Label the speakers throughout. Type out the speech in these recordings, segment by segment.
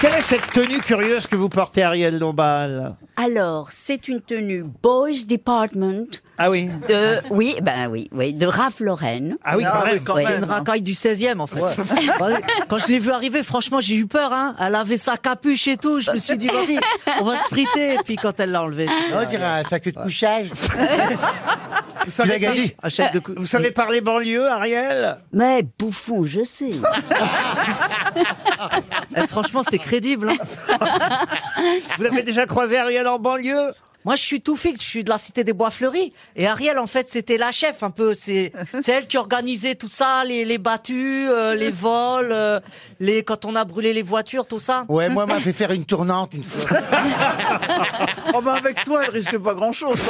Speaker 1: Quelle est cette tenue curieuse que vous portez, Ariel Dombal
Speaker 2: Alors, c'est une tenue Boys Department
Speaker 1: Ah oui
Speaker 2: de, oui, ben oui, oui, de Ralph Lauren.
Speaker 1: Ah oui, quand même.
Speaker 3: C'est
Speaker 4: hein.
Speaker 3: une racaille du 16e en fait. Bah, Quand je l'ai vu arriver, franchement, j'ai eu peur. Hein. Elle avait sa capuche et tout. Je me suis dit, vas-y, on va se friter. Et puis quand elle l'a enlevé,
Speaker 4: On dirait un sac de couchage.
Speaker 1: Vous savez, par-
Speaker 3: un chef de cou.
Speaker 1: vous savez parler banlieue, Ariel
Speaker 2: Mais bouffon, je sais.
Speaker 3: Eh, franchement, c'est crédible. hein.
Speaker 1: Vous avez déjà croisé Ariel en banlieue
Speaker 3: Moi, je suis tout fixe. Je suis de la cité des Bois Fleuris. Et Ariel, en fait, c'était la chef un peu. C'est c'est elle qui organisait tout ça, les, les battues, euh, les vols, euh, les quand on a brûlé les voitures, tout ça.
Speaker 4: Ouais, moi, on m'a fait faire une tournante une fois.
Speaker 5: Oh ben avec toi, elle risque pas grand chose.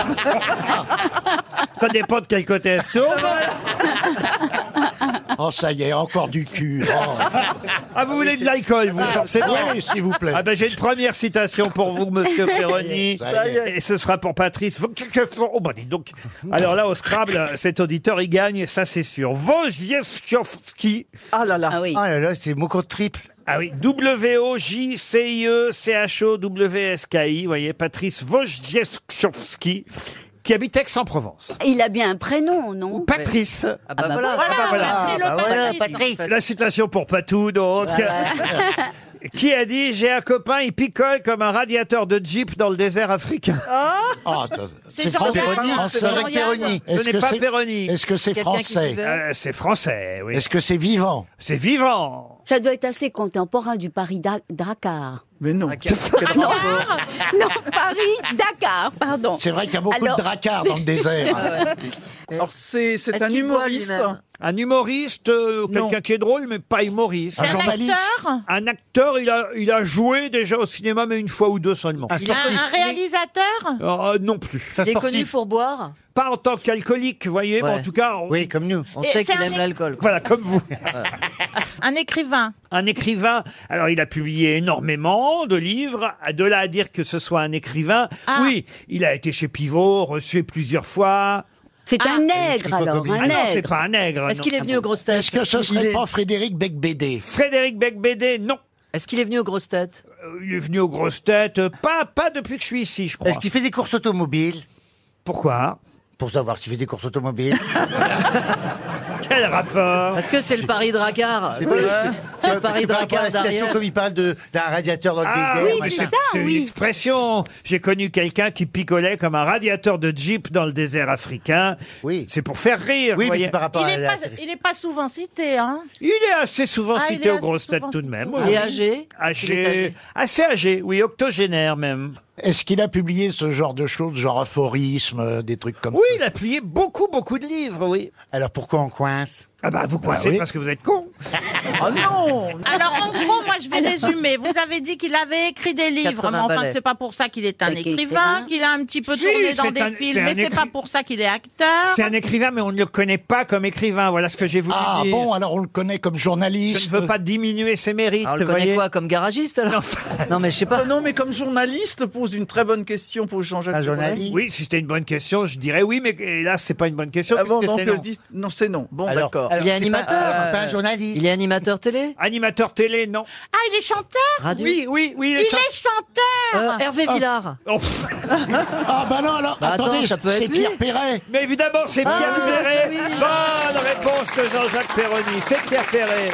Speaker 1: Ça dépend de quel côté elle se tourne.
Speaker 4: Oh, ça y est, encore du cul. Oh. Ah,
Speaker 1: Ah, vous voulez de l'alcool, vous, forcément
Speaker 4: Oui, s'il vous plaît.
Speaker 1: Ah ben j'ai une première citation pour vous, monsieur Perroni.
Speaker 4: Ça
Speaker 5: y est.
Speaker 1: Et ce sera pour Patrice. Oh bah dis donc. Alors là, au Scrabble, cet auditeur, il gagne, ça c'est sûr. Wojciechowski.
Speaker 5: Ah là là.
Speaker 2: Ah oui.
Speaker 4: Oh là là, c'est mon compte triple.
Speaker 1: Ah oui, E W-O-J-C-I-E-C-H-O-W-S-K-I. Vous voyez, Patrice Wojciechowski, qui habite Aix-en-Provence.
Speaker 2: Il a bien un prénom, non
Speaker 1: Patrice.
Speaker 3: Ah bah,
Speaker 2: bah
Speaker 3: voilà.
Speaker 1: Ah bah voilà.
Speaker 4: Ah, bah voilà, Patrice.
Speaker 1: La citation pour Patou, donc. Qui a dit J'ai un copain, il picole comme un radiateur de Jeep dans le désert africain.
Speaker 6: Ah,
Speaker 4: Oh, attends, c'est
Speaker 6: Jordan.
Speaker 4: français.
Speaker 6: C'est
Speaker 4: Français.
Speaker 6: Jordan.
Speaker 4: Péroni.
Speaker 1: Ce
Speaker 4: Est-ce
Speaker 1: n'est
Speaker 4: que
Speaker 1: pas
Speaker 4: c'est-
Speaker 1: Péroni.
Speaker 4: Est-ce que c'est
Speaker 3: Quelqu'un qui
Speaker 4: français
Speaker 3: veut.
Speaker 1: Euh, c'est français, oui.
Speaker 4: Est-ce que c'est vivant
Speaker 1: C'est vivant.
Speaker 2: Ça doit être assez contemporain du Paris-Dakar.
Speaker 5: Mais non.
Speaker 4: Ah,
Speaker 2: non, Paris-Dakar, pardon.
Speaker 4: C'est vrai qu'il y a beaucoup
Speaker 2: Alors-
Speaker 4: de dracards dans le désert.
Speaker 5: Euh, Alors c'est c'est
Speaker 3: Est-ce
Speaker 5: un
Speaker 3: qu'il boit
Speaker 5: humoriste.
Speaker 3: lui-même
Speaker 1: Un humoriste, euh,
Speaker 5: Non.
Speaker 1: quelqu'un qui est drôle, mais pas humoriste.
Speaker 4: Un
Speaker 6: un
Speaker 4: journaliste.
Speaker 6: acteur,
Speaker 1: Un acteur, il a, il a joué déjà au cinéma, mais une fois ou deux seulement.
Speaker 4: Un
Speaker 6: un, un réalisateur.
Speaker 1: Euh, non plus.
Speaker 3: Il est connu pour boire.
Speaker 1: Pas en tant qu'alcoolique, vous voyez, mais
Speaker 3: Ouais.
Speaker 1: en tout cas, on-
Speaker 4: Oui, comme nous.
Speaker 3: On
Speaker 6: Et
Speaker 3: sait
Speaker 6: c'est
Speaker 3: qu'il
Speaker 6: un
Speaker 3: aime
Speaker 6: é-
Speaker 3: l'alcool. quoi.
Speaker 1: voilà, comme vous.
Speaker 6: Un écrivain.
Speaker 1: Un écrivain, alors il a publié énormément de livres, de là à dire que ce soit un écrivain,
Speaker 6: Ah.
Speaker 1: oui, il a été chez Pivot, reçu plusieurs fois.
Speaker 2: C'est
Speaker 6: Ah,
Speaker 2: un nègre, alors, un
Speaker 1: ah non, c'est
Speaker 2: nègre.
Speaker 1: pas un nègre.
Speaker 3: Est-ce
Speaker 1: non.
Speaker 3: qu'il est venu aux grosses
Speaker 4: Est-ce
Speaker 3: têtes
Speaker 4: que ce serait
Speaker 5: est-
Speaker 4: pas Frédéric Becbédé
Speaker 1: Frédéric Becbédé, non.
Speaker 3: Est-ce qu'il est venu aux grosses têtes
Speaker 1: Euh, Il est venu aux grosses têtes, euh, pas, pas depuis que je suis ici, je crois.
Speaker 4: Est-ce qu'il fait des courses automobiles
Speaker 1: Pourquoi
Speaker 4: Pour savoir s'il fait des courses automobiles.
Speaker 1: Quel rapport
Speaker 3: Parce que c'est le Paris Dragar.
Speaker 4: Ah, C'est pas-
Speaker 3: C'est le
Speaker 4: parce que
Speaker 3: Paris
Speaker 4: par rapport à
Speaker 3: Dragar
Speaker 4: la citation,
Speaker 3: d'Ariel.
Speaker 4: comme il parle de- d'un radiateur dans le
Speaker 1: Ah
Speaker 4: désert.
Speaker 1: mais
Speaker 4: machin.
Speaker 1: c'est
Speaker 2: ça,
Speaker 1: c'est
Speaker 2: oui.
Speaker 1: une expression. J'ai connu quelqu'un qui picolait comme un radiateur de Jeep dans le désert africain.
Speaker 4: Oui.
Speaker 1: C'est pour faire rire. vous
Speaker 4: Oui, mais
Speaker 1: voyez.
Speaker 4: c'est par rapport
Speaker 6: Il
Speaker 4: à
Speaker 6: n'est
Speaker 4: la...
Speaker 6: pas, il est pas souvent cité, hein.
Speaker 1: Il est assez souvent
Speaker 6: Ah, il
Speaker 1: cité
Speaker 6: est
Speaker 1: aux
Speaker 6: assez
Speaker 1: grosses têtes
Speaker 6: souvent
Speaker 1: tout de même.
Speaker 3: Il est
Speaker 1: oui.
Speaker 3: âgé. Il est
Speaker 1: Âgé, Ah, assez âgé, oui, octogénaire même.
Speaker 4: Est-ce qu'il a publié ce genre de choses, genre aphorisme, euh, des trucs comme
Speaker 1: Oui,
Speaker 4: ça
Speaker 1: il a plié beaucoup, beaucoup de livres, oui.
Speaker 4: Alors pourquoi on coince
Speaker 1: Ah bah vous coincez
Speaker 4: oui.
Speaker 1: parce que vous êtes con.
Speaker 5: Ah non.
Speaker 6: Alors en gros, moi je vais résumer. Vous avez dit qu'il avait écrit des livres,
Speaker 3: 80
Speaker 6: mais enfin
Speaker 3: ballets.
Speaker 6: c'est pas pour ça qu'il est un
Speaker 2: Et qu'il était
Speaker 6: écrivain,
Speaker 2: un-
Speaker 6: qu'il a un petit peu
Speaker 1: Si,
Speaker 6: tourné
Speaker 1: c'est
Speaker 6: dans des
Speaker 1: un- c'est
Speaker 6: films,
Speaker 1: un
Speaker 6: mais c'est
Speaker 1: écri-
Speaker 6: pas pour ça qu'il est acteur.
Speaker 1: C'est un écrivain, mais on ne le connaît pas comme écrivain. Voilà ce que j'ai voulu
Speaker 4: Ah
Speaker 1: dire.
Speaker 4: bon, alors on le connaît comme
Speaker 1: Je ne
Speaker 4: journaliste.
Speaker 1: veux pas diminuer ses mérites.
Speaker 3: Alors, on le
Speaker 1: vous
Speaker 3: connaît
Speaker 1: voyez.
Speaker 3: quoi Comme garagiste alors Non, mais je sais pas.
Speaker 5: Ah non mais comme journaliste pose une très bonne question pour Jean-Jacques.
Speaker 4: Un
Speaker 5: Touraine.
Speaker 4: journaliste.
Speaker 1: Oui, si c'était une bonne question, je dirais oui, mais et là, c'est pas une bonne question.
Speaker 5: Ah bon,
Speaker 1: puisque
Speaker 5: donc
Speaker 1: c'est
Speaker 5: euh,
Speaker 1: non.
Speaker 5: dis- non c'est non. Bon
Speaker 4: Alors-
Speaker 5: d'accord.
Speaker 4: alors,
Speaker 3: Il est
Speaker 4: c'est pas-
Speaker 3: animateur.
Speaker 4: euh, pas un journaliste.
Speaker 3: Il est animateur télé
Speaker 1: Animateur télé, non.
Speaker 6: Ah, il est chanteur.
Speaker 3: Radio
Speaker 1: Oui, oui, oui.
Speaker 6: Il est chanteur.
Speaker 3: Euh, Hervé Villard.
Speaker 1: Oh, pff,
Speaker 4: Ah bah non, alors
Speaker 3: Bah attends,
Speaker 4: attendez,
Speaker 3: ça peut
Speaker 4: c'est
Speaker 3: être lui.
Speaker 4: Pierre Perret.
Speaker 1: mais évidemment, c'est Pierre
Speaker 3: Ah,
Speaker 1: Perret.
Speaker 3: oui.
Speaker 1: Bonne réponse de Jean-Jacques Perroni. C'est Pierre Perret.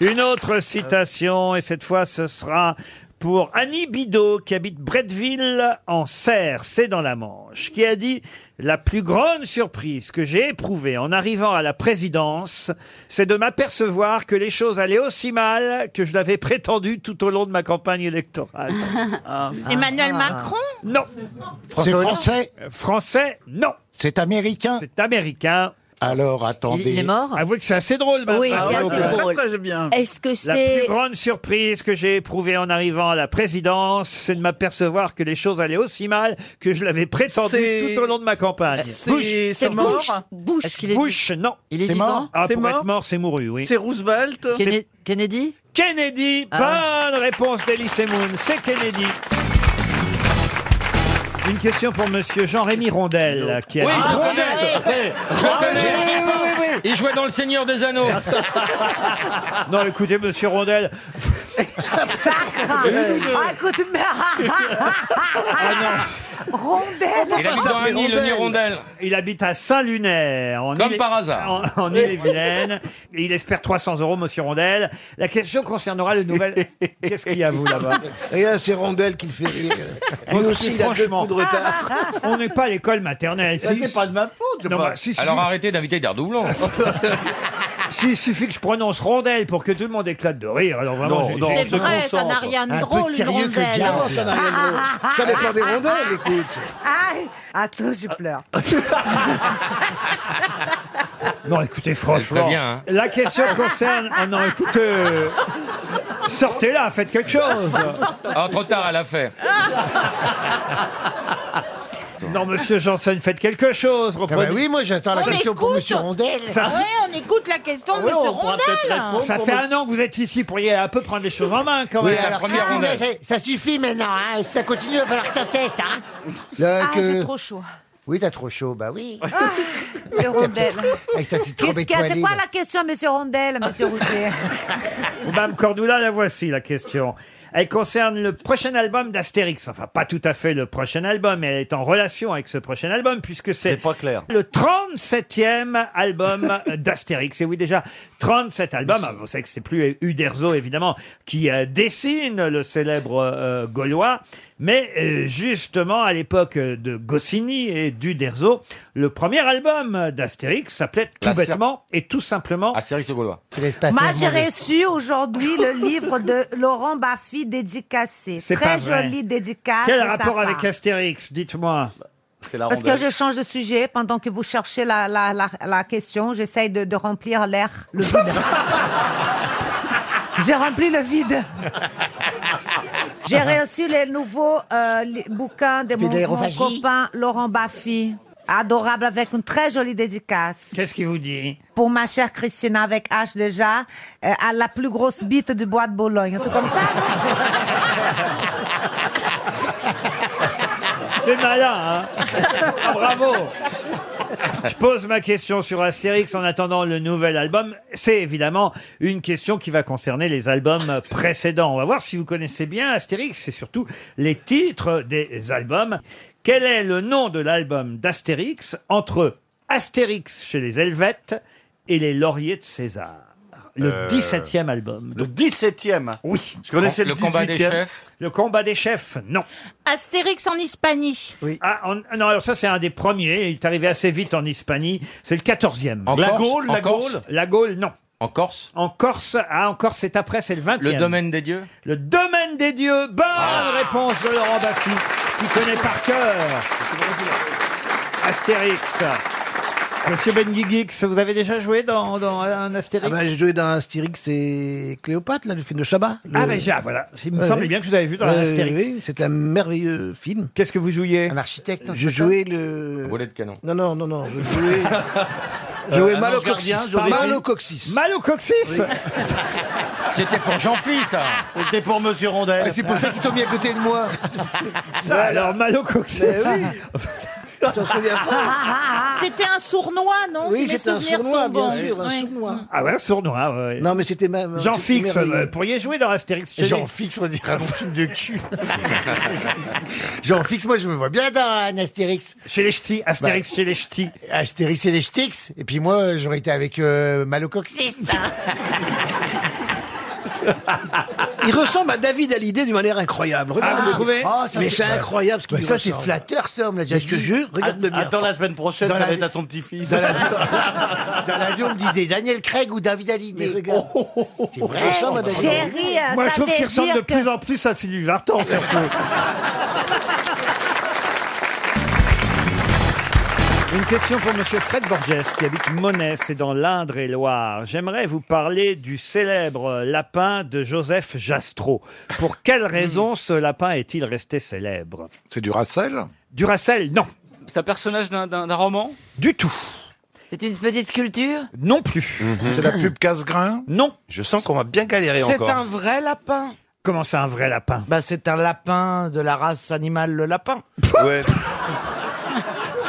Speaker 1: Une autre citation, et cette fois, ce sera pour Annie Bidot, qui habite Bretteville, en Serre, c'est dans la Manche, qui a dit « La plus grande surprise que j'ai éprouvée en arrivant à la présidence, c'est de m'apercevoir que les choses allaient aussi mal que je l'avais prétendu tout au long de ma campagne électorale.
Speaker 6: Ah. Emmanuel Macron. »
Speaker 1: Non
Speaker 4: C'est français,
Speaker 1: Français, non.
Speaker 4: c'est américain.
Speaker 1: C'est américain.
Speaker 4: Alors
Speaker 3: Il,
Speaker 4: attendez.
Speaker 3: il est mort
Speaker 1: Avouez que c'est assez drôle. maintenant.
Speaker 2: Oui,
Speaker 5: Ah
Speaker 2: c'est
Speaker 5: ouais,
Speaker 2: assez
Speaker 5: ouais.
Speaker 2: drôle.
Speaker 5: Après, j'ai bien.
Speaker 2: Est-ce que
Speaker 1: La
Speaker 2: c'est...
Speaker 1: plus grande surprise que j'ai éprouvée en arrivant à la présidence, c'est de m'apercevoir que les choses allaient aussi mal que je l'avais prétendu
Speaker 5: C'est-
Speaker 1: tout au long de ma campagne. Bush,
Speaker 5: C'est c'est
Speaker 2: Bush,
Speaker 5: mort.
Speaker 2: Bush.
Speaker 3: Est-ce qu'il est,
Speaker 1: Bush, non.
Speaker 3: il est
Speaker 4: C'est
Speaker 3: vivant
Speaker 4: mort
Speaker 1: Ah,
Speaker 5: C'est
Speaker 1: pour
Speaker 5: mort
Speaker 1: être mort, c'est mouru, oui.
Speaker 5: C'est Roosevelt.
Speaker 3: Kenne- Kennedy
Speaker 1: Kennedy,
Speaker 3: Ah.
Speaker 1: bonne réponse d'Elie Semoun, c'est Kennedy. Une question pour Monsieur Jean-Rémy Rondel, qui a dit-
Speaker 5: Ah,
Speaker 1: Rondel,
Speaker 5: Rondel.
Speaker 1: Oui, oui, oui, oui, oui.
Speaker 4: Il jouait dans Le Seigneur des Anneaux.
Speaker 1: Non, écoutez, monsieur Rondel.
Speaker 6: Ah, écoute, mais-
Speaker 1: Ah
Speaker 6: rondelle.
Speaker 4: Il habite dans un île, une hirondelle.
Speaker 1: non, il habite à Saint-Lunaire. en
Speaker 4: Comme
Speaker 1: Ille-
Speaker 4: par hasard.
Speaker 1: En, en Ille-et-Vilaine. Et Il espère 300 euros, monsieur Rondel. La question concernera le nouvel. Qu'est-ce qu'il y a, vous, là-bas
Speaker 7: Regarde, c'est Rondel qui le fait rire. Lui
Speaker 1: Écoutez,
Speaker 7: aussi, il a deux
Speaker 1: franchement.
Speaker 7: coups de retard.
Speaker 1: On n'est pas à l'école maternelle. Si-
Speaker 8: C'est pas de ma faute.
Speaker 1: Non,
Speaker 8: moi.
Speaker 1: bah, si, si,
Speaker 4: Alors arrêtez d'inviter Dardou Blanc.
Speaker 1: si, il suffit que je prononce Rondel pour que tout le monde éclate de rire. Alors vraiment,
Speaker 9: Non,
Speaker 1: j'ai-
Speaker 9: non.
Speaker 1: j'ai-
Speaker 3: C'est
Speaker 9: on se
Speaker 3: vrai, ça n'a
Speaker 9: concentre.
Speaker 3: rien de
Speaker 7: Un peu
Speaker 3: drôle,
Speaker 7: de
Speaker 3: une
Speaker 7: sérieux que le
Speaker 3: rondelle.
Speaker 7: diable. Ça n'a rien de drôle. Ça dépend des rondelles, écoute.
Speaker 6: Ah, attends, je pleure.
Speaker 1: Non, écoutez, franchement.
Speaker 4: très bien, hein.
Speaker 1: La question concerne. Ah non, écoutez. euh, Sortez là, faites quelque chose.
Speaker 4: Ah, trop tard, elle a fait.
Speaker 1: Non, monsieur Janssen, faites quelque chose.
Speaker 7: Ah
Speaker 1: reprenez-
Speaker 7: bah oui, moi j'attends la
Speaker 3: On
Speaker 7: question pour
Speaker 3: écoute.
Speaker 7: Monsieur Rondel.
Speaker 6: Ah
Speaker 1: Ça,
Speaker 3: Ouais, on écoute la question de
Speaker 7: Oui,
Speaker 3: M.
Speaker 7: Ah on pourra peut-être
Speaker 3: Rondel.
Speaker 7: répondre.
Speaker 1: ça fait un an que vous êtes ici, vous pourriez un peu prendre les choses en main quand
Speaker 7: Oui,
Speaker 1: même.
Speaker 7: alors,
Speaker 4: première
Speaker 7: Christine,
Speaker 4: rondelle.
Speaker 7: Ah, ça- ça suffit maintenant, hein. ça continue, il va falloir que ça cesse. Hein.
Speaker 6: Ah,
Speaker 7: Là, que-
Speaker 4: euh,
Speaker 6: j'ai trop chaud. hein.
Speaker 7: Oui, t'as trop chaud, bah oui.
Speaker 6: Les rondelles.
Speaker 7: Avec ta petite robe
Speaker 6: Qu'est-ce qu'il y a C'est
Speaker 7: étoilée.
Speaker 6: quoi la question, monsieur Rondelle, monsieur Rouget
Speaker 1: Bon, Madame Cordula, la voici la question. Elle concerne le prochain album d'Astérix. Enfin, pas tout à fait le prochain album, mais elle est en relation avec ce prochain album puisque c'est
Speaker 9: pas clair.
Speaker 1: le 37e album d'Astérix. Et oui, déjà, 37 albums. Ah, Vous savez que c'est plus Uderzo, évidemment, qui euh, dessine le célèbre euh, Gaulois. Mais euh, justement, à l'époque de Goscinny et d'Uderzo, le premier album d'Astérix s'appelait tout
Speaker 4: La ser-
Speaker 1: bêtement et tout simplement
Speaker 4: Ah, Cyril de Gaulois.
Speaker 7: Tu laisses pas
Speaker 6: Moi,
Speaker 7: faire,
Speaker 6: j'ai
Speaker 7: moi, je-
Speaker 6: reçu aujourd'hui le livre de Laurent Baffy dédicacé.
Speaker 1: C'est
Speaker 6: Très
Speaker 1: pas vrai.
Speaker 6: jolie dédicace.
Speaker 1: Quel
Speaker 6: de sa
Speaker 1: rapport
Speaker 6: part.
Speaker 1: avec Astérix, dites-moi
Speaker 9: C'est la
Speaker 6: Parce que je change de sujet pendant que vous cherchez la, la, la, la question. J'essaye de, de remplir l'air, le vide. J'ai rempli le vide. J'ai reçu les nouveaux euh, les bouquins de mon, mon
Speaker 7: Fédérophagie.
Speaker 6: copain Laurent Baffy. Adorable avec une très jolie dédicace.
Speaker 1: Qu'est-ce qu'il vous dit
Speaker 6: Pour ma chère Christina avec H déjà, euh, à la plus grosse bite du bois de Bologne. Un truc comme ça.
Speaker 1: C'est malin, hein Ah, Bravo je pose ma question sur Astérix en attendant le nouvel album. C'est évidemment une question qui va concerner les albums précédents. On va voir si vous connaissez bien Astérix et surtout les titres des albums. Quel est le nom de l'album d'Astérix entre Astérix chez les Helvètes et les Lauriers de César Le
Speaker 9: Euh,
Speaker 1: 17e album.
Speaker 9: Le 17ème.
Speaker 1: Oui.
Speaker 9: Je connaissais le,
Speaker 4: Le combat des
Speaker 9: 18e.
Speaker 4: chefs.
Speaker 1: Le combat des chefs, non.
Speaker 3: Astérix en Hispanie.
Speaker 1: Ah, on- non, alors ça, c'est un des premiers. Il est arrivé assez vite en Hispanie. C'est le 14e.
Speaker 4: En
Speaker 9: La
Speaker 4: Corse,
Speaker 9: Gaule,
Speaker 4: en
Speaker 9: la
Speaker 4: Corse,
Speaker 9: Gaule.
Speaker 1: La Gaule, non.
Speaker 4: En Corse.
Speaker 1: En Corse, ah, en Corse, c'est après, c'est le 20e.
Speaker 4: Le domaine des dieux. Ah.
Speaker 1: Le domaine des dieux. Bonne réponse de Laurent Baffy, qui connaît par cœur. Astérix. Monsieur Benguigix, vous avez déjà joué dans, dans un Astérix
Speaker 7: Ah bah, j'ai joué dans Astérix et Cléopâtre, là, le film de Chabat. Le-
Speaker 1: Ah, ben, j'ai- ah, voilà. Il me
Speaker 7: Ouais,
Speaker 1: semblait
Speaker 7: ouais.
Speaker 1: bien que je vous avez vu dans un
Speaker 7: Euh,
Speaker 1: Astérix.
Speaker 7: oui, C'était un merveilleux film.
Speaker 1: Qu'est-ce que vous jouiez
Speaker 7: Un architecte. Je jouais le.
Speaker 4: Boulet de Euh, canon.
Speaker 7: Non, non, non, non. Je jouais. je jouais
Speaker 9: un
Speaker 7: Malo
Speaker 9: ange gardien,
Speaker 7: Coccis.
Speaker 9: Joséphine.
Speaker 7: Malo Coccis.
Speaker 1: Malo Coxis
Speaker 4: C'était pour Jean-Phi, ça.
Speaker 9: C'était pour Monsieur
Speaker 7: Ah,
Speaker 9: Rondel.
Speaker 7: c'est pour ça qu'ils sont mis à côté de moi.
Speaker 1: Ça, alors, Malo Coxis
Speaker 7: Je
Speaker 4: Ah,
Speaker 7: t'en souviens pas.
Speaker 3: C'était un sournois, non
Speaker 7: Oui,
Speaker 3: Si mes
Speaker 7: c'était un
Speaker 3: souvenirs
Speaker 7: sournois,
Speaker 3: sont
Speaker 7: bien
Speaker 3: bons.
Speaker 7: sûr, un
Speaker 3: Ouais.
Speaker 7: sournois.
Speaker 1: Ah ouais, sournois, ouais.
Speaker 7: Non, mais c'était même.
Speaker 1: Jean
Speaker 7: c'était
Speaker 1: Fix,
Speaker 7: merveilleux.
Speaker 1: euh, pourriez jouer dans Astérix chez
Speaker 7: Jean
Speaker 1: les-
Speaker 7: Fix, on dirait un film de cul. Jean Fix, moi je me vois bien dans un Astérix. Bah,
Speaker 1: Chez les ch'tis, Astérix chez les ch'tis.
Speaker 7: Astérix et les Ch'tix. Et puis moi, j'aurais été avec euh, Malo Coccis. Il ressemble à David Hallyday d'une manière incroyable. Regarde,
Speaker 1: Ah, vous trouvez
Speaker 7: mais c'est incroyable ce qu'il Ça, c'est flatteur, ça, on me l'a déjà dit. Je te jure, regarde-le bien.
Speaker 9: Attends la semaine prochaine,
Speaker 7: Dans
Speaker 9: ça
Speaker 7: la
Speaker 9: va
Speaker 7: vie-
Speaker 9: être à son petit-fils.
Speaker 7: Dans la- Dans la vie, on me disait Daniel Craig ou David Hallyday. Oh, C'est vrai. ressemble à David Hallyday.
Speaker 6: Chérie, euh,
Speaker 1: Moi, je
Speaker 6: ça
Speaker 1: trouve
Speaker 6: veut
Speaker 1: qu'il ressemble
Speaker 6: dire
Speaker 1: de
Speaker 6: que-
Speaker 1: plus en plus à Sylvie Vartan, surtout. Une question pour Monsieur Fred Borges, qui habite Monès, et dans l'Indre-et-Loire. J'aimerais vous parler du célèbre lapin de Joseph Jastrow. Pour
Speaker 10: Hmm.
Speaker 1: quelle raison ce lapin est-il resté célèbre
Speaker 11: C'est du Racel
Speaker 1: Duracell, non.
Speaker 10: C'est un personnage d'un- d'un d'un roman
Speaker 1: Du tout.
Speaker 12: C'est une petite sculpture
Speaker 1: Non plus.
Speaker 11: Mhm. C'est la pub casse-grain
Speaker 1: Non.
Speaker 9: Je sens qu'on va bien galérer
Speaker 8: C'est
Speaker 9: encore.
Speaker 8: un vrai lapin.
Speaker 1: Comment c'est un vrai lapin
Speaker 8: Bah, c'est un lapin de la race animale, le lapin.
Speaker 9: Ouais.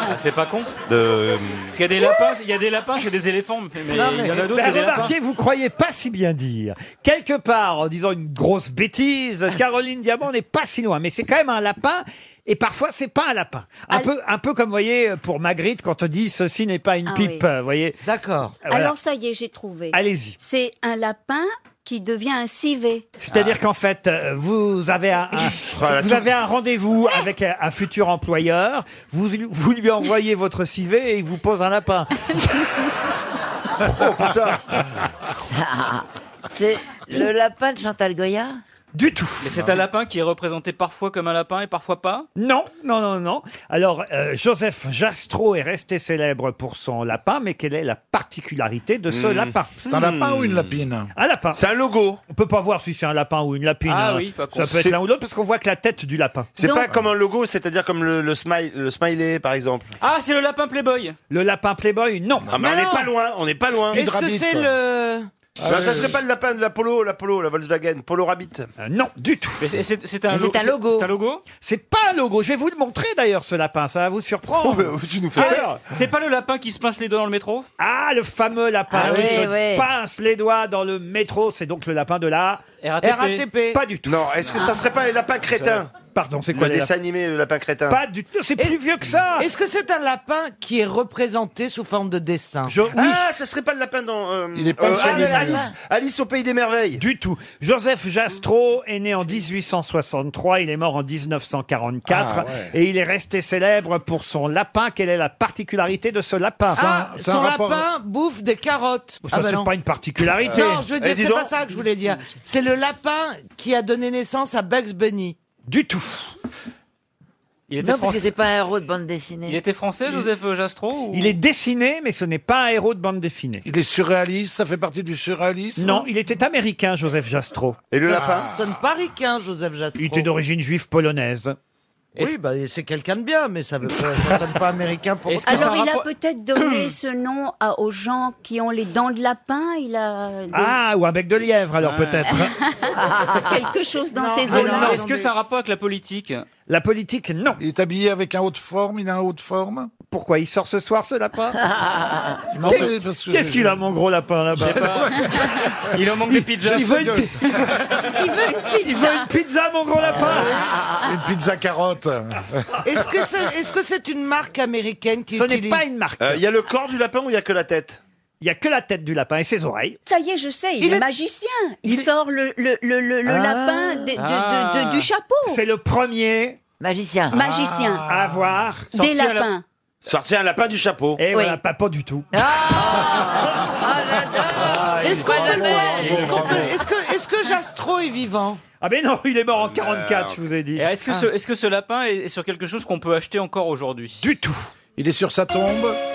Speaker 9: Ah, c'est pas con.
Speaker 7: De...
Speaker 9: Parce qu'il y a des lapins, il y a des lapins, c'est des éléphants, mais mais il
Speaker 1: Non, mais-
Speaker 9: y en a d'autres,
Speaker 1: mais
Speaker 9: c'est des lapins.
Speaker 1: remarquez, vous croyez pas si bien dire. Quelque part, en disant une grosse bêtise, Caroline Diamant n'est pas si loin, mais c'est quand même un lapin. Et parfois, c'est pas un lapin. Un peu, un peu comme, vous voyez, pour Magritte, quand on dit ceci n'est pas une
Speaker 2: Ah
Speaker 1: pipe,
Speaker 2: oui.
Speaker 1: vous voyez. Euh, D'accord.
Speaker 2: Alors ça y est, j'ai trouvé.
Speaker 1: Ah, Allez-y.
Speaker 2: C'est un lapin qui devient un civet.
Speaker 1: C'est-à-dire qu'en fait, euh, vous avez un, un- vous avez un rendez-vous avec un, un futur employeur, vous, lui- vous lui envoyez votre civet et il vous pose un lapin. oh putain
Speaker 9: Ah.
Speaker 13: C'est le lapin de Chantal Goya
Speaker 1: Du tout.
Speaker 9: Mais c'est un lapin qui est représenté parfois comme un lapin et parfois pas.
Speaker 1: Non, non, non, non. Alors, euh, Joseph Jastrow est resté célèbre pour son lapin, mais quelle est la particularité de ce
Speaker 7: Hmm.
Speaker 6: Mmh.
Speaker 1: Hmm. lapin Hmm.
Speaker 6: C'est un lapin ou
Speaker 4: Hmm.
Speaker 6: une lapine
Speaker 1: Un lapin. C'est un logo. On peut pas voir si c'est un lapin ou une lapine.
Speaker 6: Ah
Speaker 1: hein.
Speaker 6: oui, pas con.
Speaker 1: Ça peut être
Speaker 6: C'est-
Speaker 1: l'un ou l'autre parce qu'on voit que la tête du lapin.
Speaker 7: C'est pas comme un logo, c'est-à-dire comme le, le, smile, le smiley, par exemple.
Speaker 9: Ah, c'est le lapin Playboy.
Speaker 1: Le lapin Playboy, non.
Speaker 7: Ah, mais on n'est pas loin, on n'est pas loin.
Speaker 1: Est-ce que c'est
Speaker 7: le...
Speaker 1: Ah oui,
Speaker 7: Bah, ça
Speaker 1: oui,
Speaker 7: serait
Speaker 1: oui.
Speaker 7: pas le lapin de la Polo, la Polo, la Volkswagen, Polo Rabbit
Speaker 1: Euh, Non, du tout.
Speaker 9: C'est c'est
Speaker 7: Mais
Speaker 9: un,
Speaker 7: c'est un logo.
Speaker 9: C'est un logo.
Speaker 1: C'est pas un logo. Je vais vous le montrer d'ailleurs, ce lapin. Ça va vous surprendre.
Speaker 7: Oh, tu nous
Speaker 9: Ah, c'est- c'est pas le lapin qui se pince les doigts dans le métro
Speaker 1: Ah, le fameux lapin
Speaker 9: Ah
Speaker 1: qui
Speaker 9: oui,
Speaker 1: se
Speaker 9: oui.
Speaker 1: pince les doigts dans le métro. C'est donc le lapin de la
Speaker 9: RATP.
Speaker 1: Pas du tout.
Speaker 7: Non, est-ce que ça serait pas les lapins crétins
Speaker 1: Pardon, c'est quoi
Speaker 7: Le
Speaker 1: les
Speaker 7: dessin
Speaker 1: lapins
Speaker 7: animé, le lapin crétin.
Speaker 1: Pas du tout. C'est plus vieux que ça.
Speaker 4: Ah. Est-ce que c'est un lapin qui est représenté sous forme de dessin
Speaker 7: Ah, ce serait pas le lapin dans. euh,
Speaker 1: Il est pas
Speaker 7: euh,
Speaker 1: sur
Speaker 7: Alice,
Speaker 1: Disney.
Speaker 7: Alice, Alice au pays des merveilles.
Speaker 1: Du tout. Joseph Jastrow est né en 1863, il est mort en 1944
Speaker 7: Ah, ouais.
Speaker 1: et il est resté célèbre pour son lapin. Quelle est la particularité de ce lapin
Speaker 4: Ah, son lapin bouffe des carottes.
Speaker 1: Ça,
Speaker 4: Ah bah
Speaker 1: c'est
Speaker 4: non.
Speaker 1: pas une particularité.
Speaker 4: Non, je veux
Speaker 1: Eh,
Speaker 4: dire,
Speaker 1: dis
Speaker 4: c'est
Speaker 1: donc.
Speaker 4: pas ça que je voulais dire. C'est le lapin qui a donné naissance à Bugs Bunny.
Speaker 1: Du tout.
Speaker 9: Il
Speaker 4: était
Speaker 13: Non, parce
Speaker 4: français.
Speaker 13: que c'est pas un héros de bande dessinée.
Speaker 9: Il était français, Joseph Jastrow ou-
Speaker 1: Il est dessiné, mais ce n'est pas un héros de bande dessinée.
Speaker 6: Il est surréaliste, ça fait partie du surréalisme
Speaker 1: Non, il était américain, Joseph Jastrow.
Speaker 7: Et
Speaker 4: ça sonne pas ricain, Joseph Jastrow.
Speaker 1: Il était d'origine juive polonaise.
Speaker 4: Oui, bah, c'est quelqu'un de bien, mais ça ne sonne pas américain pour autant.
Speaker 2: Alors il a peut-être donné ce nom à- aux gens qui ont les dents de lapin. Il a donné
Speaker 1: Ah, ou un bec de lièvre, alors
Speaker 9: Ah.
Speaker 1: peut-être.
Speaker 2: quelque chose dans ses
Speaker 9: Ah,
Speaker 2: eaux.
Speaker 9: non, Est-ce que c'est un rapport avec la politique
Speaker 1: La politique, non.
Speaker 6: Il est habillé avec un haut de forme, il a un haut de forme
Speaker 1: Pourquoi il sort ce soir, ce lapin
Speaker 6: Non,
Speaker 1: Qu'est-
Speaker 6: c'est parce que-
Speaker 1: Qu'est-ce qu'il a, mon gros lapin, là-bas
Speaker 9: Il en manque des pizzas.
Speaker 1: Il veut une pi-
Speaker 4: Il veut une
Speaker 1: Il veut une pizza, mon gros
Speaker 4: Ah,
Speaker 1: lapin
Speaker 6: Une pizza carotte
Speaker 4: Est-ce que c'est est-ce que c'est une marque américaine qui
Speaker 1: Ce n'est
Speaker 4: utilise-
Speaker 1: pas une marque.
Speaker 7: Euh, Il y a le corps du lapin ou il y a que la tête
Speaker 1: Il y a que la tête du lapin et ses oreilles.
Speaker 2: Ça y est, je sais, il,
Speaker 1: Il
Speaker 2: est,
Speaker 1: est-
Speaker 2: magicien. Il, sort le, le, le, le, le
Speaker 1: Ah.
Speaker 2: lapin de- de- de- de-
Speaker 1: Ah.
Speaker 2: du chapeau.
Speaker 1: C'est le premier
Speaker 13: Magicien.
Speaker 2: Magicien.
Speaker 1: à avoir
Speaker 2: Des lapins.
Speaker 7: Sortir un lapin du chapeau.
Speaker 1: Et Eh, voilà, pas, pas du tout.
Speaker 4: Ah. Est-ce qu'on peut le voir Est-ce qu'on peut- est-ce que est-ce que Jastrow est vivant
Speaker 1: Ah mais non, il est mort en 44, je vous ai dit. Ah.
Speaker 9: Et Est-ce que, ce, est-ce que ce lapin est est sur quelque chose qu'on peut acheter encore aujourd'hui
Speaker 1: Du tout.
Speaker 6: Il est sur sa tombe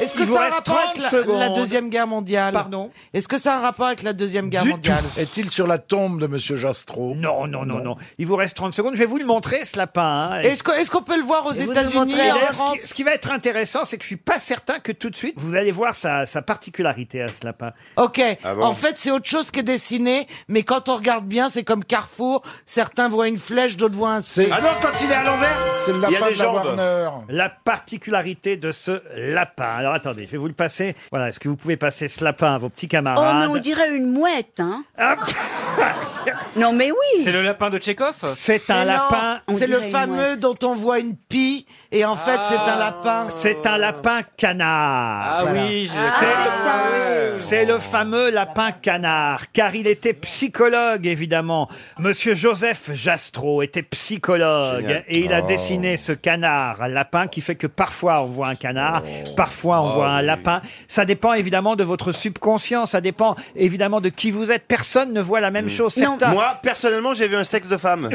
Speaker 4: Est-ce que
Speaker 1: Il vous
Speaker 4: ça a un
Speaker 1: reste
Speaker 4: rapport
Speaker 1: 30
Speaker 4: avec la,
Speaker 1: secondes.
Speaker 4: la deuxième guerre mondiale
Speaker 1: Pardon
Speaker 4: Est-ce que ça a un rapport avec la deuxième guerre
Speaker 6: Du
Speaker 4: mondiale
Speaker 6: tout. Est-il sur la tombe de Monsieur Jastrow
Speaker 1: Non, non, non, non. Il vous reste 30 secondes. Je vais vous le montrer, ce lapin. hein.
Speaker 4: Est-ce que- est-ce qu'on peut le voir aux
Speaker 13: Et vous nous
Speaker 4: États-Unis
Speaker 13: montrez-
Speaker 4: en
Speaker 1: D'ailleurs, ce,
Speaker 4: France
Speaker 1: qui, ce qui va être intéressant, c'est que je suis pas certain que tout de suite vous allez voir sa, sa particularité à ce lapin.
Speaker 4: Ok.
Speaker 7: Ah
Speaker 14: Ah
Speaker 1: bon
Speaker 4: En fait, c'est autre chose qui est dessiné, mais quand on regarde bien, c'est comme Carrefour. Certains voient une flèche, d'autres voient un C.
Speaker 7: Ah non, quand il est à l'envers,
Speaker 6: C'est le
Speaker 7: il y a
Speaker 6: lapin
Speaker 7: des
Speaker 6: de la
Speaker 7: jambes.
Speaker 6: Warner.
Speaker 1: La particularité de ce lapin. Alors attendez, je vais vous le passer. Voilà, est-ce que vous pouvez passer ce lapin à vos petits
Speaker 2: Oh, mais
Speaker 1: camarades
Speaker 2: on dirait une mouette, hein Non, mais oui
Speaker 9: C'est le lapin de Tchekhov
Speaker 1: C'est un
Speaker 4: Mais non,
Speaker 1: lapin.
Speaker 4: C'est le fameux dont on voit une pie, et en fait, Ah. c'est un lapin.
Speaker 1: C'est un lapin canard.
Speaker 9: Ah
Speaker 1: Voilà.
Speaker 9: oui, je- Ah
Speaker 1: C'est le fameux lapin canard, car il était psychologue, évidemment. Monsieur Joseph Jastrow était psychologue,
Speaker 7: Génial.
Speaker 1: et il a
Speaker 7: Oh.
Speaker 1: dessiné ce canard, un lapin, qui fait que parfois on voit un canard, parfois on
Speaker 7: Oh
Speaker 1: voit un
Speaker 7: oui.
Speaker 1: lapin. Ça dépend évidemment de votre subconscient, ça dépend évidemment de qui vous êtes. Personne ne voit la
Speaker 7: Mm.
Speaker 1: même chose. Certains...
Speaker 7: Moi, personnellement, j'ai vu un sexe de femme.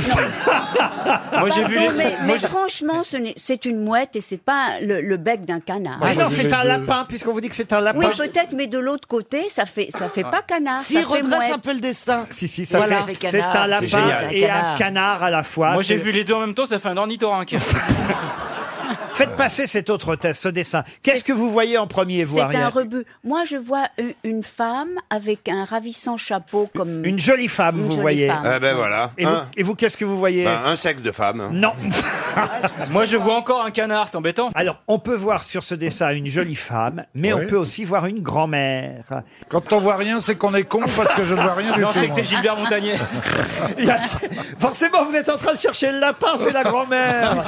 Speaker 9: Moi, j'ai vu
Speaker 2: Pardon,
Speaker 9: les-
Speaker 2: mais,
Speaker 9: moi,
Speaker 2: mais
Speaker 9: j'ai-
Speaker 2: franchement, ce n'est- c'est une mouette et c'est pas le, le bec d'un canard.
Speaker 1: Ah non, c'est un lapin, puisqu'on vous dit que c'est un lapin.
Speaker 2: oui, peut-être, mais de l'autre côté, ça fait ça fait pas canard.
Speaker 4: Ah. Si,
Speaker 2: ça fait
Speaker 4: redresse
Speaker 2: mouette.
Speaker 4: un peu le dessin.
Speaker 1: Si, si, ça
Speaker 4: Voilà.
Speaker 1: fait.
Speaker 13: Ça fait
Speaker 1: C'est
Speaker 13: canard.
Speaker 1: un
Speaker 13: C'est
Speaker 1: lapin
Speaker 13: génial.
Speaker 1: et
Speaker 13: Un
Speaker 1: un
Speaker 13: canard.
Speaker 1: canard à la fois.
Speaker 9: moi, j'ai
Speaker 1: C'est-
Speaker 9: vu les deux en même temps, ça fait un ornithorynque.
Speaker 1: Faites passer cet autre test, ce dessin. Qu'est-ce que vous voyez en premier, vous,
Speaker 9: C'est un
Speaker 1: Ariel
Speaker 9: rebut. Moi, je vois u- une femme avec un ravissant chapeau comme.
Speaker 1: Une jolie femme,
Speaker 9: Une
Speaker 1: vous
Speaker 9: jolie
Speaker 1: voyez.
Speaker 9: femme.
Speaker 15: Eh ben voilà.
Speaker 1: Et vous,
Speaker 15: Hein
Speaker 1: et vous, qu'est-ce que vous voyez
Speaker 15: Ben, un sexe de
Speaker 14: hein.
Speaker 15: femme.
Speaker 1: Non.
Speaker 3: Moi, je vois encore un canard, c'est embêtant.
Speaker 1: Alors, on peut voir sur ce dessin une jolie femme, mais
Speaker 14: Oui.
Speaker 1: on peut aussi voir une grand-mère.
Speaker 14: Quand on voit rien, c'est qu'on est con parce que je ne vois rien du
Speaker 3: Non,
Speaker 14: tout.
Speaker 3: c'est que
Speaker 14: moi.
Speaker 3: t'es Gilbert Montagnier.
Speaker 1: Il y a- Forcément, vous êtes en train de chercher le lapin, c'est la grand-mère.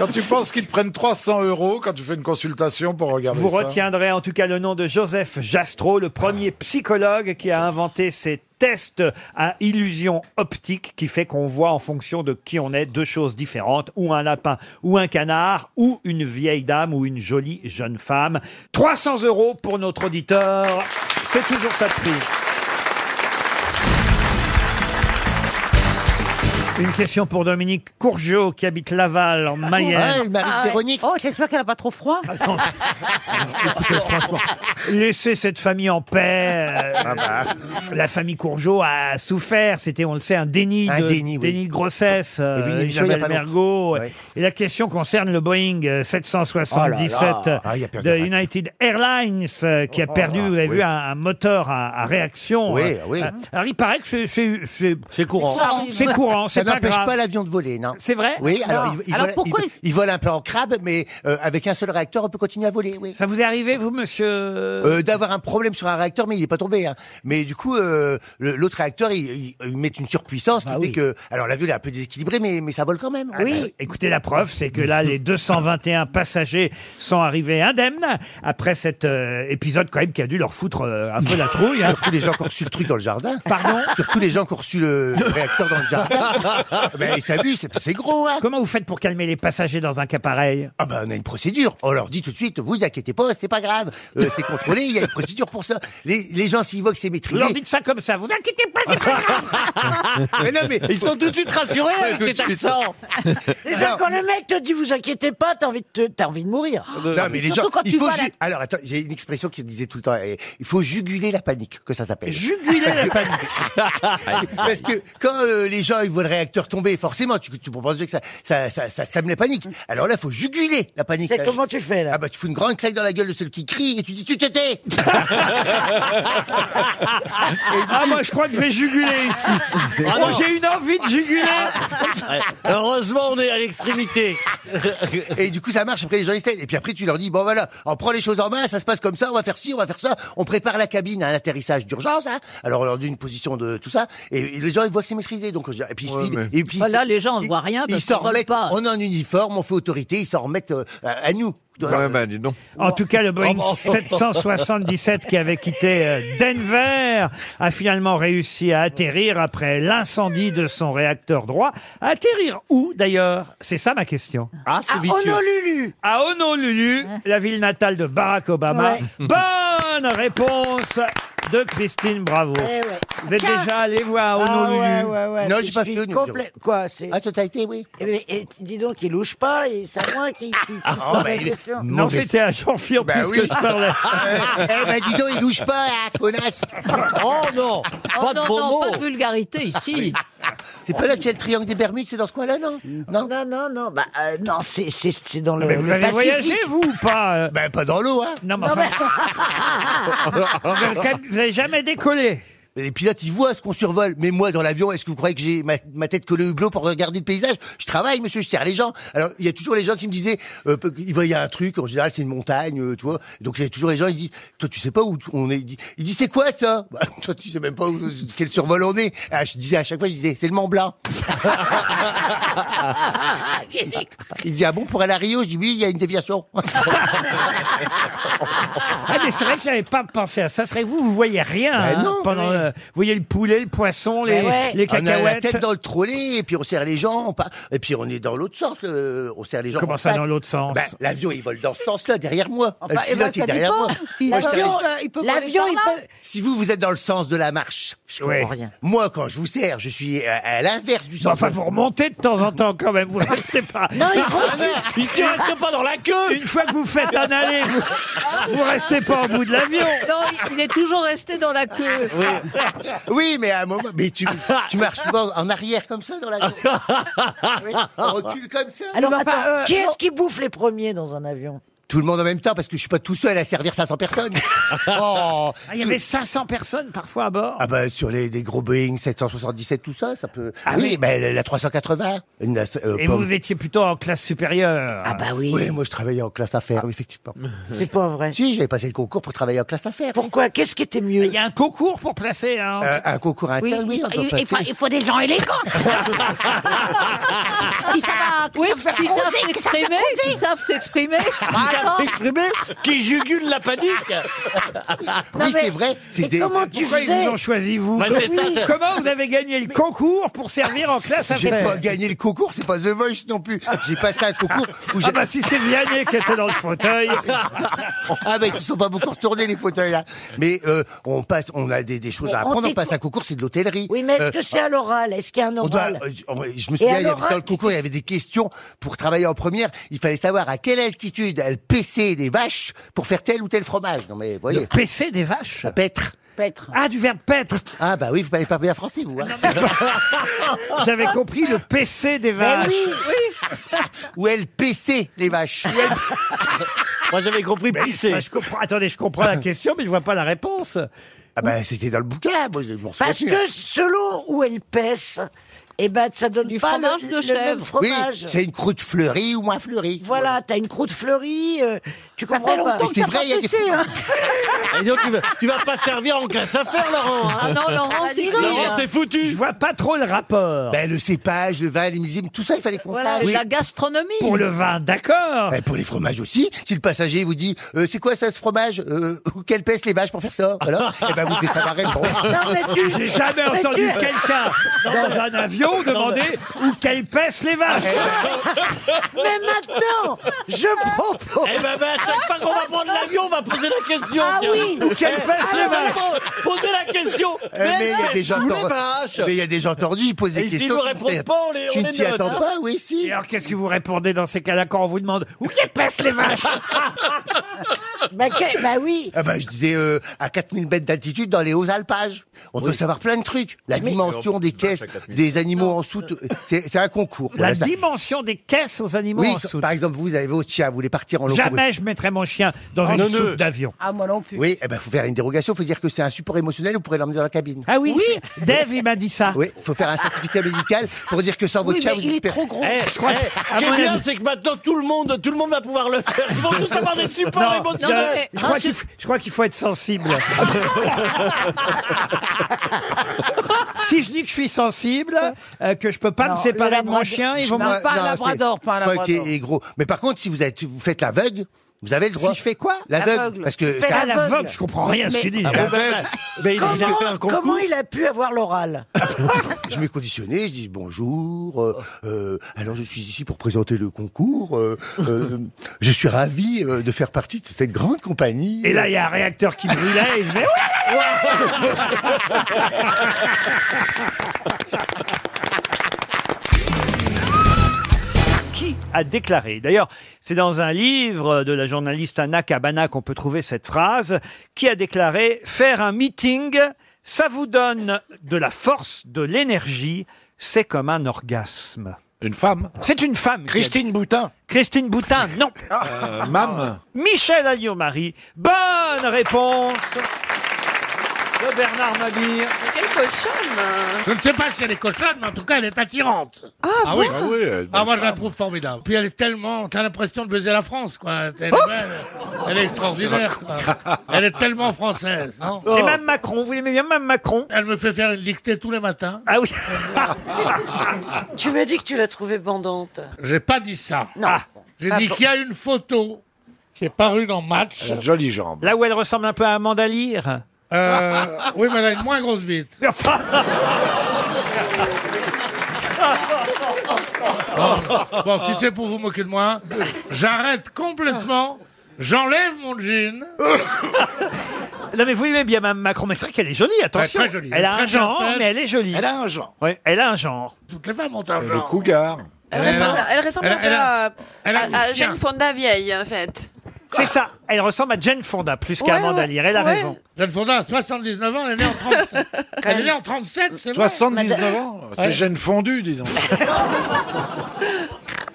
Speaker 14: Quand tu penses qu'ils te prennent 300 euros quand tu fais une consultation pour regarder
Speaker 1: Vous
Speaker 14: ça.
Speaker 1: retiendrez en tout cas le nom de Joseph Jastrow, le premier psychologue qui a inventé ces tests à illusion optique qui fait qu'on voit en fonction de qui on est deux choses différentes, ou un lapin, ou un canard, ou une vieille dame, ou une jolie jeune femme. 300 euros pour notre auditeur, c'est toujours ça de prix. Une question pour Dominique Courgeot qui habite Laval
Speaker 6: Ah,
Speaker 1: en Mayenne.
Speaker 4: Ah,
Speaker 13: Oh, j'espère qu'elle n'a pas trop froid.
Speaker 1: Écoutez, franchement, laissez cette famille en paix. Euh,
Speaker 7: Ah bah.
Speaker 1: La famille Courgeot a souffert. C'était, on le sait, un déni,
Speaker 7: Un
Speaker 1: de,
Speaker 7: déni, oui.
Speaker 1: de grossesse.
Speaker 7: Il y avait une
Speaker 1: euh,
Speaker 7: émission il y a
Speaker 1: Isabelle
Speaker 7: pas longtemps.
Speaker 1: Mergo. Et la question concerne le Boeing euh, 777
Speaker 7: Oh là là. Ah, il a perdu
Speaker 1: de
Speaker 7: un rack.
Speaker 1: United Airlines euh, qui a
Speaker 7: Oh,
Speaker 1: perdu,
Speaker 7: ah,
Speaker 1: vous avez
Speaker 7: oui.
Speaker 1: vu, un, un moteur à, à réaction.
Speaker 7: Oui, ah
Speaker 1: Euh,
Speaker 7: oui.
Speaker 1: euh, Alors, il paraît que c'est- c'est c'est-
Speaker 7: C'est courant.
Speaker 1: C'est courant,
Speaker 7: Ça
Speaker 1: c'est pas
Speaker 7: n'empêche
Speaker 1: grave.
Speaker 7: pas l'avion de voler, non
Speaker 1: Ah. C'est vrai
Speaker 7: Oui,
Speaker 1: Non.
Speaker 7: alors, il, il
Speaker 1: Alors
Speaker 7: vole,
Speaker 1: pourquoi
Speaker 7: il,
Speaker 1: ils-
Speaker 7: il vole un peu en crabe, mais euh, avec un seul réacteur, on peut continuer à voler, oui.
Speaker 1: Ça vous est arrivé, vous, monsieur
Speaker 7: Euh, d'avoir un problème sur un réacteur, mais il n'est pas tombé. hein. Mais du coup, euh, le- l'autre réacteur, il, il- il met une surpuissance
Speaker 1: Bah
Speaker 7: qui fait que... Alors l'avion il est un peu déséquilibré, mais, mais ça vole quand même.
Speaker 1: Ah bah, Écoutez, la preuve, c'est que là, les 221 passagers sont arrivés indemnes après cet euh, épisode quand même qui a dû leur foutre euh, un peu la trouille. hein.
Speaker 7: Surtout les gens qui ont reçu le truc dans le jardin.
Speaker 1: Pardon
Speaker 7: Surtout les gens qui ont reçu le, euh, le réacteur dans le jardin. Mais ça abuse, c'est- c'est gros, hein
Speaker 1: Comment vous faites pour calmer les passagers dans un cas pareil
Speaker 7: Ah ben, on a une procédure. On leur dit tout de suite, vous inquiétez pas, c'est pas grave. Euh, c'est contrôlé, il y a une procédure pour ça. Les, les gens, s'ils voient que c'est maîtrisé...
Speaker 1: Vous leur dites ça comme ça, vous inquiétez pas, c'est pas grave
Speaker 7: mais non, mais...
Speaker 13: Ils sont tout de suite rassurés hein,
Speaker 7: Ouais,
Speaker 13: avec
Speaker 7: tout de
Speaker 13: cet
Speaker 7: suite.
Speaker 13: accent. Déjà,
Speaker 7: Non.
Speaker 13: quand le mec te dit vous inquiétez pas, t'as envie, de te- t'as envie de mourir.
Speaker 7: Non, mais les gens,
Speaker 13: bah, Surtout quand
Speaker 7: il
Speaker 13: tu
Speaker 7: faut.
Speaker 13: vois la-
Speaker 7: ju- Alors, attends, j'ai une expression qui disait tout le temps. eh, Il faut juguler la panique, que ça s'appelle.
Speaker 1: Juguler la panique.
Speaker 7: Parce que quand euh, les gens ils voient le réacteur tomber, forcément, tu, tu comprends bien que ça, ça, ça, ça sème la panique. Alors là, il faut juguler la panique.
Speaker 13: C'est comment tu fais là
Speaker 7: Ah bah, tu fous une grande claque dans la gueule de celui qui crie et tu dis tu te tais.
Speaker 1: Ah, moi, je crois que je vais juguler ici
Speaker 7: Ah
Speaker 1: Moi, Oh, j'ai une envie de juguler
Speaker 7: Heureusement, on est à l'extrémité. et du coup, ça marche. Après, les gens ils s'aident. Et puis après, tu leur dis bon voilà, on prend les choses en main. Ça se passe comme ça. On va faire ci, on va faire ça. On prépare la cabine à un atterrissage d'urgence. hein. Alors on leur dit une position de tout ça. Et, et les gens ils voient que c'est maîtrisé. Donc je- et puis, ils se- et puis
Speaker 16: Voilà,
Speaker 7: ils-
Speaker 16: Ah, les gens, on
Speaker 7: ils-
Speaker 16: voit rien
Speaker 7: Ils
Speaker 16: parce
Speaker 7: s'en
Speaker 16: qu'on vole
Speaker 7: remettent.
Speaker 16: pas.
Speaker 7: On est en uniforme, on fait autorité. Ils s'en remettent euh, à, à nous.
Speaker 1: En tout cas, le Boeing
Speaker 7: Oh, bon.
Speaker 1: 777 qui avait quitté euh, Denver a finalement réussi à atterrir après l'incendie de son réacteur droit. Atterrir où d'ailleurs C'est ça ma question.
Speaker 13: Ah, c'est À vicieux. Honolulu.
Speaker 1: À Honolulu, la ville natale de Barack Obama.
Speaker 13: Ouais.
Speaker 1: Bonne réponse de Christine Bravo. Vous êtes
Speaker 13: Tiens.
Speaker 1: déjà allé voir Honolulu
Speaker 13: Eh Ah ouais, ouais, ouais.
Speaker 7: Non,
Speaker 13: Puis
Speaker 7: j'ai
Speaker 13: je
Speaker 7: pas
Speaker 13: suis
Speaker 7: fait Honolulu.
Speaker 13: complet- Quoi c'est...
Speaker 7: Ah, totalité, oui.
Speaker 13: Eh ben, Et, dis donc, il louche pas et c'est à moi qui. qui- qui
Speaker 7: Ah,
Speaker 13: pose
Speaker 7: bah,
Speaker 13: la
Speaker 7: il est
Speaker 13: question.
Speaker 1: Non, c'était à Jean-Philippe
Speaker 7: Bah
Speaker 1: plus
Speaker 7: oui.
Speaker 1: que je parlais.
Speaker 7: Eh ben dis donc, il bouge pas, hein, connasse. Oh non,
Speaker 16: Oh non, non, pas de vulgarité ici.
Speaker 7: C'est pas là qu'il y a le triangle des Bermudes, c'est dans ce coin-là, non
Speaker 13: Non, non, non, non, bah, euh, non, c'est, c'est, c'est dans le.
Speaker 1: Ah, Mais vous
Speaker 13: Euh, le
Speaker 1: avez
Speaker 13: Pacifique.
Speaker 1: voyagé, vous, ou pas euh
Speaker 7: Ben, pas dans l'eau, hein
Speaker 1: Non, mais
Speaker 13: Non,
Speaker 1: enfin,
Speaker 13: mais-
Speaker 1: vous avez quand même- vous avez jamais décollé
Speaker 7: Les pilotes, ils voient ce qu'on survole. Mais moi, dans l'avion, est-ce que vous croyez que j'ai ma, ma tête collée au hublot pour regarder le paysage Je travaille, monsieur, je sers les gens. Alors, il y a toujours les gens qui me disaient, euh, peu- ils voyaient un truc, en général, c'est une montagne, euh, tu vois. Donc, il y a toujours les gens, ils disent, toi, tu sais pas où on est. Ils disent, Ils disent, c'est quoi ça Bah, Toi, tu sais même pas où, quel survol on est. Ah, je disais à chaque fois, je disais, c'est le Mont Blanc. il dit, ah bon, pour aller à Rio Je dis, oui, il y a une déviation.
Speaker 1: Ah mais c'est vrai que j'avais pas pensé à ça. Ce serait que vous, vous voyez rien
Speaker 7: Ben
Speaker 1: hein,
Speaker 7: non,
Speaker 1: pendant. euh, vous voyez le poulet, le poisson, les,
Speaker 7: Ben ouais.
Speaker 1: les
Speaker 7: On a la
Speaker 1: cacahuètes.
Speaker 7: tête dans le trolley, et puis on serre les gens, on par- et puis on est dans l'autre sens. le- On serre les gens.
Speaker 1: Comment
Speaker 7: en
Speaker 1: ça,
Speaker 7: face.
Speaker 1: dans l'autre sens
Speaker 7: Ben, L'avion, il vole dans ce sens-là, derrière moi.
Speaker 13: Enfin,
Speaker 7: Le
Speaker 13: eh ben,
Speaker 7: pilote
Speaker 13: ça
Speaker 7: est derrière
Speaker 13: dépend.
Speaker 7: moi.
Speaker 13: Si
Speaker 7: Moi, je
Speaker 13: l'avion,
Speaker 7: t'arrive-
Speaker 13: euh, il peut voler L'avion, par il là. peut-
Speaker 7: Si vous, vous êtes dans le sens de la marche, je comprends
Speaker 1: Ouais.
Speaker 7: rien. Moi, quand je vous sers, je suis à, à l'inverse du sens.
Speaker 1: Bon, enfin, vous remontez de temps en temps quand même. Vous restez pas.
Speaker 13: Non, il faut-
Speaker 1: Ah,
Speaker 7: Ah,
Speaker 1: il
Speaker 13: tu restes
Speaker 1: pas dans la queue. Une fois que vous faites un aller, vous, vous restez pas au bout de l'avion.
Speaker 16: Non, il- il est toujours resté dans la queue.
Speaker 7: Oui, mais à un moment, mais tu, tu marches souvent en arrière comme ça dans la. Oui, on recule comme ça.
Speaker 13: Alors,
Speaker 7: Non,
Speaker 13: attends,
Speaker 7: pas, euh,
Speaker 13: qui
Speaker 7: non.
Speaker 13: est-ce qui bouffe les premiers dans un avion
Speaker 7: Tout le monde en même temps, parce que je suis pas tout seul à servir 500 personnes.
Speaker 1: Ah,
Speaker 7: Oh,
Speaker 1: il y
Speaker 7: tout-
Speaker 1: avait 500 personnes parfois à bord.
Speaker 7: Ah bah sur les, les gros Boeing 777, tout ça, ça peut.
Speaker 1: Ah
Speaker 7: oui,
Speaker 1: oui.
Speaker 7: mais la, la 380. une, euh,
Speaker 1: Et
Speaker 7: pomme.
Speaker 1: vous étiez plutôt en classe supérieure. Ah
Speaker 13: bah
Speaker 7: Oui, moi je travaillais en classe affaires, oui, effectivement.
Speaker 13: C'est pas vrai.
Speaker 7: Si, j'avais passé le concours pour travailler en classe affaires.
Speaker 13: Pourquoi Qu'est-ce qui était mieux
Speaker 1: Il y a un concours pour placer. Hein.
Speaker 7: Euh, un concours interne, oui. on doit passer.
Speaker 6: faut des gens élégants. qui savent
Speaker 16: Oui, qui savent s'exprimer, qui savent s'exprimer.
Speaker 17: qui jugule la panique.
Speaker 13: Ah,
Speaker 7: oui, c'est vrai. C'était.
Speaker 1: Pourquoi ils vous ont choisi, vous
Speaker 17: Bah, c'est ça,
Speaker 1: Oui.
Speaker 17: c'est-
Speaker 1: Comment vous avez gagné le concours pour servir en classe
Speaker 7: J'ai
Speaker 1: affaires
Speaker 7: pas gagné le concours, c'est pas The Voice non plus. J'ai passé un concours où j'ai.
Speaker 1: Ah bah si c'est Vianney qui était dans le fauteuil.
Speaker 7: Ah bah ils se sont pas beaucoup retournés les fauteuils là. Mais euh, on passe, on a des, des choses à
Speaker 13: on
Speaker 7: apprendre. On,
Speaker 13: t'écoute.
Speaker 7: passe un concours, c'est de l'hôtellerie.
Speaker 13: Oui, mais est-ce
Speaker 7: Euh,
Speaker 13: que c'est à l'oral Est-ce qu'il y a un
Speaker 7: on doit,
Speaker 13: oral
Speaker 7: euh, je me
Speaker 13: Et
Speaker 7: souviens, il y
Speaker 13: alors,
Speaker 7: avait, dans le concours, il y avait des questions pour travailler en première. Il fallait savoir à quelle altitude elles paissaient les vaches pour faire tel ou tel fromage. Non mais voyez.
Speaker 1: Le PC des vaches.
Speaker 7: La pêtre.
Speaker 13: Pêtre.
Speaker 1: Ah du verbe pêtre.
Speaker 7: Ah bah oui, vous parlez pas bien français vous. hein.
Speaker 1: J'avais compris le PC
Speaker 18: Eh
Speaker 1: des
Speaker 18: ben,
Speaker 1: vaches.
Speaker 7: oui, Où elles paissaient les vaches.
Speaker 17: Moi, j'avais compris pisser.
Speaker 1: Enfin, je comprends- Attendez, je comprends la question, mais je vois pas la réponse.
Speaker 7: Ah
Speaker 17: ben,
Speaker 7: bah c'était dans le bouquin. Moi, je m'en souviens
Speaker 13: Parce
Speaker 7: plus.
Speaker 13: que selon où elle pèse, eh ben, ça donne
Speaker 16: Du
Speaker 13: pas
Speaker 16: fromage
Speaker 13: le,
Speaker 16: de
Speaker 13: le
Speaker 16: chèvre.
Speaker 13: même fromage.
Speaker 7: Oui, c'est une croûte fleurie ou moins fleurie.
Speaker 13: Voilà, t'as une croûte fleurie, euh, tu comprends pas. hein.
Speaker 7: Mais c'est vrai, il y a des-
Speaker 17: Et donc, tu, vas, tu vas pas servir en classe affaire, Laurent. hein.
Speaker 16: Ah non, Laurent, c'est
Speaker 17: Laurent, t'es foutu.
Speaker 1: Je vois pas trop le rapport.
Speaker 7: Ben, le cépage, le vin, les millésimes, tout ça, il fallait qu'on
Speaker 16: Voilà,
Speaker 7: fasse.
Speaker 16: la gastronomie.
Speaker 1: Pour le vin, d'accord.
Speaker 7: Ben, pour les fromages aussi. Si le passager vous dit, euh, c'est quoi ça, ce fromage euh, Quelle pèse les vaches pour faire ça Voilà. Eh ben, vous devez savoir répondre.
Speaker 13: Non, mais tu-
Speaker 1: J'ai jamais
Speaker 13: mais
Speaker 1: entendu
Speaker 13: tu-
Speaker 1: quelqu'un dans un avion demander où qu'elles pèsent les vaches.
Speaker 13: Mais maintenant, je propose.
Speaker 17: Eh ben, ben, à chaque fois qu'on va prendre l'avion, on va poser la question.
Speaker 13: Ah
Speaker 17: tiens.
Speaker 13: oui.
Speaker 1: Ou qu'elles pèsent les vaches.
Speaker 17: Poser la question.
Speaker 7: Eh, mais il y a des gens
Speaker 17: Où les
Speaker 7: tordus-
Speaker 17: vaches
Speaker 7: mais il y a des gens tordus, ils posent
Speaker 17: Et
Speaker 7: des
Speaker 17: s'ils
Speaker 7: questions.
Speaker 17: nous
Speaker 7: tu-
Speaker 17: répondent pas, on les-
Speaker 7: Tu
Speaker 17: on
Speaker 7: ne
Speaker 17: les
Speaker 7: t'y
Speaker 17: note.
Speaker 7: attends pas, oui,
Speaker 1: Et
Speaker 7: si.
Speaker 1: alors, qu'est-ce que vous répondez dans ces cas-là quand on vous demande où qu'elles pèsent les vaches
Speaker 13: Bah, que- bah oui.
Speaker 7: Ah ben, je disais, euh, à 4000 mètres d'altitude, dans les hauts Alpages. On doit savoir plein de trucs. La dimension des caisses, des animaux en soute. euh, C'est c'est un concours.
Speaker 1: La
Speaker 7: Voilà, ça-
Speaker 1: dimension des caisses aux animaux
Speaker 7: Oui,
Speaker 1: en soute.
Speaker 7: par exemple, vous avez votre chien, vous voulez partir en locomotion.
Speaker 1: Jamais je mettrai mon chien dans
Speaker 17: Ah,
Speaker 1: une
Speaker 17: non, non.
Speaker 1: soupe d'avion.
Speaker 19: Ah, moi non plus.
Speaker 7: Oui, eh ben, faut faire une dérogation, faut dire que c'est un support émotionnel, vous pourrez l'emmener dans la cabine.
Speaker 1: Ah oui, c'est- Dave, il m'a dit ça.
Speaker 7: Oui, faut faire un certificat médical pour dire que sans votre chat, vous êtes per- Eh,
Speaker 17: gros. je
Speaker 1: Eh, crois
Speaker 17: crois
Speaker 1: que- à
Speaker 17: Eh, ce qui
Speaker 1: mon
Speaker 17: est bien,
Speaker 1: avis-
Speaker 17: c'est que maintenant tout le monde, tout le monde va pouvoir le faire. Ils vont tous avoir des supports
Speaker 1: Non,
Speaker 17: émotionnels.
Speaker 1: euh,
Speaker 16: mais-
Speaker 1: je, crois
Speaker 16: Ah,
Speaker 1: qu'il f- je crois qu'il faut être sensible. si je dis que je suis sensible, euh, que je peux pas me
Speaker 19: Non,
Speaker 1: séparer
Speaker 19: le
Speaker 1: de mon
Speaker 19: labrador-
Speaker 1: chien, ils vont
Speaker 7: Non,
Speaker 1: me...
Speaker 19: Non, pas un
Speaker 7: non,
Speaker 19: labrador,
Speaker 7: c'est-
Speaker 19: pas un
Speaker 7: je crois qu'il
Speaker 19: labrador.
Speaker 7: est gros. Mais par contre, si vous êtes, vous faites l'aveugle, vous avez le droit.
Speaker 1: Si je fais quoi
Speaker 7: l'aveugle,
Speaker 19: Aveugle.
Speaker 7: parce que
Speaker 13: Fais
Speaker 1: Ah,
Speaker 13: l'aveugle.
Speaker 1: l'aveugle, je comprends rien à ce
Speaker 13: Mais- ben,
Speaker 1: qu'il dit. ben,
Speaker 7: Ah bon
Speaker 17: Mais il a déjà fait un
Speaker 13: Comment,
Speaker 17: concours.
Speaker 13: comment il a pu avoir l'oral
Speaker 7: je me conditionnais, je dis bonjour. euh, euh, alors je suis ici pour présenter le concours. euh, euh, je suis ravi euh, de faire partie de cette grande compagnie.
Speaker 1: Et là, il y a un réacteur qui brûlait, et il faisait... Ouais, ouais, ouais, ouais. Qui a déclaré. D'ailleurs, c'est dans un livre de la journaliste Anna Cabana qu'on peut trouver cette phrase, qui a déclaré Faire un meeting, ça vous donne de la force, de l'énergie, c'est comme un orgasme.
Speaker 14: Une femme
Speaker 1: C'est une femme. qui a dit-
Speaker 14: Christine Boutin
Speaker 1: Christine Boutin, non. Ah.
Speaker 14: euh, Mam
Speaker 1: Michel Alliot-Marie. Bonne réponse de Bernard Mabille.
Speaker 16: Quel cochon
Speaker 17: Je ne sais pas si elle est cochonne, mais en tout cas, elle est attirante. Ah, oui
Speaker 14: Ah oui, euh,
Speaker 17: Ah, moi, je la trouve formidable. Puis elle est tellement. T'as l'impression de baiser la France, quoi. Elle est, belle. Elle est extraordinaire, quoi. Elle est tellement française, non
Speaker 4: Oh.
Speaker 17: Eh ben,
Speaker 1: Et même Macron, vous l'aimez bien, même Macron
Speaker 17: Elle me fait faire une dictée tous les matins.
Speaker 1: Ah oui
Speaker 18: Tu m'as dit que tu l'as trouvée bandante.
Speaker 17: J'ai pas dit ça.
Speaker 18: Non.
Speaker 17: Ah. J'ai
Speaker 1: Ah,
Speaker 18: Pas
Speaker 17: dit
Speaker 18: pour-
Speaker 17: qu'il y a une photo qui est parue dans Match.
Speaker 14: elle a de jolies jambes.
Speaker 1: Là où elle ressemble un peu à Amanda Lear. Ah,
Speaker 17: Euh, oui, mais elle a une moins grosse bite.
Speaker 1: Enfin, Ah,
Speaker 17: Oh. Bon, si c'est pour vous moquer de moi, j'arrête complètement. J'enlève mon jean.
Speaker 1: non mais vous aimez bien même Macron, mais c'est vrai qu'elle est jolie, attention.
Speaker 17: très jolie,
Speaker 1: Elle a
Speaker 17: très
Speaker 1: un
Speaker 17: bien
Speaker 1: genre,
Speaker 17: faite.
Speaker 1: mais elle est jolie.
Speaker 14: Elle a un genre.
Speaker 1: Ouais, elle a un genre.
Speaker 17: Toutes les femmes ont un
Speaker 14: Elle est
Speaker 17: genre.
Speaker 14: cougar.
Speaker 17: Elle a-
Speaker 18: Elle ressemble
Speaker 17: elle
Speaker 18: un
Speaker 17: a-
Speaker 18: peu
Speaker 17: elle a-
Speaker 18: à,
Speaker 17: elle a
Speaker 18: à-
Speaker 17: du
Speaker 18: à
Speaker 17: chien.
Speaker 18: Jane Fonda vieille, en fait.
Speaker 1: C'est ça. Elle ressemble à Jane Fonda plus qu'à
Speaker 17: Ouais,
Speaker 1: Amanda
Speaker 17: ouais,
Speaker 1: Lear. Elle a
Speaker 17: ouais.
Speaker 1: raison.
Speaker 17: Jane Fonda a 79 ans, elle est née en 37. elle est née en 37, c'est vrai.
Speaker 4: 79 ans, c'est
Speaker 17: Ouais.
Speaker 4: gêne fondue, dis donc.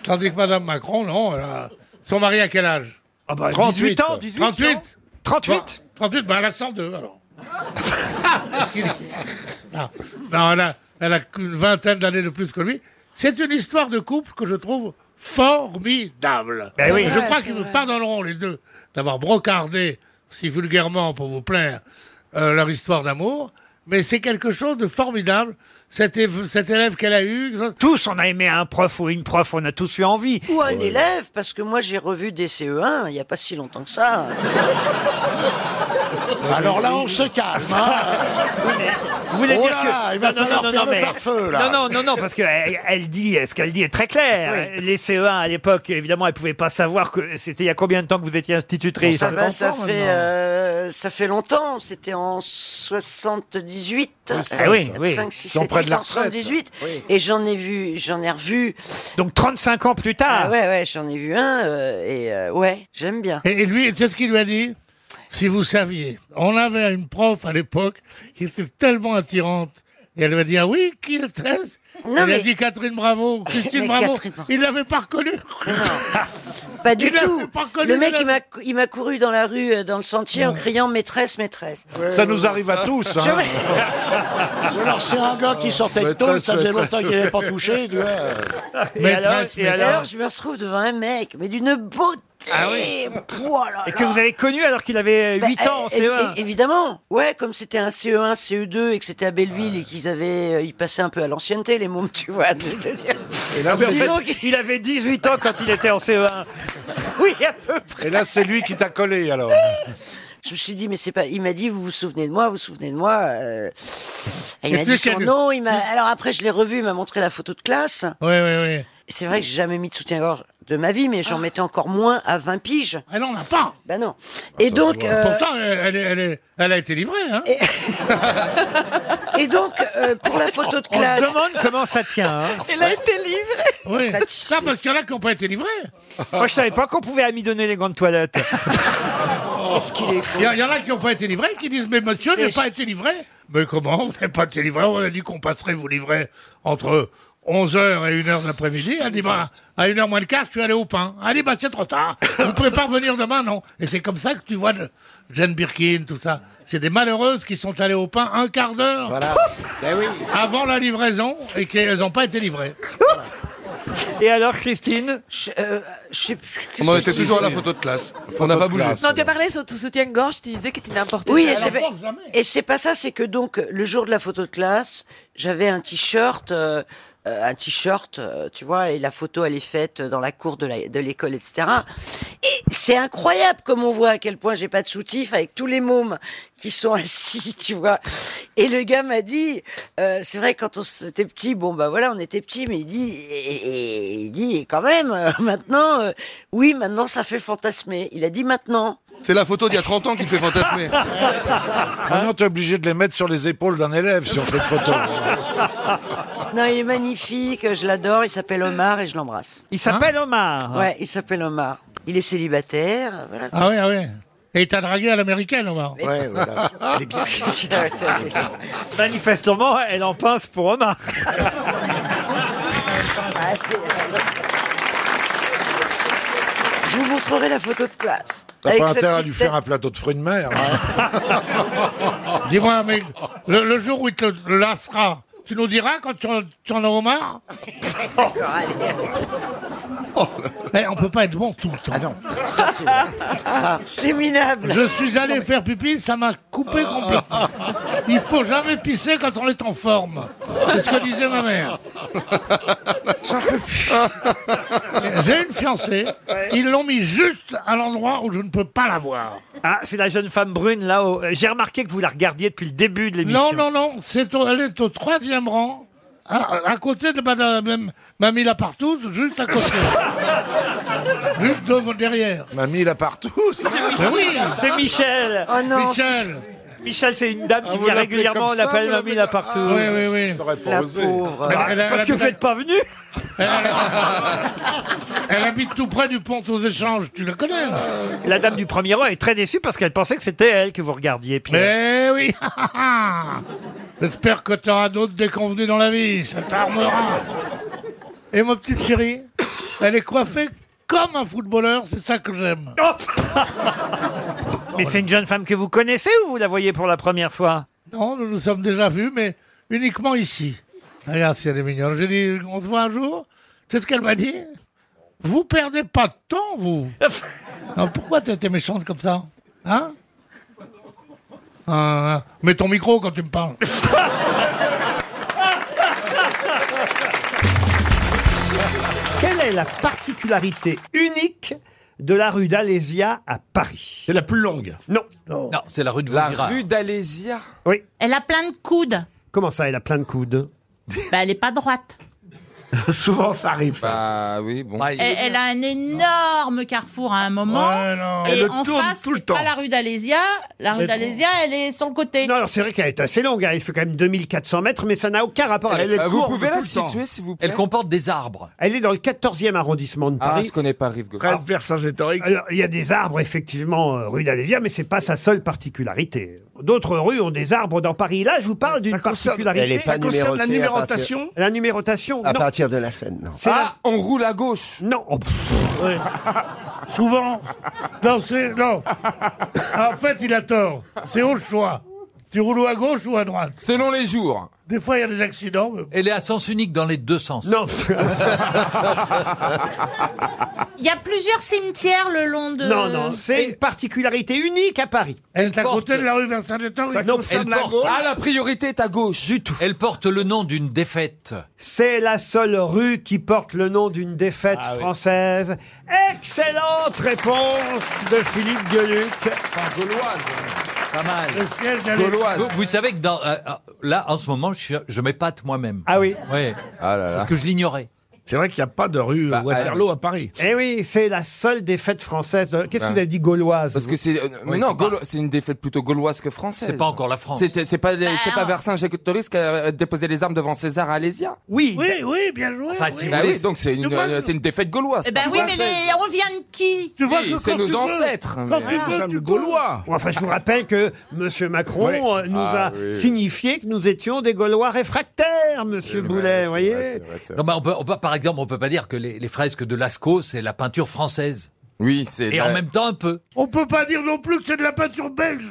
Speaker 17: Tandis que Madame Macron, non, elle a- son mari à quel âge ah
Speaker 4: bah, 18 ans, 18,
Speaker 17: 38
Speaker 1: 38
Speaker 17: 38, bah elle a 102 alors. Parce qu'il- non, non, elle a, Ah, ben elle a qu'une vingtaine d'années de plus que lui. C'est une histoire de couple que je trouve formidable.
Speaker 1: Ben oui.
Speaker 17: Je
Speaker 1: C'est
Speaker 17: crois
Speaker 1: vrai, c'est
Speaker 17: qu'ils me
Speaker 1: vrai.
Speaker 17: pardonneront les deux d'avoir brocardé, si vulgairement pour vous plaire, euh, leur histoire d'amour. Mais c'est quelque chose de formidable. Cet, éve- cet élève qu'elle a eu.
Speaker 1: Tous, on a aimé un prof ou une prof, on a tous eu envie.
Speaker 13: Ou un élève, parce que moi j'ai revu des CE1 il n'y a pas si longtemps que ça.
Speaker 20: Alors là, on se calme. hein.
Speaker 1: Vous voulez
Speaker 20: Oh
Speaker 1: dire
Speaker 20: là
Speaker 1: que
Speaker 20: là, il va falloir faire le pare-feu, là.
Speaker 1: non, non, non, non, parce que elle, elle dit, ce qu'elle dit est très clair. Les CE1 à l'époque, évidemment, elle pouvait pas savoir que c'était il y a combien de temps que vous étiez institutrice.
Speaker 13: ça, va, Ah bah, ça fait, euh, ça fait longtemps, c'était en 78.
Speaker 1: Oui, c'est- Ah oui,
Speaker 13: Quatre,
Speaker 1: oui.
Speaker 13: cinq, six,
Speaker 1: Ils sont
Speaker 13: sept,
Speaker 1: près de
Speaker 13: huit,
Speaker 1: la
Speaker 13: en
Speaker 1: retraite.
Speaker 13: 78.
Speaker 1: Oui.
Speaker 13: Et j'en ai vu, j'en ai revu. Ah
Speaker 1: Donc 35 ans plus tard.
Speaker 13: ouais, ouais, j'en ai vu un euh, et euh, ouais, j'aime bien.
Speaker 17: Et, et lui, c'est ce qu'il lui a dit Si vous saviez, on avait une prof à l'époque qui était tellement attirante. Et elle lui a dit Ah oui, qui est-ce
Speaker 13: Non,
Speaker 17: Elle lui a
Speaker 13: mais- Ah,
Speaker 17: dit Catherine Bravo, Christine
Speaker 13: Mais
Speaker 17: Bravo.
Speaker 13: Catherine Bravo.
Speaker 17: Il ne l'avait pas reconnue.
Speaker 13: Pas du
Speaker 17: Il l'a
Speaker 13: tout.
Speaker 17: pas connu,
Speaker 13: Le
Speaker 17: il
Speaker 13: mec,
Speaker 17: l'a-
Speaker 13: il m'a cou- il m'a couru dans la rue, euh, dans le sentier, en criant maîtresse, maîtresse.
Speaker 4: Ça nous arrive à tous. hein.
Speaker 20: Alors c'est un gars qui sortait de tôle, ça faisait longtemps qu'il n'avait pas touché. Tu vois.
Speaker 13: Et alors, et alors, je me retrouve devant un mec, mais d'une beauté.
Speaker 1: Ah oui. Et que vous avez connu alors qu'il avait 8
Speaker 13: Bah,
Speaker 1: ans en
Speaker 13: é- é-
Speaker 1: CE1.
Speaker 13: é- Évidemment. Ouais, comme c'était un CE1, CE2 et que c'était à Belleville et qu'ils avaient, euh, ils passaient un peu à l'ancienneté, les mômes, tu vois. de- de- de-
Speaker 1: Ah, mais en
Speaker 13: Sinon,
Speaker 1: fait, il avait 18 ans quand il était en E CE1.
Speaker 13: Oui, à peu près.
Speaker 4: Et là, c'est lui qui t'a collé, alors.
Speaker 13: Je me suis dit, mais c'est pas. Il m'a dit, vous vous souvenez de moi, vous vous souvenez de moi. euh, et il
Speaker 17: Et
Speaker 13: m'a
Speaker 17: tu
Speaker 13: dit
Speaker 17: sais
Speaker 13: son
Speaker 17: qu'elle-
Speaker 13: nom. Il m'a. Alors après, je l'ai revu. Il m'a montré la photo de classe.
Speaker 17: Oui, oui, oui.
Speaker 13: Et C'est vrai que j'ai jamais mis de soutien-gorge de ma vie, mais j'en mettais encore moins à 20 piges.
Speaker 17: Ah non, on n'a pas. Ah,
Speaker 13: Ben non. et donc. euh,
Speaker 17: Pourtant, elle, elle est- elle est- elle a été livrée. Hein
Speaker 13: et donc, euh, pour la photo de
Speaker 1: On se
Speaker 13: classe.
Speaker 1: demande comment ça tient. hein.
Speaker 13: Elle a été livrée.
Speaker 17: Oui. Non, parce qu'il y en a qui n'ont pas été livrés.
Speaker 1: Moi, je savais pas qu'on pouvait amidonner les gants de toilette.
Speaker 13: Oh,
Speaker 17: Il y, a- il y en a qui n'ont pas été livrés, qui disent Mais monsieur, je n'ai pas été livré. Mais comment Vous n'avez pas été livré On a dit qu'on passerait vous livrer entre 11h et 1h de l'après-midi. Elle dit Bah, à 1h moins le quart, je suis allé au pain. Elle dit Bah, c'est trop tard. Je ne pouvez pas revenir demain, non. Et c'est comme ça que tu vois de- Jane Birkin, tout ça. C'est des malheureuses qui sont allées au pain un quart d'heure
Speaker 1: Ben
Speaker 17: avant la livraison et qu'elles n'ont pas été livrées.
Speaker 1: Et alors, Christine
Speaker 13: Je, euh, je sais plus.
Speaker 21: On en était toujours à la photo de classe. on n'a pas bougé.
Speaker 6: Non, t'as parlé sur tout soutien-gorge, tu disais que tu n'importais
Speaker 13: Oui,
Speaker 6: pas.
Speaker 13: et c'est pas, et c'est pas ça, c'est que donc le jour de la photo de classe, j'avais un t-shirt, euh, euh, un t-shirt, euh, tu vois, et la photo elle est faite dans la cour de la- de l'école, etc. Et c'est incroyable comme on voit à quel point j'ai pas de soutif avec tous les mômes qui sont assis, tu vois. Et le gars m'a dit, euh, c'est vrai quand on était petit, bon bah voilà, on était petit, mais il dit, et, et- il dit et quand même, euh, maintenant, euh, oui, maintenant ça fait fantasmer. Il a dit maintenant.
Speaker 21: C'est la photo d'il y a 30 ans qui me fait fantasmer.
Speaker 4: Maintenant, t'es obligé de les mettre sur les épaules d'un élève, sur cette photo.
Speaker 13: Non, il est magnifique, je l'adore, il s'appelle Omar et je l'embrasse. Hein
Speaker 1: Il s'appelle Omar
Speaker 13: Ouais, il s'appelle Omar. Il est célibataire, voilà.
Speaker 17: Ah oui, ah oui. Et t'as dragué à l'américaine, Omar
Speaker 13: Ouais,
Speaker 1: voilà.
Speaker 13: Elle est bien.
Speaker 1: Manifestement, elle en pince pour Omar.
Speaker 13: Je vous montrerai la photo de classe.
Speaker 4: T'as
Speaker 13: Avec
Speaker 4: pas
Speaker 13: sa
Speaker 4: intérêt à
Speaker 13: petite
Speaker 4: lui
Speaker 13: tête.
Speaker 4: faire un plateau de fruits de mer. hein.
Speaker 17: Dis-moi, mais le, le jour où il te le lassera, tu nous diras quand tu en, tu en auras marre Eh, on peut pas être bon tout le
Speaker 4: Ah
Speaker 17: temps.
Speaker 13: C'est minable.
Speaker 17: Je suis allé faire pipi, ça m'a coupé complètement. Il faut jamais pisser quand on est en forme. C'est ce que disait ma mère. J'ai une fiancée, ils l'ont mis juste à l'endroit où je ne peux pas la voir.
Speaker 1: Ah, c'est la jeune femme brune là. haut J'ai remarqué que vous la regardiez depuis le début de l'émission.
Speaker 17: Non, non, non, c'est au- elle est au troisième rang, à, à côté de madame Mamie Lapartouze, juste à côté. juste devant, derrière.
Speaker 4: Mamie, là partout.
Speaker 17: Mais oui,
Speaker 1: C'est Michel.
Speaker 13: Oh non.
Speaker 17: Michel.
Speaker 1: Michel, c'est une dame
Speaker 4: Ah,
Speaker 1: qui
Speaker 4: vous
Speaker 1: vient
Speaker 4: l'appelez
Speaker 1: régulièrement.
Speaker 4: comme
Speaker 1: On
Speaker 4: ça,
Speaker 1: l'appelle
Speaker 4: vous l'appelez-
Speaker 1: mamie là partout.
Speaker 4: Ah,
Speaker 17: oui, oui, oui.
Speaker 4: J'aurais pas
Speaker 13: La
Speaker 4: osé.
Speaker 13: pauvre.
Speaker 1: Parce que vous n'êtes pas venu.
Speaker 17: Elle, elle a-
Speaker 1: Parce que vous n'êtes pas venu.
Speaker 17: Elle habite tout près du pont aux échanges, tu la connais hein
Speaker 1: Euh, La dame du premier rang est très déçue parce qu'elle pensait que c'était elle que vous regardiez.
Speaker 17: Mais oui J'espère que t'auras d'autres déconvenus dans la vie, ça t'armera. Et ma petite chérie, elle est coiffée comme un footballeur, c'est ça que j'aime.
Speaker 1: Mais c'est une jeune femme que vous connaissez ou vous la voyez pour la première fois
Speaker 17: Non, nous nous sommes déjà vus, mais uniquement ici. Regarde si elle est mignonne. J'ai dit, on se voit un jour. C'est ce qu'elle m'a dit. Vous perdez pas de temps, vous. non, pourquoi t'as été méchante comme ça Hein Euh, Mets ton micro quand tu me parles.
Speaker 1: Quelle est la particularité unique de la rue d'Alésia à Paris C'est la plus longue. Non.
Speaker 16: Non, c'est la rue de
Speaker 1: La
Speaker 21: Ah.
Speaker 16: Vaugirard.
Speaker 1: rue
Speaker 16: d'Alésia.
Speaker 1: Oui.
Speaker 3: Elle a plein de coudes.
Speaker 1: Comment ça, elle a plein de coudes
Speaker 3: Bah, elle est pas droite.
Speaker 1: Souvent, ça arrive.
Speaker 21: Bah oui, bon.
Speaker 3: Elle, elle a un énorme carrefour à un moment.
Speaker 21: Ouais, non.
Speaker 3: et
Speaker 1: Elle le
Speaker 3: en
Speaker 1: tourne
Speaker 3: face,
Speaker 1: tout le
Speaker 3: c'est pas
Speaker 1: temps.
Speaker 3: la rue d'Alésia. La
Speaker 1: Mais
Speaker 3: rue
Speaker 1: non.
Speaker 3: d'Alésia, elle est sur le côté.
Speaker 1: Non, alors c'est vrai qu'elle est assez longue, hein. il fait quand même 2400 mètres, mais ça n'a aucun rapport avec
Speaker 16: Euh,
Speaker 1: la
Speaker 16: vous pouvez la situer, s'il vous plaît Elle comporte des arbres.
Speaker 1: Elle est dans le 14e arrondissement de
Speaker 16: Ah,
Speaker 1: Paris.
Speaker 16: je connais pas Rive-Gauche. Près de
Speaker 1: Alors, il y a des arbres, effectivement, euh, rue d'Alésia, mais c'est pas sa seule particularité. D'autres rues ont des arbres dans Paris. Là, je vous parle d'une particularité.
Speaker 22: Elle est pas Ça concerne la numérotée à partir- numérotation
Speaker 1: La numérotation,
Speaker 22: À
Speaker 1: non.
Speaker 22: partir de la scène, non.
Speaker 1: Ah,
Speaker 17: on roule à gauche.
Speaker 1: Non.
Speaker 17: Souvent. Non, c'est. Non. Ah, En fait, il a tort. C'est au choix. Tu roules à gauche ou à droite
Speaker 16: Selon les jours.
Speaker 17: Des fois, il y a des accidents. mais-
Speaker 16: Elle est à sens unique dans les deux sens.
Speaker 1: Non.
Speaker 3: Il y a plusieurs cimetières le long de.
Speaker 1: Non, non, c'est une particularité unique à Paris.
Speaker 17: Elle est à côté de la rue Vincent-Détang.
Speaker 1: Ça concerne la gauche
Speaker 16: Ah, la priorité est à gauche.
Speaker 1: Du tout.
Speaker 16: Elle porte le nom d'une défaite.
Speaker 1: C'est la seule rue qui porte le nom d'une défaite
Speaker 16: Ah oui.
Speaker 1: française. Excellente réponse de Philippe Gueluc.
Speaker 16: gauloise. Pas mal.
Speaker 1: Le siège d'Alès- Gauloise.
Speaker 16: Vous, vous savez que dans, euh, euh, là, en ce moment, je, suis- je m'épate moi-même.
Speaker 1: Ah oui
Speaker 16: Oui. Parce que je l'ignorais.
Speaker 23: C'est vrai qu'il n'y a pas de rue euh, Waterloo à Paris.
Speaker 1: Eh oui, c'est la seule défaite française. Qu'est-ce que
Speaker 21: Ouais.
Speaker 1: vous avez dit gauloise
Speaker 21: Parce que
Speaker 1: vous
Speaker 21: c'est. euh, mais
Speaker 1: Oui,
Speaker 21: non,
Speaker 1: c'est pas-
Speaker 21: Gaulo- c'est une défaite plutôt gauloise que française.
Speaker 16: C'est pas encore la France.
Speaker 21: C'était- C'est pas, les-
Speaker 16: Bah,
Speaker 21: c'est pas
Speaker 16: alors-
Speaker 21: Vercingétorix qui a euh, déposé les armes devant César à Alésia.
Speaker 1: Oui.
Speaker 17: Oui, oui, bien joué.
Speaker 21: Bah
Speaker 17: oui.
Speaker 21: oui, donc c'est une, euh, c'est une défaite gauloise.
Speaker 3: Eh ben oui, mais les- on vient de qui
Speaker 17: Tu
Speaker 21: vois Oui, que c'est quand nos tu veux- ancêtres, Ah, quand mais- tu veux,
Speaker 1: tu Gaulois. Enfin, je vous rappelle que Monsieur Macron
Speaker 21: Ouais.
Speaker 1: euh, nous
Speaker 21: Ah,
Speaker 1: a
Speaker 21: oui.
Speaker 1: signifié que nous étions des Gaulois réfractaires, Monsieur Boulet, vous voyez.
Speaker 16: Ah, Non, mais on peut, on peut- par exemple, on peut pas dire que les, les fresques de Lascaux, c'est la peinture française.
Speaker 21: Oui, c'est.
Speaker 16: Et en même temps, un peu.
Speaker 17: On peut pas dire non plus que c'est de la peinture belge.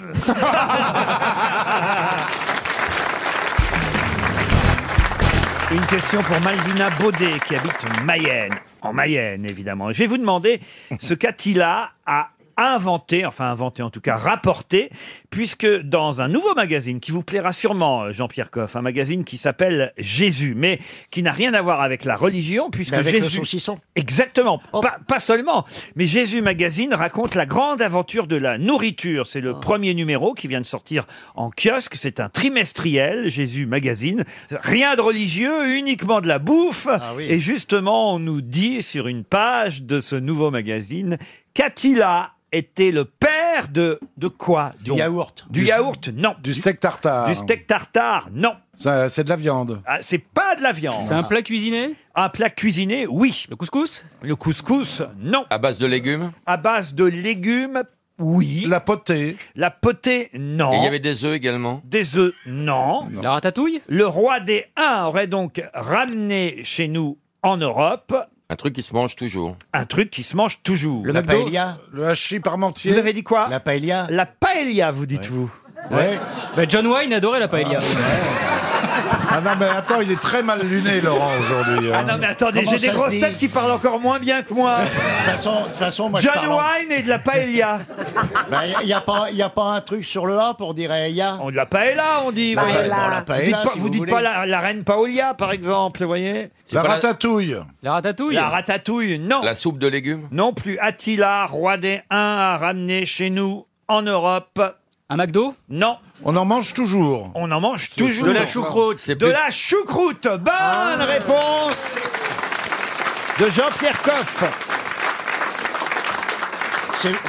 Speaker 1: Une question pour Malvina Baudet qui habite Mayenne, en Mayenne évidemment. Je vais vous demander ce qu'Attila a inventé, enfin inventé en tout cas rapporté, puisque dans un nouveau magazine qui vous plaira sûrement, euh, Jean-Pierre Coff, un magazine qui s'appelle Jésus, mais qui n'a rien à voir avec la religion, puisque
Speaker 24: Mais avec le
Speaker 1: Jésus...
Speaker 24: saucisson.
Speaker 1: Exactement,
Speaker 4: Oh.
Speaker 1: pas, pas seulement, mais Jésus Magazine raconte la grande aventure de la nourriture. C'est
Speaker 4: Oh.
Speaker 1: le premier numéro qui vient de sortir en kiosque, c'est un trimestriel, Jésus Magazine. Rien de religieux, uniquement de la bouffe.
Speaker 4: Ah
Speaker 1: Et justement, on nous dit sur une page de ce nouveau magazine qu'Attila était le père de de quoi Du
Speaker 4: yaourt.
Speaker 1: Du,
Speaker 4: Du-
Speaker 1: yaourt, non.
Speaker 4: Du steak tartare.
Speaker 1: Du steak tartare, non.
Speaker 4: Ça, C'est de la viande.
Speaker 1: Ah, c'est pas de la viande.
Speaker 4: C'est un plat
Speaker 1: cuisiné Un plat cuisiné, oui. Le couscous Le couscous, non.
Speaker 21: À base de légumes.
Speaker 1: À base de légumes, oui. La potée La potée, non.
Speaker 21: Et il y avait des œufs également.
Speaker 1: Des œufs, non. La ratatouille Le roi des Huns aurait donc ramené chez nous, en Europe,
Speaker 21: Un truc qui se mange toujours.
Speaker 1: un truc qui se mange toujours.
Speaker 21: La McDo paella
Speaker 1: Le hachis parmentier Vous avez dit quoi La paella La paella, vous dites-vous
Speaker 4: Ouais.
Speaker 25: Bah, John Wayne adorait la paella.
Speaker 4: Ah non, mais attends, il est très mal luné, Laurent, aujourd'hui. hein.
Speaker 1: Ah non, mais attendez, j'ai des grosses têtes qui parlent encore moins bien que moi.
Speaker 26: De toute façon, de toute façon, moi
Speaker 1: John
Speaker 26: je parle en-
Speaker 1: Wine et de la paella.
Speaker 26: Ben, y a- y a pas, y a pas un truc sur le A pour dire
Speaker 4: eh,
Speaker 26: Aya.
Speaker 1: On de la paella, on dit.
Speaker 26: Paella.
Speaker 1: voyez.
Speaker 26: Bon, la paella,
Speaker 1: vous dites pas,
Speaker 26: si
Speaker 1: vous
Speaker 26: vous
Speaker 1: dites
Speaker 26: voulez.
Speaker 1: pas la, la reine Paolia, par exemple, vous voyez
Speaker 21: La pas la- ratatouille.
Speaker 1: La ratatouille La ratatouille, non.
Speaker 21: La soupe de légumes.
Speaker 1: Non plus. Attila, roi des Huns, a ramené chez nous, en Europe. Un McDo Non.
Speaker 4: On en mange toujours.
Speaker 1: On en mange
Speaker 4: C'est
Speaker 1: toujours. Ah.
Speaker 4: plus de la choucroute. C'est
Speaker 1: De
Speaker 4: plus-
Speaker 1: la choucroute. Bonne réponse de Jean-Pierre Coff.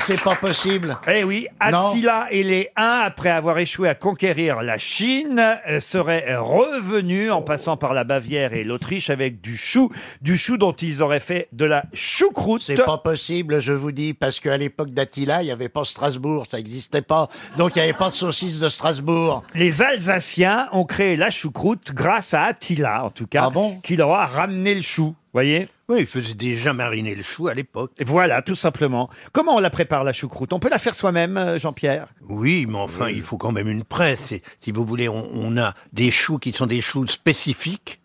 Speaker 1: C'est pas possible. Eh oui,
Speaker 7: Non.
Speaker 1: Attila et les Huns, après avoir échoué à conquérir la Chine, euh, seraient revenus en passant par la Bavière et l'Autriche avec du chou, du chou dont ils auraient fait de la choucroute.
Speaker 7: C'est pas possible, je vous dis, parce qu'à l'époque d'Attila, il n'y avait pas Strasbourg, ça n'existait pas. Donc il n'y avait pas de saucisse de Strasbourg.
Speaker 1: Les Alsaciens ont créé la choucroute grâce à Attila, en tout cas, qui leur a ramené le chou. Voyez
Speaker 4: Ah Oui, il faisait déjà mariner le chou à l'époque.
Speaker 1: Voilà, tout simplement. Comment on la prépare, la choucroute On peut la faire soi-même, euh, Jean-Pierre
Speaker 4: Oui, mais enfin, il faut quand même une presse. Et si vous voulez, on, on a des choux qui sont des choux spécifiques,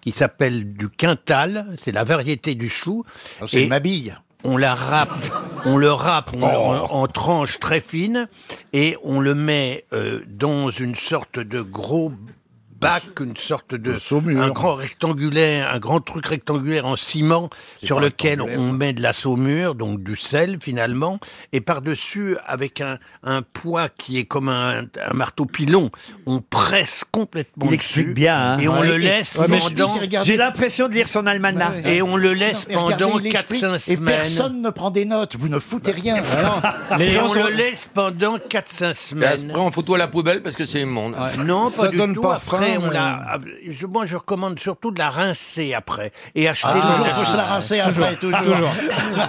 Speaker 4: qui s'appellent du quintal. C'est la variété du chou.
Speaker 7: c'est
Speaker 4: Et
Speaker 7: ma bille.
Speaker 4: On la râpe, on le râpe on le- en, en tranches très fines et on le met euh, dans une sorte de gros bac, une sorte de un grand rectangulaire, un grand truc rectangulaire en ciment sur pas lequel rectangulaire, on ça. met de la saumure, donc du sel finalement, et par-dessus, avec un, un poids qui est comme un, un marteau pilon, on presse complètement
Speaker 1: Il
Speaker 4: dessus,
Speaker 1: explique bien. hein.
Speaker 4: et on le laisse pendant...
Speaker 1: J'ai l'impression de lire son almanach.
Speaker 4: Et on le laisse
Speaker 1: Non, mais
Speaker 4: pendant
Speaker 1: regardez, il explique,
Speaker 4: 4-5
Speaker 1: et
Speaker 4: semaines.
Speaker 7: Personne ne prend des notes, vous ne
Speaker 4: Bah,
Speaker 7: foutez rien.
Speaker 4: Et on le laisse pendant 4-5
Speaker 27: Et
Speaker 4: semaines.
Speaker 27: après, on fout tout à la poubelle parce que c'est immonde.
Speaker 4: Non, pas du tout. après, on la- ah, je- moi, je recommande surtout de la rincer après. Et acheter
Speaker 7: Ah,
Speaker 4: de
Speaker 7: toujours, faut se la rincer après, toujours. Toujours.
Speaker 4: Ah,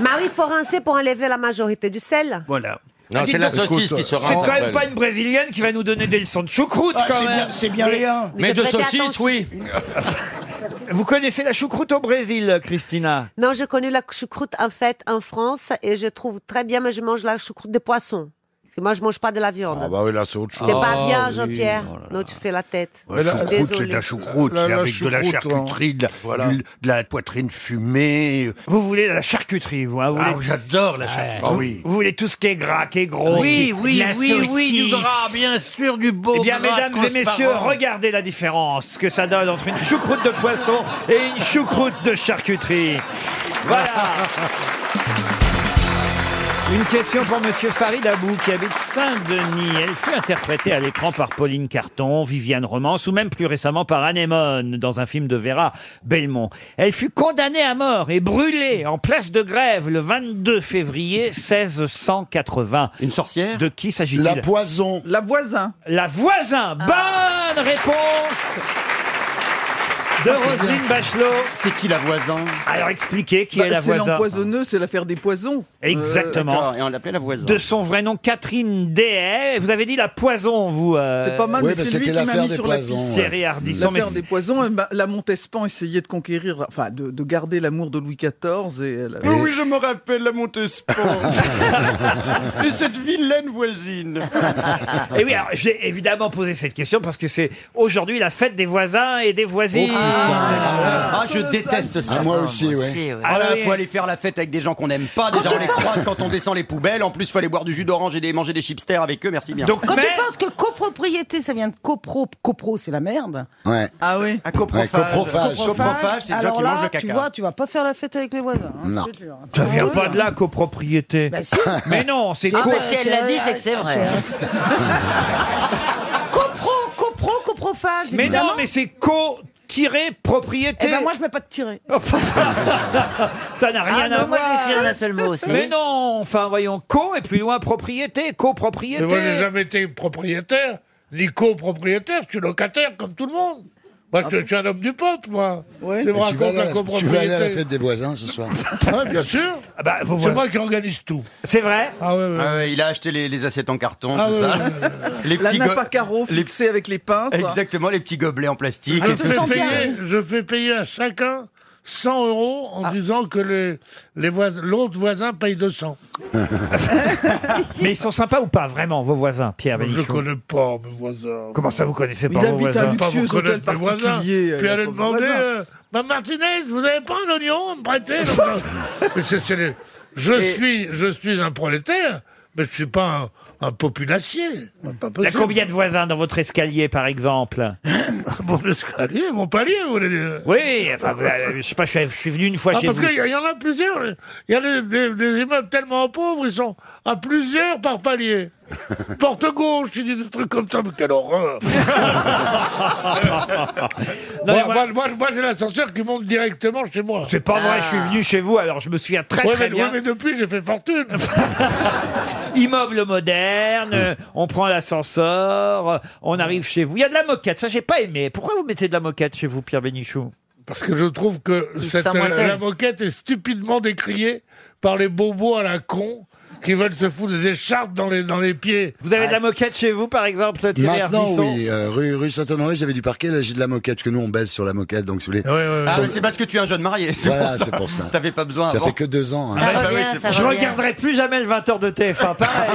Speaker 6: Marie, faut rincer pour enlever la majorité du sel.
Speaker 4: Voilà.
Speaker 27: Non, c'est la saucisse qui se
Speaker 1: C'est
Speaker 27: rase
Speaker 1: quand même
Speaker 27: après.
Speaker 1: pas une brésilienne qui va nous donner des leçons de choucroute,
Speaker 7: Ah,
Speaker 1: quand
Speaker 7: c'est
Speaker 1: même.
Speaker 7: bien- c'est bien Mais- rien. mais
Speaker 27: Mais de
Speaker 6: prêtez
Speaker 27: saucisse,
Speaker 6: attention.
Speaker 27: oui.
Speaker 1: Vous connaissez la choucroute au Brésil, Christina
Speaker 6: Non, j'ai connu la choucroute en fait en France et je trouve très bien, mais je mange la choucroute de poisson. Parce que moi, je mange pas de la viande.
Speaker 14: Ah bah oui, là, c'est autre chose.
Speaker 6: C'est
Speaker 28: Ah
Speaker 6: Ah, pas bien, Jean-Pierre.
Speaker 28: Oh
Speaker 6: non, tu fais la tête.
Speaker 4: Ouais, la
Speaker 6: Je suis
Speaker 4: choucroute, ah, c'est
Speaker 6: désolée.
Speaker 4: de la choucroute,
Speaker 14: Ah, La-
Speaker 4: c'est
Speaker 14: la
Speaker 4: avec de la
Speaker 14: choucroute, hein.
Speaker 4: charcuterie, de la, du- de la poitrine fumée.
Speaker 1: Vous voulez la charcuterie, vous, hein, vous
Speaker 4: Ah,
Speaker 1: voulez-
Speaker 4: j'adore la charcuterie.
Speaker 1: Vous- Vous voulez tout ce qui est gras, qui est gros.
Speaker 4: Oui, oui,
Speaker 1: la
Speaker 4: oui, oui, du
Speaker 1: saucisse.
Speaker 4: gras, bien sûr, du beau
Speaker 1: Eh bien,
Speaker 4: gras
Speaker 1: mesdames et messieurs,
Speaker 4: transparent.
Speaker 1: regardez la différence que ça donne entre une choucroute de poisson et une choucroute de charcuterie. Voilà. Une question pour Monsieur Farid Abou qui habite Saint-Denis. Elle fut interprétée à l'écran par Pauline Carton, Viviane Romance ou même plus récemment par Anémone dans un film de Vera Belmont. Elle fut condamnée à mort et brûlée en place de grève le 22 février 1680. Une sorcière De qui s'agit-il
Speaker 29: La
Speaker 1: Poison. La Voisin. Ah. La Voisin. Bonne réponse
Speaker 5: Ah,
Speaker 1: de Roselyne Bachelot.
Speaker 5: C'est qui la voisin
Speaker 1: Alors expliquez qui est la
Speaker 5: Bah, C'est
Speaker 1: Voisin.
Speaker 5: l'empoisonneux, c'est l'affaire des poisons.
Speaker 1: Exactement.
Speaker 5: Euh, d'accord, et on l'appelait la voisin.
Speaker 1: De son vrai nom, Catherine Dehaye. Vous avez dit la poison, vous. euh,
Speaker 5: C'était pas mal, mais c'est lui qui m'a mis sur la piste.
Speaker 1: Thierry Ardisson. mais
Speaker 5: L'affaire des poisons, elle m'a- la Montespan essayait de conquérir, enfin, de, de garder l'amour de Louis XIV et elle
Speaker 1: Ah
Speaker 5: avait-
Speaker 30: Oui, je me rappelle la Montespan.
Speaker 31: Ah.
Speaker 30: Et cette vilaine voisine.
Speaker 31: Oh,
Speaker 1: Et oui, alors, j'ai évidemment posé cette question parce que c'est aujourd'hui la fête des voisins et des
Speaker 28: Oh,
Speaker 1: voisines.
Speaker 5: Ah,
Speaker 31: Ah, je déteste ça. Ah, là, faut aller faire la fête avec des gens qu'on n'aime pas. Déjà, on les croise quand on descend les poubelles. En plus, faut aller boire du jus d'orange et des- manger des chipsters avec eux. Merci bien. Ah,
Speaker 28: Quand tu penses que copropriété, ça vient de copro, copro, c'est la merde.
Speaker 31: Ouais.
Speaker 5: Ah oui.
Speaker 31: Un
Speaker 28: coprophage.
Speaker 31: coprophage.
Speaker 28: Coprophage,
Speaker 31: c'est les gens
Speaker 28: alors
Speaker 31: qui
Speaker 28: là,
Speaker 31: mangent le
Speaker 28: Tu
Speaker 31: caca.
Speaker 28: vois, tu vas pas faire la fête avec les voisins. hein,
Speaker 31: Non.
Speaker 28: je te jure.
Speaker 1: Ça vient pas de la copropriété. Mais non, c'est Ah,
Speaker 28: Ah,
Speaker 1: quoi
Speaker 28: bah, si elle l'a dit, c'est que c'est vrai. Copro, copro, coprophage.
Speaker 1: Mais
Speaker 28: évidemment.
Speaker 1: non, mais c'est co tiré propriété. Oh,
Speaker 28: Eh ben moi, je mets pas de tirer.
Speaker 1: ça n'a rien
Speaker 28: Ah non,
Speaker 1: à
Speaker 28: moi,
Speaker 1: voir.
Speaker 28: je l'écris en un
Speaker 1: seul
Speaker 28: mot aussi.
Speaker 1: Mais non, enfin voyons, co et plus loin propriété, copropriété.
Speaker 17: Mais moi, j'ai jamais été propriétaire, ni copropriétaire, je suis locataire comme tout le monde. Moi,
Speaker 14: Ah
Speaker 17: je, je suis un homme du peuple, moi. Je
Speaker 14: Et
Speaker 17: me
Speaker 14: tu, vas
Speaker 17: raconte
Speaker 14: aller à
Speaker 17: la
Speaker 14: la- tu vas aller à la
Speaker 17: copropriété.
Speaker 14: fête des voisins ce soir.
Speaker 17: Ah, bien sûr.
Speaker 31: vous
Speaker 17: c'est
Speaker 31: voilà.
Speaker 17: moi qui organise tout.
Speaker 1: bah, C'est vrai
Speaker 31: Ah, ouais, il a acheté les, les assiettes en carton,
Speaker 5: Ah
Speaker 31: tout
Speaker 5: ouais,
Speaker 31: ça.
Speaker 5: ouais,
Speaker 31: Les
Speaker 5: La
Speaker 31: petits
Speaker 5: nappe
Speaker 31: go-
Speaker 5: à carreaux fixée avec les pinces.
Speaker 31: Exactement, les petits gobelets en
Speaker 14: Ah,
Speaker 31: plastique.
Speaker 5: Ah,
Speaker 17: Alors,
Speaker 31: et
Speaker 17: je,
Speaker 31: tout.
Speaker 17: fais payer, je fais payer à chacun 100 euros
Speaker 1: Ah.
Speaker 17: en disant que les, les voisins- l'autre voisin paye 200.
Speaker 1: Mais ils sont sympas ou pas vraiment vos voisins, Pierre
Speaker 17: Je ne
Speaker 1: Bénichou
Speaker 17: connais pas mes voisins.
Speaker 1: Comment ça, vous connaissez pas
Speaker 17: Il
Speaker 1: vos
Speaker 17: habite
Speaker 1: voisins
Speaker 17: un
Speaker 1: Pas vous
Speaker 17: luxueux hôtel
Speaker 1: connaître mes voisins.
Speaker 17: particulier.
Speaker 1: euh,
Speaker 17: Puis
Speaker 1: il y a
Speaker 17: elle a
Speaker 1: pas de
Speaker 17: demandé,
Speaker 1: voisins.
Speaker 17: euh, Ma Martinez, vous avez pas un oignon à me prêter Donc, euh, mais c'est- c'est les- je, suis, je suis un prolétaire, mais je ne suis pas un, un populacier. Pas
Speaker 1: Il y a
Speaker 17: possible.
Speaker 1: combien de voisins dans votre escalier, par exemple
Speaker 17: Mon escalier, mon palier, vous voulez dire
Speaker 1: Oui, enfin, vous- euh, je sais pas, je suis- je suis venu une fois
Speaker 17: Ah,
Speaker 1: chez
Speaker 17: parce
Speaker 1: vous.
Speaker 17: qu'il y, a- il y en a plusieurs. euh, Il y a des, des- des immeubles tellement pauvres, ils sont à plusieurs par palier. Porte gauche, ils disent des trucs comme ça, mais quelle horreur moi, moi- moi- moi, j'ai l'ascenseur qui monte directement chez moi. Ah.
Speaker 1: C'est pas vrai, je suis venu chez vous, alors je me souviens très
Speaker 17: Ouais,
Speaker 1: très
Speaker 17: mais-
Speaker 1: bien.
Speaker 17: ouais, mais depuis, j'ai fait fortune.
Speaker 1: Immeuble moderne, euh, on prend l'ascenseur, euh, on arrive chez vous. Il y a de la moquette, ça j'ai pas aimé. Pourquoi vous mettez de la moquette chez vous, Pierre Bénichou
Speaker 17: Parce que je trouve que cette,
Speaker 1: sent moins
Speaker 17: euh,
Speaker 1: seul.
Speaker 17: la moquette est stupidement décriée par les bobos à la con qui veulent se foutre des écharpes dans les, dans les pieds. Ah,
Speaker 1: Vous avez de la moquette chez vous, par exemple, Thierry
Speaker 14: Maintenant,
Speaker 1: Ardisson
Speaker 14: oui, euh, rue, rue Saint-Honoré, j'avais du parquet, là j'ai de la moquette, parce que nous on baise sur la moquette, donc si vous voulez.
Speaker 31: Ah,
Speaker 14: Sur
Speaker 31: mais
Speaker 14: le-
Speaker 31: c'est parce que tu es un jeune marié.
Speaker 14: Voilà,
Speaker 31: ça.
Speaker 14: c'est pour ça.
Speaker 31: T'avais pas besoin.
Speaker 14: Ça
Speaker 31: avant.
Speaker 14: fait que deux ans. hein.
Speaker 31: Ah, bah oui, c'est
Speaker 1: Je
Speaker 31: pour ça.
Speaker 1: regarderai plus jamais le 20h de TF1, pareil.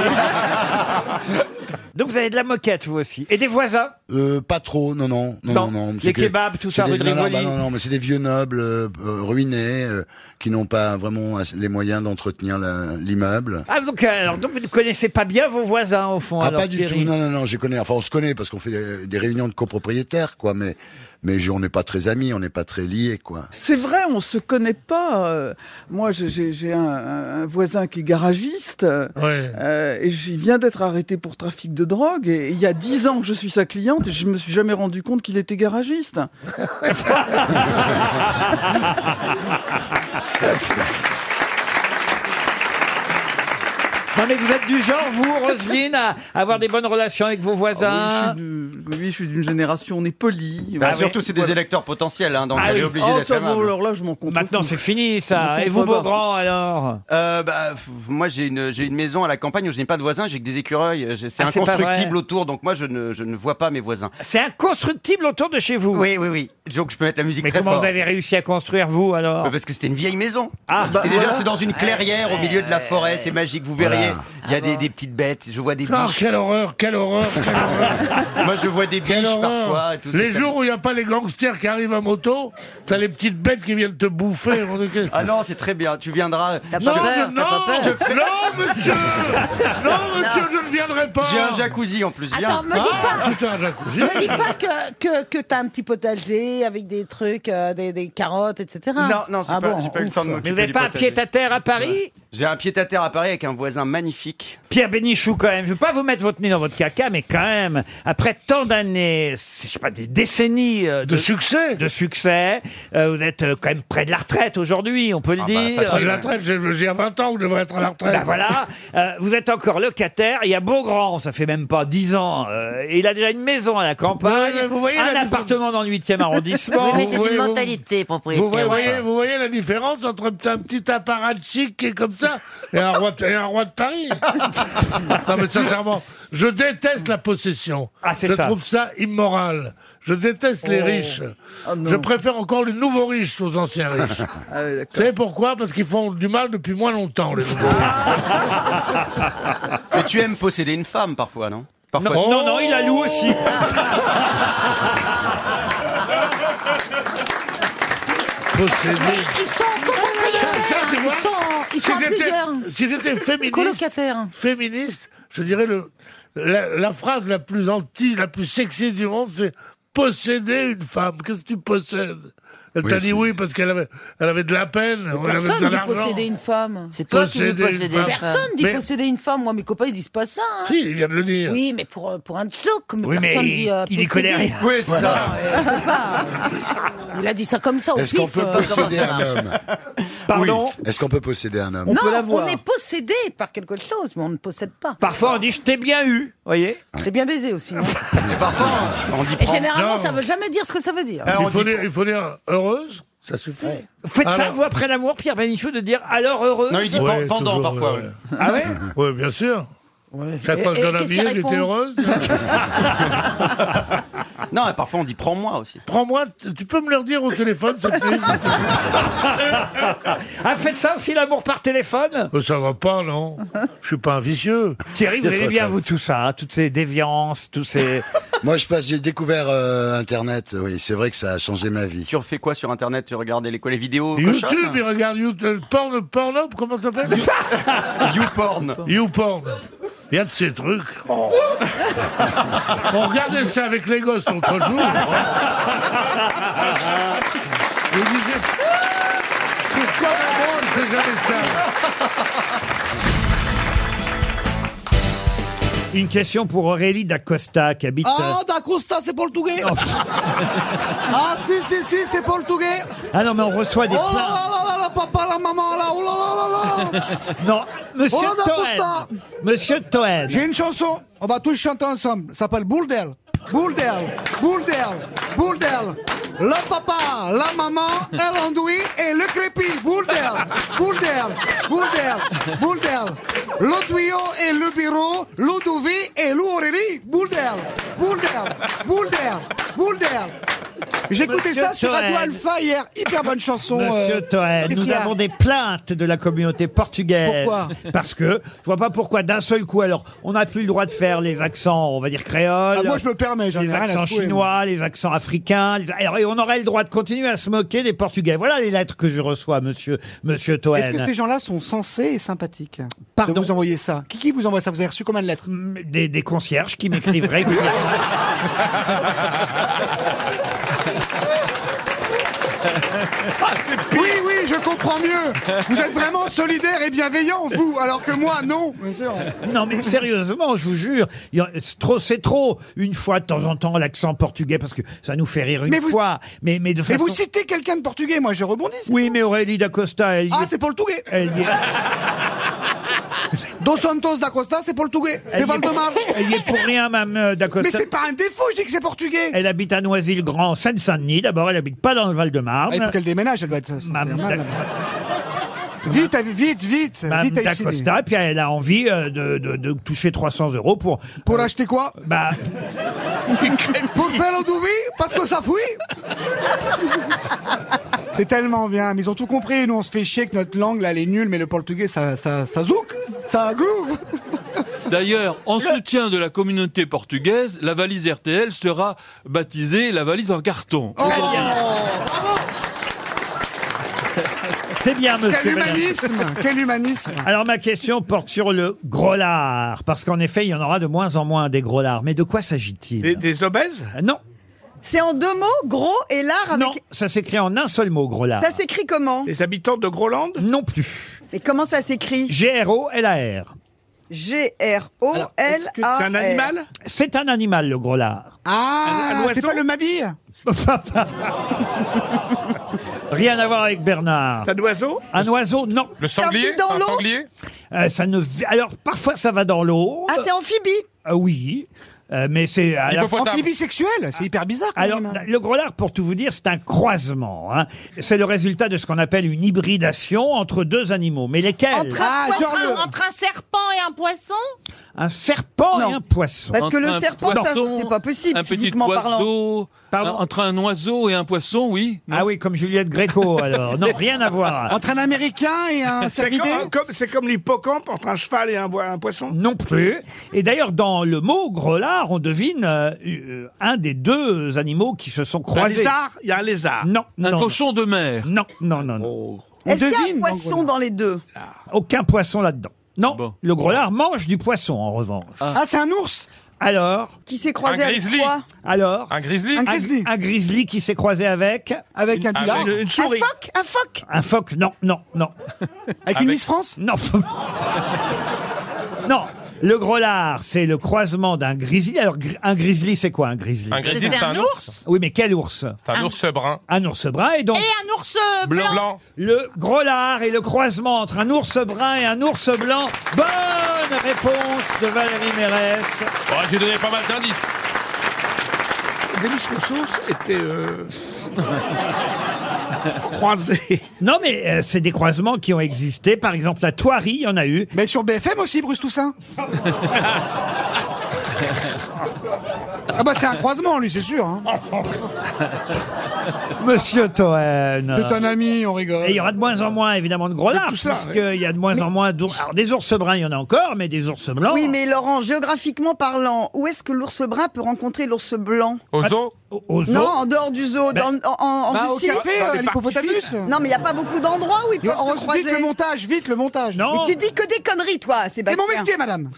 Speaker 1: Donc vous avez de la moquette, vous aussi. Et des voisins
Speaker 14: Euh, pas trop, non, non, non,
Speaker 1: Non.
Speaker 14: non. non,
Speaker 1: Les
Speaker 14: c'est que-
Speaker 1: kebabs, tout
Speaker 14: c'est
Speaker 1: ça,
Speaker 14: des-
Speaker 1: rue de
Speaker 14: non, non,
Speaker 1: Rivoli.
Speaker 14: bah non, non, mais c'est des vieux nobles euh, euh, ruinés euh, qui n'ont pas vraiment assez- les moyens d'entretenir la- l'immeuble.
Speaker 1: Ah, donc, euh, alors, donc vous ne connaissez pas bien vos voisins, au fond.
Speaker 14: Ah,
Speaker 1: alors,
Speaker 14: pas du
Speaker 1: Thierry.
Speaker 14: tout. Non, non, non, je connais. Enfin, on se connaît parce qu'on fait des, des réunions de copropriétaires, quoi. Mais, mais je- on n'est pas très amis, on n'est pas très liés, quoi.
Speaker 5: C'est vrai, on se connaît pas. euh, Moi, j'ai- j'ai j'ai un, un voisin qui est garagiste. euh, euh, et j'y viens d'être arrêté pour trafic de drogue. Et il y a dix ans que je suis sa cliente et je me suis jamais rendu compte qu'il était garagiste. Ah
Speaker 1: Non, mais vous êtes du genre, vous, Roselyne, à avoir des bonnes relations avec vos voisins
Speaker 5: Ah Oui, je suis d'une génération, on est poli.
Speaker 31: Bah,
Speaker 1: Ah,
Speaker 31: surtout,
Speaker 1: oui.
Speaker 31: c'est des électeurs potentiels, hein, donc
Speaker 1: Ah
Speaker 31: elle est
Speaker 1: oui.
Speaker 31: obligée
Speaker 1: Oh,
Speaker 31: d'être
Speaker 1: ça va,
Speaker 31: aimable.
Speaker 1: alors
Speaker 5: là, je m'en
Speaker 1: Maintenant, c'est fini, ça. Et vous, Beaugrand, alors
Speaker 31: Euh, bah, f- moi, j'ai une, j'ai une maison à la campagne où je n'ai pas de voisins, j'ai que des écureuils. euh, j'ai- C'est
Speaker 1: Ah, c'est pas
Speaker 31: inconstructible
Speaker 1: vrai. Ah,
Speaker 31: autour, donc moi, je ne, je ne vois pas mes voisins.
Speaker 1: C'est inconstructible autour de chez vous
Speaker 31: Oui, oui, oui. Donc, je peux mettre la musique
Speaker 1: Mais
Speaker 31: très
Speaker 1: comment
Speaker 31: fort.
Speaker 1: vous avez réussi à construire, vous, alors
Speaker 31: Bah, Parce que c'était une vieille maison.
Speaker 1: Ah,
Speaker 31: C'était
Speaker 1: bah,
Speaker 31: déjà,
Speaker 1: voilà.
Speaker 31: c'est dans une clairière au milieu de la forêt, c'est magique, vous Voilà. verriez. Il
Speaker 6: Ah
Speaker 31: y a des, des petites bêtes, je vois des
Speaker 17: Ah,
Speaker 31: biches.
Speaker 17: quelle horreur, quelle horreur, quelle horreur.
Speaker 31: Moi, je vois des
Speaker 17: Quelle
Speaker 31: biches
Speaker 17: horreur.
Speaker 31: parfois et tout,
Speaker 17: les
Speaker 31: c'est
Speaker 17: jours où il n'y a pas les gangsters qui arrivent à moto, t'as les petites bêtes qui viennent te bouffer.
Speaker 31: Ah non, c'est très bien, tu viendras.
Speaker 17: non, je- non, je te fais- non, monsieur Non, monsieur, je ne viendrai pas
Speaker 31: J'ai un jacuzzi en plus, viens.
Speaker 17: Attends, me dis Ah, pas- putain, un jacuzzi.
Speaker 6: Me dis pas que, que, que t'as un petit potager avec des trucs, euh, des, des carottes, etc.
Speaker 31: Non, non, j'ai
Speaker 6: Ah
Speaker 31: pas,
Speaker 6: bon,
Speaker 31: j'ai pas eu le
Speaker 6: ouf.
Speaker 31: temps de m'occuper
Speaker 1: vous n'avez
Speaker 31: du
Speaker 1: pas un
Speaker 31: potager.
Speaker 1: pied-à-terre à Paris
Speaker 31: J'ai un pied à terre à Paris avec un voisin magnifique.
Speaker 1: Pierre Bénichou, quand même, je veux pas vous mettre votre nez dans votre caca, mais quand même, après tant d'années, c'est- je sais pas, des décennies euh, de,
Speaker 17: succès,
Speaker 1: de succès, euh, vous êtes euh, quand même près de la retraite aujourd'hui, on peut le
Speaker 31: bah,
Speaker 1: dire.
Speaker 17: Ah, de la retraite, j'ai j'ai 20 ans, que je devrais être à la retraite.
Speaker 1: Bah voilà, euh, vous êtes encore locataire. Il y a Beaugrand, ça fait même pas 10 ans. euh, et il a déjà une maison à la campagne,
Speaker 17: Ouais, mais vous voyez
Speaker 1: un
Speaker 17: la
Speaker 1: appartement dans le 8e arrondissement.
Speaker 17: Oui, mais c'est Vous une voyez, vous- mentalité
Speaker 1: propriétaire.
Speaker 17: Vous voyez, voyez- vous voyez la différence entre un petit apparat chic qui est comme ça et un roi de, et un roi de Paris Non mais sincèrement, je déteste la possession.
Speaker 1: Ah, c'est
Speaker 17: je
Speaker 1: ça.
Speaker 17: trouve ça immoral. Je déteste les
Speaker 1: Oh.
Speaker 17: riches.
Speaker 1: Ah, non. Ah
Speaker 17: je préfère encore les nouveaux riches aux anciens riches. Vous savez pourquoi Parce qu'ils font du mal depuis moins longtemps, les nouveaux
Speaker 1: Ah.
Speaker 31: Mais tu aimes posséder une femme parfois, non parfois.
Speaker 1: Non, non, non, il a loué aussi.
Speaker 17: Posséder.
Speaker 6: Ils sont
Speaker 17: Ça, ça, tu vois,
Speaker 6: Ils sont, ils
Speaker 17: si
Speaker 6: sont à
Speaker 17: j'étais-
Speaker 6: plusieurs.
Speaker 17: Si j'étais féministe,
Speaker 6: Colocataires.
Speaker 17: féministe, je dirais le, la, la phrase la plus anti, la plus sexy du monde, c'est posséder une femme. Qu'est-ce que tu possèdes Elle
Speaker 14: Oui,
Speaker 17: t'a dit
Speaker 14: c'est-
Speaker 17: oui parce qu'elle avait, elle avait de la peine, elle avait
Speaker 6: Personne
Speaker 17: de
Speaker 6: dit
Speaker 17: l'argent.
Speaker 6: posséder une femme. C'est
Speaker 17: toi qui dis Posséder une posséder femme. une
Speaker 6: Personne
Speaker 17: femme.
Speaker 6: dit
Speaker 17: Mais-
Speaker 6: posséder une femme. Moi, mes copains, ils disent pas ça. hein.
Speaker 17: Si, il vient de le dire.
Speaker 6: Oui, mais pour, euh, pour un choc, mais
Speaker 17: Oui, mais
Speaker 6: personne dit. euh,
Speaker 17: il y connaît
Speaker 6: posséder.
Speaker 17: rien. Oui, ça.
Speaker 6: Voilà, ouais, je sais pas. Il a dit ça comme ça au
Speaker 14: Est-ce qu'on
Speaker 6: pif,
Speaker 14: peut
Speaker 6: euh, comment
Speaker 14: posséder
Speaker 6: ça
Speaker 14: un
Speaker 6: marche
Speaker 14: homme
Speaker 1: Pardon
Speaker 14: Est-ce qu'on peut posséder un
Speaker 1: Ah
Speaker 14: homme
Speaker 6: non, on est possédé par quelque chose, mais on ne possède pas.
Speaker 1: Parfois, on dit je t'ai bien eu, voyez
Speaker 6: C'est bien baisé aussi. hein.
Speaker 31: parfois, on dit
Speaker 6: Et généralement,
Speaker 17: Non.
Speaker 6: ça veut jamais dire ce que ça veut
Speaker 19: Ah,
Speaker 6: dire.
Speaker 17: il, faut dire, il faut dire heureuse, ça suffit.
Speaker 1: Faites ça,
Speaker 17: Alors-
Speaker 1: vous, après l'amour, Pierre Benichou, de dire alors heureux.
Speaker 17: Ouais, toujours, ouais, ouais.
Speaker 1: Ah ouais
Speaker 17: Ouais, bien sûr. Chaque fois que je
Speaker 31: Et- et
Speaker 17: donne un
Speaker 31: qu'est-ce
Speaker 17: billet,
Speaker 31: qu'elle
Speaker 17: j'étais
Speaker 31: répond
Speaker 17: heureuse.
Speaker 31: Non, et parfois on dit prends-moi aussi.
Speaker 17: Prends-moi, tu- tu peux me le dire au téléphone, s'il te plaît
Speaker 1: Ah, faites ça aussi, l'amour par téléphone
Speaker 15: Euh,
Speaker 17: Mais ça va pas, non Je suis pas un vicieux.
Speaker 1: Thierry, vous aimez bien, vous, tout ça, hein, toutes ces déviances, tous ces...
Speaker 14: Moi, je passe, j'ai découvert euh, Internet. Oui, c'est vrai que ça a changé ma vie.
Speaker 31: Tu refais quoi sur internet Tu regardais les, quoi, les vidéos
Speaker 17: YouTube,
Speaker 31: cochonnes
Speaker 17: il regarde YouTube, porn, Pornhub, comment ça s'appelle
Speaker 31: YouPorn.
Speaker 17: YouPorn. Il y a de ces trucs. Oh. On regardait ça avec les gosses l'autre jour. Je me disais, pourquoi maman ne fait jamais ça
Speaker 1: Une question pour Aurélie Dacosta qui habite. euh,
Speaker 19: Ah, da Costa, c'est portugais. ah, si, si, si, c'est portugais.
Speaker 1: euh, Ah non, mais on reçoit
Speaker 19: Oh
Speaker 1: des
Speaker 19: là
Speaker 1: plaintes.
Speaker 19: là là là, papa, la maman, là, oh là là là là.
Speaker 1: Non, monsieur
Speaker 19: Oh, da Costa.
Speaker 1: Toen. Monsieur Toen.
Speaker 19: J'ai une chanson, on va tous chanter ensemble. Ça s'appelle Bouldel. Bouldel, Bouldel, Bouldel. Le papa, la maman, l'andouille et le crépi. Bouldel, Bouldel, Bouldel, Bouldel. Le tuyau et le bureau, l'Oudouvi et l'Aurélie. Bouldel, Bouldel, Bouldel, Bouldel. J'ai écouté
Speaker 1: Monsieur
Speaker 19: ça sur Radio
Speaker 1: Toen.
Speaker 19: Alpha hier. Hyper bonne chanson. euh,
Speaker 1: Monsieur Toen,
Speaker 19: qu'est-ce
Speaker 1: nous
Speaker 19: qu'il y a
Speaker 1: avons des plaintes de la communauté portugaise.
Speaker 19: Pourquoi
Speaker 1: Parce que, je vois pas pourquoi, d'un seul coup, alors, on n'a plus le droit de faire les accents, on va dire créoles.
Speaker 19: Ah, moi, je me permets, j'en ai
Speaker 1: Les
Speaker 19: rien à
Speaker 1: accents
Speaker 19: secouer,
Speaker 1: chinois, les accents africains. les- alors, et on aurait le droit de continuer à se moquer des Portugais. Voilà les lettres que je reçois, monsieur, monsieur Toen.
Speaker 19: Est-ce que ces gens-là sont sensés et sympathiques Pardon vous envoyer ça Qui, qui vous envoie ça Vous avez reçu combien de lettres
Speaker 1: des, des concierges qui m'écrivent régulièrement.
Speaker 19: Oui, oui, je comprends mieux. Vous êtes vraiment solidaire et bienveillant, vous, alors que moi, non. Bien sûr.
Speaker 1: Non mais sérieusement, je vous jure, il y en- c'est trop, c'est trop. Une fois de temps en temps l'accent portugais parce que ça nous fait rire une
Speaker 19: Mais vous-
Speaker 1: fois. Mais mais de
Speaker 19: Mais
Speaker 1: façon.
Speaker 19: vous citez quelqu'un de portugais, moi, je rebondis.
Speaker 1: Oui, mais Aurélie Dacosta, elle. y
Speaker 19: Ah,
Speaker 1: est-
Speaker 19: c'est portugais.
Speaker 1: Elle y est,
Speaker 19: Dos Santos da Costa, c'est portugais.
Speaker 1: elle y
Speaker 19: C'est
Speaker 1: est-
Speaker 19: Valdemar.
Speaker 1: elle y est pour rien, même euh, Dacosta.
Speaker 19: Mais c'est pas un défaut, je dis que c'est portugais.
Speaker 1: Elle habite à Noisy-le-Grand, en Seine-Saint-Denis. D'abord, elle habite pas dans le Val-de-Marne.
Speaker 19: Ah, il faut qu'elle déménage, elle doit être.
Speaker 1: Madame
Speaker 19: Madame- Vite, vite, vite,
Speaker 1: Madame
Speaker 19: vite à
Speaker 1: Da Costa, puis elle a envie euh, de, de- de toucher 300 euros pour.
Speaker 19: Pour acheter quoi
Speaker 1: Bah,
Speaker 19: Pour faire l'endouvi, parce que ça fouille C'est tellement bien, mais ils ont tout compris, nous on se fait chier que notre langue là elle est nulle, mais le portugais ça, ça, ça zouk, ça groove
Speaker 7: D'ailleurs, en soutien de la communauté portugaise, la valise RTL sera baptisée la valise en carton.
Speaker 19: Oh,
Speaker 1: c'est bien, monsieur.
Speaker 19: Quel
Speaker 1: madame.
Speaker 19: humanisme, quel humanisme
Speaker 1: Alors ma question porte sur le gros lard, parce qu'en effet, il y en aura de moins en moins des gros lards. Mais de quoi s'agit-il des, obèses Non,
Speaker 15: C'est en deux mots, gros et lard avec.
Speaker 1: non, ça s'écrit en un seul mot, gros lard.
Speaker 15: Ça s'écrit comment
Speaker 1: Les habitants de Groland Non plus.
Speaker 15: Mais comment ça s'écrit
Speaker 1: G-R-O-L-A-R.
Speaker 15: G-R-O-L-A.
Speaker 1: Ah, eh. C'est un animal, le gros lard.
Speaker 19: Ah, c'est pas le mavir
Speaker 1: Rien à voir avec Bernard.
Speaker 19: un oiseau
Speaker 1: Un oiseau, non.
Speaker 19: Le sanglier C'est un petit dans Un l'eau sanglier
Speaker 1: Euh, ça ne... vi- Alors, parfois, ça va dans l'eau.
Speaker 15: Ah, c'est amphibie
Speaker 1: Ah oui, Euh, mais c'est... à la- Ah.
Speaker 19: Anti-bisexuel, c'est hyper bizarre quand
Speaker 1: Alors,
Speaker 19: même. hein.
Speaker 1: le gros lard, pour tout vous dire, c'est un croisement. hein. C'est le résultat de ce qu'on appelle une hybridation entre deux animaux. Mais lesquels
Speaker 6: Entre
Speaker 19: Ah,
Speaker 6: un, poisson, entre un serpent et un poisson
Speaker 1: Un serpent et un poisson.
Speaker 15: Parce que le serpent, ça-
Speaker 7: poisson,
Speaker 15: c'est pas possible,
Speaker 7: un petit
Speaker 15: physiquement parlant.
Speaker 7: oiseau, un- entre un oiseau et un poisson, oui. Ah.
Speaker 1: Ah oui, comme Juliette Gréco, alors. Non, rien à voir.
Speaker 19: Entre un américain et un
Speaker 15: C'est
Speaker 19: cervidé
Speaker 15: comme, comme- c'est comme l'hippocampe entre un cheval et un, boi- un poisson.
Speaker 1: Non plus. Et d'ailleurs, dans le mot gros lard, on devine euh, euh, un des deux animaux qui se sont
Speaker 15: Un
Speaker 1: croisés.
Speaker 15: lézard, il y a un lézard.
Speaker 1: Non.
Speaker 15: Un
Speaker 1: cochon de mer. Non, non, non. non.
Speaker 15: Oh. Est-ce qu'il y a un poisson dans les deux
Speaker 1: Aucun poisson là-dedans. Non. Le gros lard mange du poisson, en revanche.
Speaker 19: Ah, c'est un ours
Speaker 1: Alors
Speaker 15: Qui s'est croisé avec quoi
Speaker 1: Alors
Speaker 15: Un grizzly
Speaker 1: Un
Speaker 15: Un
Speaker 1: grizzly.
Speaker 15: grizzly.
Speaker 1: qui s'est croisé avec
Speaker 19: Avec un
Speaker 1: lard.
Speaker 15: Une, une souris. Un phoque Un phoque
Speaker 1: Un phoque, non, non, non.
Speaker 15: Avec une Avec- Miss
Speaker 19: France
Speaker 1: Non. non. Le gros lard, c'est le croisement d'un grizzly. Alors, gri- un grizzly, c'est quoi un grizzly
Speaker 4: Un grizzly, c'est C'est un un ours
Speaker 1: Oui, mais quel ours
Speaker 4: C'est un ours brun.
Speaker 1: Un ours brun et donc.
Speaker 6: Et un ours euh, blanc,
Speaker 1: Le gros lard et le croisement entre un ours brun et un ours blanc. Bonne réponse de Valérie Mérès.
Speaker 4: Ouais, J'ai donné pas mal d'indices.
Speaker 15: Denis Roussos était.
Speaker 19: euh,
Speaker 1: Croisés. Non, mais euh, c'est des croisements qui ont existé. Par exemple, la Toirie, il y en a eu.
Speaker 19: Mais sur BFM aussi, Bruce Toussaint Ah bah c'est un croisement lui, c'est sûr. hein.
Speaker 1: Monsieur Toen.
Speaker 19: C'est un ami, on rigole.
Speaker 1: Et il y aura de moins en moins, évidemment, de gros
Speaker 15: C'est
Speaker 1: lards,
Speaker 15: tout ça,
Speaker 1: puisqu'il
Speaker 15: ouais.
Speaker 1: y a de moins en moins d'ours. Alors, des ours bruns, il y en a encore, mais des ours blancs.
Speaker 15: Oui, mais Laurent, géographiquement parlant, où est-ce que l'ours brun peut rencontrer l'ours blanc
Speaker 1: Au zoo Au- au zoo
Speaker 15: Non, en dehors du zoo,
Speaker 1: Ben-
Speaker 15: dans, en, en- en
Speaker 19: Bah, au
Speaker 15: Russie.
Speaker 19: café, Dans euh, des l'hippopotamus. parcs
Speaker 15: Non, mais il n'y a pas beaucoup d'endroits où ils
Speaker 19: Et
Speaker 15: peuvent
Speaker 19: on-
Speaker 15: se croiser.
Speaker 19: Vite le montage, vite le montage.
Speaker 15: Mais tu dis que des conneries, toi, Sébastien.
Speaker 19: C'est mon métier, madame.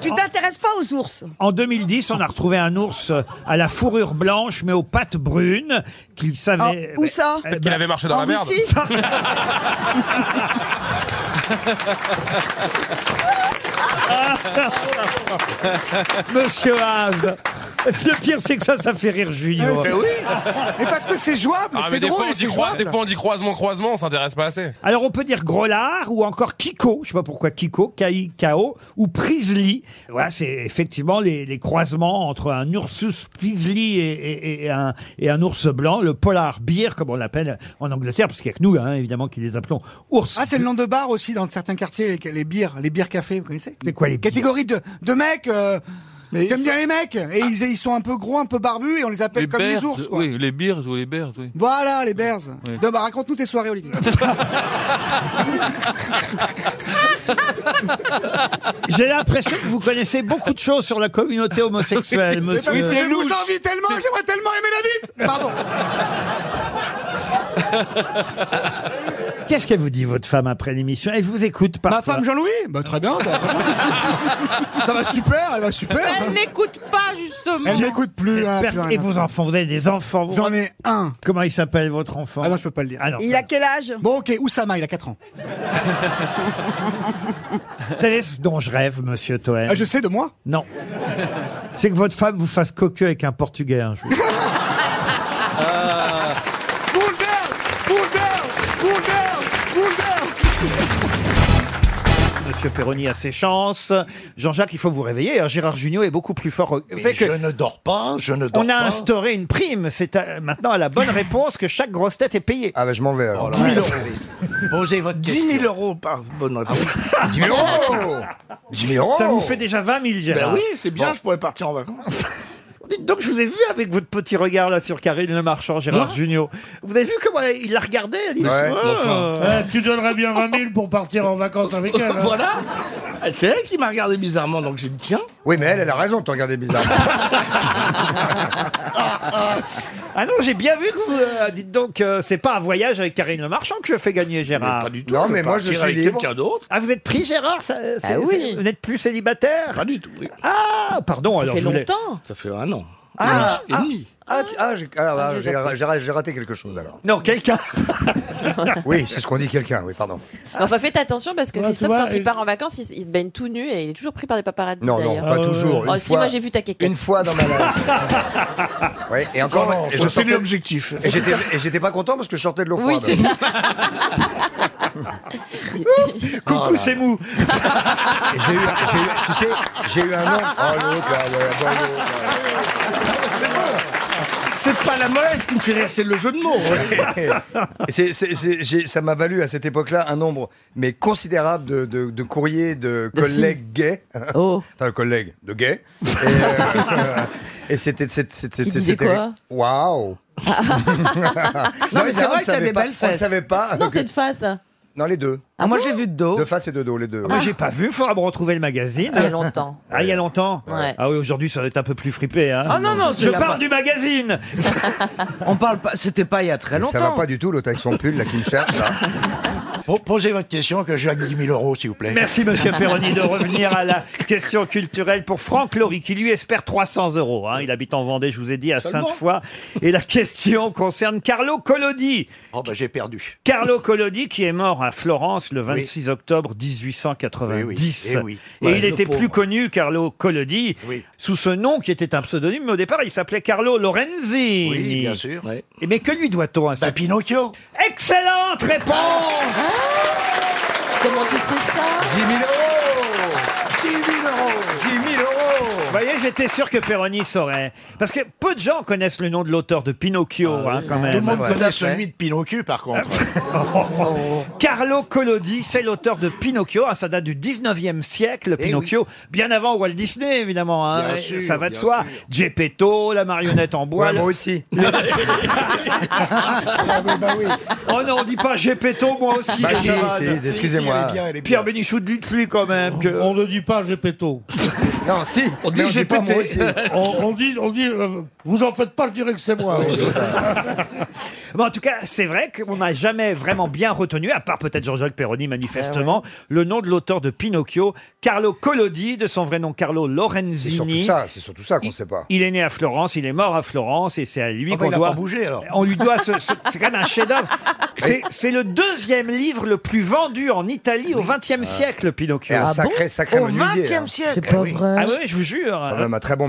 Speaker 15: tu t'intéresses pas aux ours.
Speaker 1: En 2010, on a retrouvé un ours à la fourrure blanche, mais aux pattes brunes, qu'il savait.
Speaker 15: Ah, où ça
Speaker 1: Eh
Speaker 4: Peut-être
Speaker 1: ben,
Speaker 4: qu'il avait marché dans la merde.
Speaker 1: Monsieur Haas. Le pire, c'est que ça, ça fait rire Julien.
Speaker 16: Mais oui.
Speaker 21: Mais parce que c'est jouable,
Speaker 16: Ah, mais
Speaker 21: c'est
Speaker 16: des
Speaker 21: drôle
Speaker 16: fois, on
Speaker 21: et
Speaker 16: dit
Speaker 21: c'est
Speaker 16: croi-
Speaker 21: jouable.
Speaker 16: des fois, on dit croisement, croisement, on s'intéresse pas assez.
Speaker 1: Alors on peut dire Grolard ou encore Kiko, je sais pas pourquoi Kiko, K-I-K-O, ou Prisly. Voilà, c'est effectivement les, les croisements entre un Ursus Prisly et, et- et un, et un ours blanc, le polar beer comme on l'appelle en Angleterre, parce qu'il n'y a que nous, hein, évidemment, qui les appelons ours.
Speaker 19: Ah, c'est le nom de bar aussi dans certains quartiers, les, les bières, les bières café, vous connaissez
Speaker 1: C'est quoi les bières
Speaker 19: Catégorie de, de mecs, euh, t'aimes bien les mecs, et
Speaker 1: Ah.
Speaker 19: ils, ils sont un peu gros, un peu barbus, et on les appelle
Speaker 16: Les
Speaker 19: comme
Speaker 16: bears, euh,
Speaker 19: les ours, quoi.
Speaker 16: oui, les bears ou les bears, oui.
Speaker 19: Voilà, les bears.
Speaker 16: Oui.
Speaker 19: Donc, bah, raconte-nous tes soirées, Olivier.
Speaker 1: J'ai l'impression que vous connaissez beaucoup de choses sur la communauté homosexuelle,
Speaker 19: Eh
Speaker 1: monsieur.
Speaker 19: ben, je vous envie tellement, j'aimerais tellement aimer la bite Pardon
Speaker 1: Qu'est-ce qu'elle vous dit, votre femme, après l'émission Elle vous écoute parfois. Ma femme
Speaker 19: Jean-Louis Très bien, bah, très bien. ça va super, elle va super. hein.
Speaker 6: Elle n'écoute pas, justement.
Speaker 19: Elle m'écoute plus. hein, plus rien
Speaker 1: Et
Speaker 19: à
Speaker 1: vos
Speaker 19: faire.
Speaker 1: enfants, vous avez des enfants vous
Speaker 19: J'en ai un.
Speaker 1: Comment il s'appelle, votre enfant Ah non, je peux pas le dire.
Speaker 19: a quel âge Bon, ok, Oussama, il a 4 ans.
Speaker 1: Vous savez ce dont je rêve, monsieur Toen
Speaker 19: Ah, je sais de moi
Speaker 1: Non. C'est que votre femme vous fasse coqueux avec un Portugais un jour.
Speaker 19: Ah.
Speaker 16: Ah.
Speaker 19: Cool down Cool down Cool down Cool down
Speaker 1: Monsieur Perroni a ses chances. Jean-Jacques, il faut vous réveiller. hein. Gérard Junior est beaucoup plus fort. Vous savez que
Speaker 32: Je ne dors pas, je ne dors
Speaker 1: on a
Speaker 32: pas.
Speaker 1: instauré une prime. C'est à- maintenant à la bonne réponse que chaque grosse tête est payée. Ah ben je m'en vais alors.
Speaker 32: 10 000 euros.
Speaker 1: Posez votre Ah
Speaker 7: 10 000 euros par bonne réponse.
Speaker 1: 10 000 euros
Speaker 7: 10 000 euros
Speaker 1: Ça vous fait déjà 20 000, Gérard.
Speaker 7: Ben oui, c'est bien,
Speaker 1: Bon.
Speaker 7: je pourrais partir en vacances.
Speaker 1: Dites donc, je vous ai vu avec votre petit regard là sur Karine Le Marchand, Gérard Junior. Vous avez vu comment il la regardait elle dit, Ah.
Speaker 17: Eh, tu donnerais bien 20 000 pour partir en vacances avec elle. hein.
Speaker 7: voilà. C'est elle qui m'a regardé bizarrement, donc j'ai dit tiens.
Speaker 4: Oui, mais elle, elle a raison de te regarder bizarre.
Speaker 1: Ah non, j'ai bien vu que vous euh, dites donc, euh, c'est pas un voyage avec Karine Le Marchand que je fais gagner Gérard.
Speaker 4: Mais pas du tout, Non, je mais veux moi, je partir suis avec libre. quelqu'un d'autre.
Speaker 1: Ah, vous êtes pris Gérard ça,
Speaker 19: Ah
Speaker 6: Bah
Speaker 1: c'est-
Speaker 4: oui.
Speaker 1: c'est- Vous n'êtes plus célibataire Pas du tout. Ah, Bah, pardon. alors je voulais-
Speaker 7: Ça fait un an.
Speaker 4: Ah, ah, ah, tu- ah, j'ai- alors,
Speaker 7: Ah,
Speaker 4: j'ai-
Speaker 7: j'ai zappé.
Speaker 4: j'ai ra- j'ai raté quelque chose alors.
Speaker 1: Non, quelqu'un.
Speaker 4: oui, c'est ce qu'on dit quelqu'un, oui, pardon.
Speaker 33: Enfin, faites attention parce que
Speaker 4: Ouais, tu
Speaker 33: Christophe,
Speaker 4: vois,
Speaker 33: quand il
Speaker 4: et-
Speaker 33: part en vacances, il, s- il se baigne tout nu et il est toujours pris par des paparazzis.
Speaker 4: Non, non,
Speaker 33: d'ailleurs.
Speaker 4: pas toujours.
Speaker 33: Oh,
Speaker 4: Une
Speaker 33: si,
Speaker 4: fois-
Speaker 33: moi j'ai vu ta quéquette.
Speaker 4: Une fois dans ma life. Ah. oui, et encore.
Speaker 7: Non,
Speaker 4: et
Speaker 7: faut
Speaker 4: sortais-
Speaker 7: finir l'objectif.
Speaker 4: Et j'étais- et j'étais pas content parce que je sortais de l'eau
Speaker 33: Oui,
Speaker 4: froide.
Speaker 33: c'est ça.
Speaker 4: Coucou,
Speaker 1: c'est mou.
Speaker 4: j'ai eu, j'ai eu- tu sais, j'ai eu un an. Oh, l'autre, là, ouais, bon, l'autre.
Speaker 7: C'est pas la mollesse qui me fait rire, c'est le jeu de mots.
Speaker 4: Et c'est- c'est- c'est- j'ai- ça m'a valu à cette époque-là un nombre mais considérable de, de- de courriers de
Speaker 7: De
Speaker 4: collègues gays. Enfin, collègues de gays. Et, euh, et c'était. c'était- c'était-
Speaker 7: Ils disaient
Speaker 4: c'était-
Speaker 7: quoi
Speaker 4: Waouh
Speaker 7: Non, mais
Speaker 4: les
Speaker 7: c'est
Speaker 4: gens ne
Speaker 7: vrai que t'as
Speaker 4: savaient
Speaker 7: des
Speaker 4: pas-
Speaker 7: belles
Speaker 4: On ne
Speaker 7: fesses.
Speaker 4: savait pas.
Speaker 33: Non,
Speaker 4: que-
Speaker 33: c'était de face.
Speaker 4: non, les deux.
Speaker 33: Ah, moi,
Speaker 4: j'ai vu de dos. De face et de dos, les deux.
Speaker 1: Ah, mais j'ai pas vu, faudra me retrouver le magazine.
Speaker 33: C'était il y a longtemps.
Speaker 1: Ah, il y a longtemps
Speaker 33: Ouais.
Speaker 1: Ah oui, aujourd'hui, ça va être un peu plus fripé. Hein.
Speaker 7: Ah non, non, c'est
Speaker 1: je
Speaker 7: la
Speaker 1: parle
Speaker 7: pa-
Speaker 1: du magazine
Speaker 7: On parle pas, c'était pas il y a très
Speaker 4: Mais
Speaker 7: longtemps.
Speaker 4: Ça va pas du tout, l'autre avec son pull, là, qui me cherche, là.
Speaker 32: Po- Posez votre question que je gagne 10 000 euros, s'il vous plaît.
Speaker 1: Merci, monsieur Perroni, de revenir à la question culturelle pour Franck Laurie, qui lui espère 300 euros. hein. Il habite en Vendée, je vous ai dit, à
Speaker 32: Seulement
Speaker 1: Sainte-Foy. Et la question concerne Carlo Collodi.
Speaker 32: Oh, bah, j'ai perdu.
Speaker 1: Carlo Collodi qui est mort à Florence le 26 octobre 1890.
Speaker 32: Eh oui.
Speaker 1: Et
Speaker 32: Ouais,
Speaker 1: il
Speaker 32: le
Speaker 1: était
Speaker 32: pauvre.
Speaker 1: plus connu, Carlo Collodi, sous ce nom qui était un pseudonyme, mais au départ il s'appelait Carlo Lorenzi.
Speaker 32: Oui, bien sûr. Ouais.
Speaker 1: Et mais que lui doit-on à ça
Speaker 32: Pinocchio
Speaker 1: Excellente réponse
Speaker 4: Ah.
Speaker 33: Comment tu sais ça
Speaker 4: 10 000 euros
Speaker 7: 10 000 euros
Speaker 4: 10 000 euros
Speaker 1: Vous voyez, j'étais sûr que Perroni saurait. Parce que peu de gens connaissent le nom de l'auteur de Pinocchio, hein, quand même.
Speaker 32: Ah Tout le monde connaît celui de Pinocchio, par contre.
Speaker 1: Oh. Carlo Collodi, c'est l'auteur de Pinocchio. Ah, ça date du 19e siècle, Pinocchio. Bien avant Walt Disney, évidemment. hein.
Speaker 4: Eh Bien
Speaker 1: Et
Speaker 4: sûr,
Speaker 1: ça va de
Speaker 4: bien
Speaker 1: soi. Geppetto, la marionnette en bois. Ah,
Speaker 4: Ouais, moi
Speaker 1: aussi. Oh non, on dit pas Geppetto, moi aussi.
Speaker 4: Bah si,
Speaker 1: camarade.
Speaker 4: si, excusez-moi.
Speaker 1: Pierre Bénichou, dites-lui quand même que...
Speaker 17: On ne dit pas Gepetto.
Speaker 4: Non, si.
Speaker 17: On dit
Speaker 4: mais dit pas
Speaker 17: Gepetto.
Speaker 4: moi aussi.
Speaker 17: On, on dit, on dit euh, vous en faites pas, je dirais que Ah c'est moi.
Speaker 1: Bon, en tout cas, c'est vrai qu'on n'a jamais vraiment bien retenu, à part peut-être Jean-Jacques Perroni manifestement,
Speaker 4: Ah
Speaker 1: le nom de l'auteur de Pinocchio, Carlo Collodi, de son vrai nom Carlo
Speaker 4: C'est surtout
Speaker 1: Lorenzini.
Speaker 4: ça, c'est surtout ça qu'on sait pas.
Speaker 1: Il est né à Florence, il est mort à Florence, et c'est à lui
Speaker 4: Ah bah,
Speaker 1: qu'on
Speaker 4: il a
Speaker 1: doit.
Speaker 4: pas bougé, alors.
Speaker 1: On lui doit. ce- ce- c'est quand même un chef-d'œuvre. C'est c'est le deuxième livre le plus vendu en Italie au XXe siècle, Pinocchio.
Speaker 33: Et un Ah sacré- bon sacré
Speaker 1: Au
Speaker 33: Au menuisier,
Speaker 1: XXe
Speaker 33: XXe hein.
Speaker 1: siècle.
Speaker 33: siècle, C'est pas oui. vrai.
Speaker 1: Ah oui, je vous jure.
Speaker 33: Quand même un très bon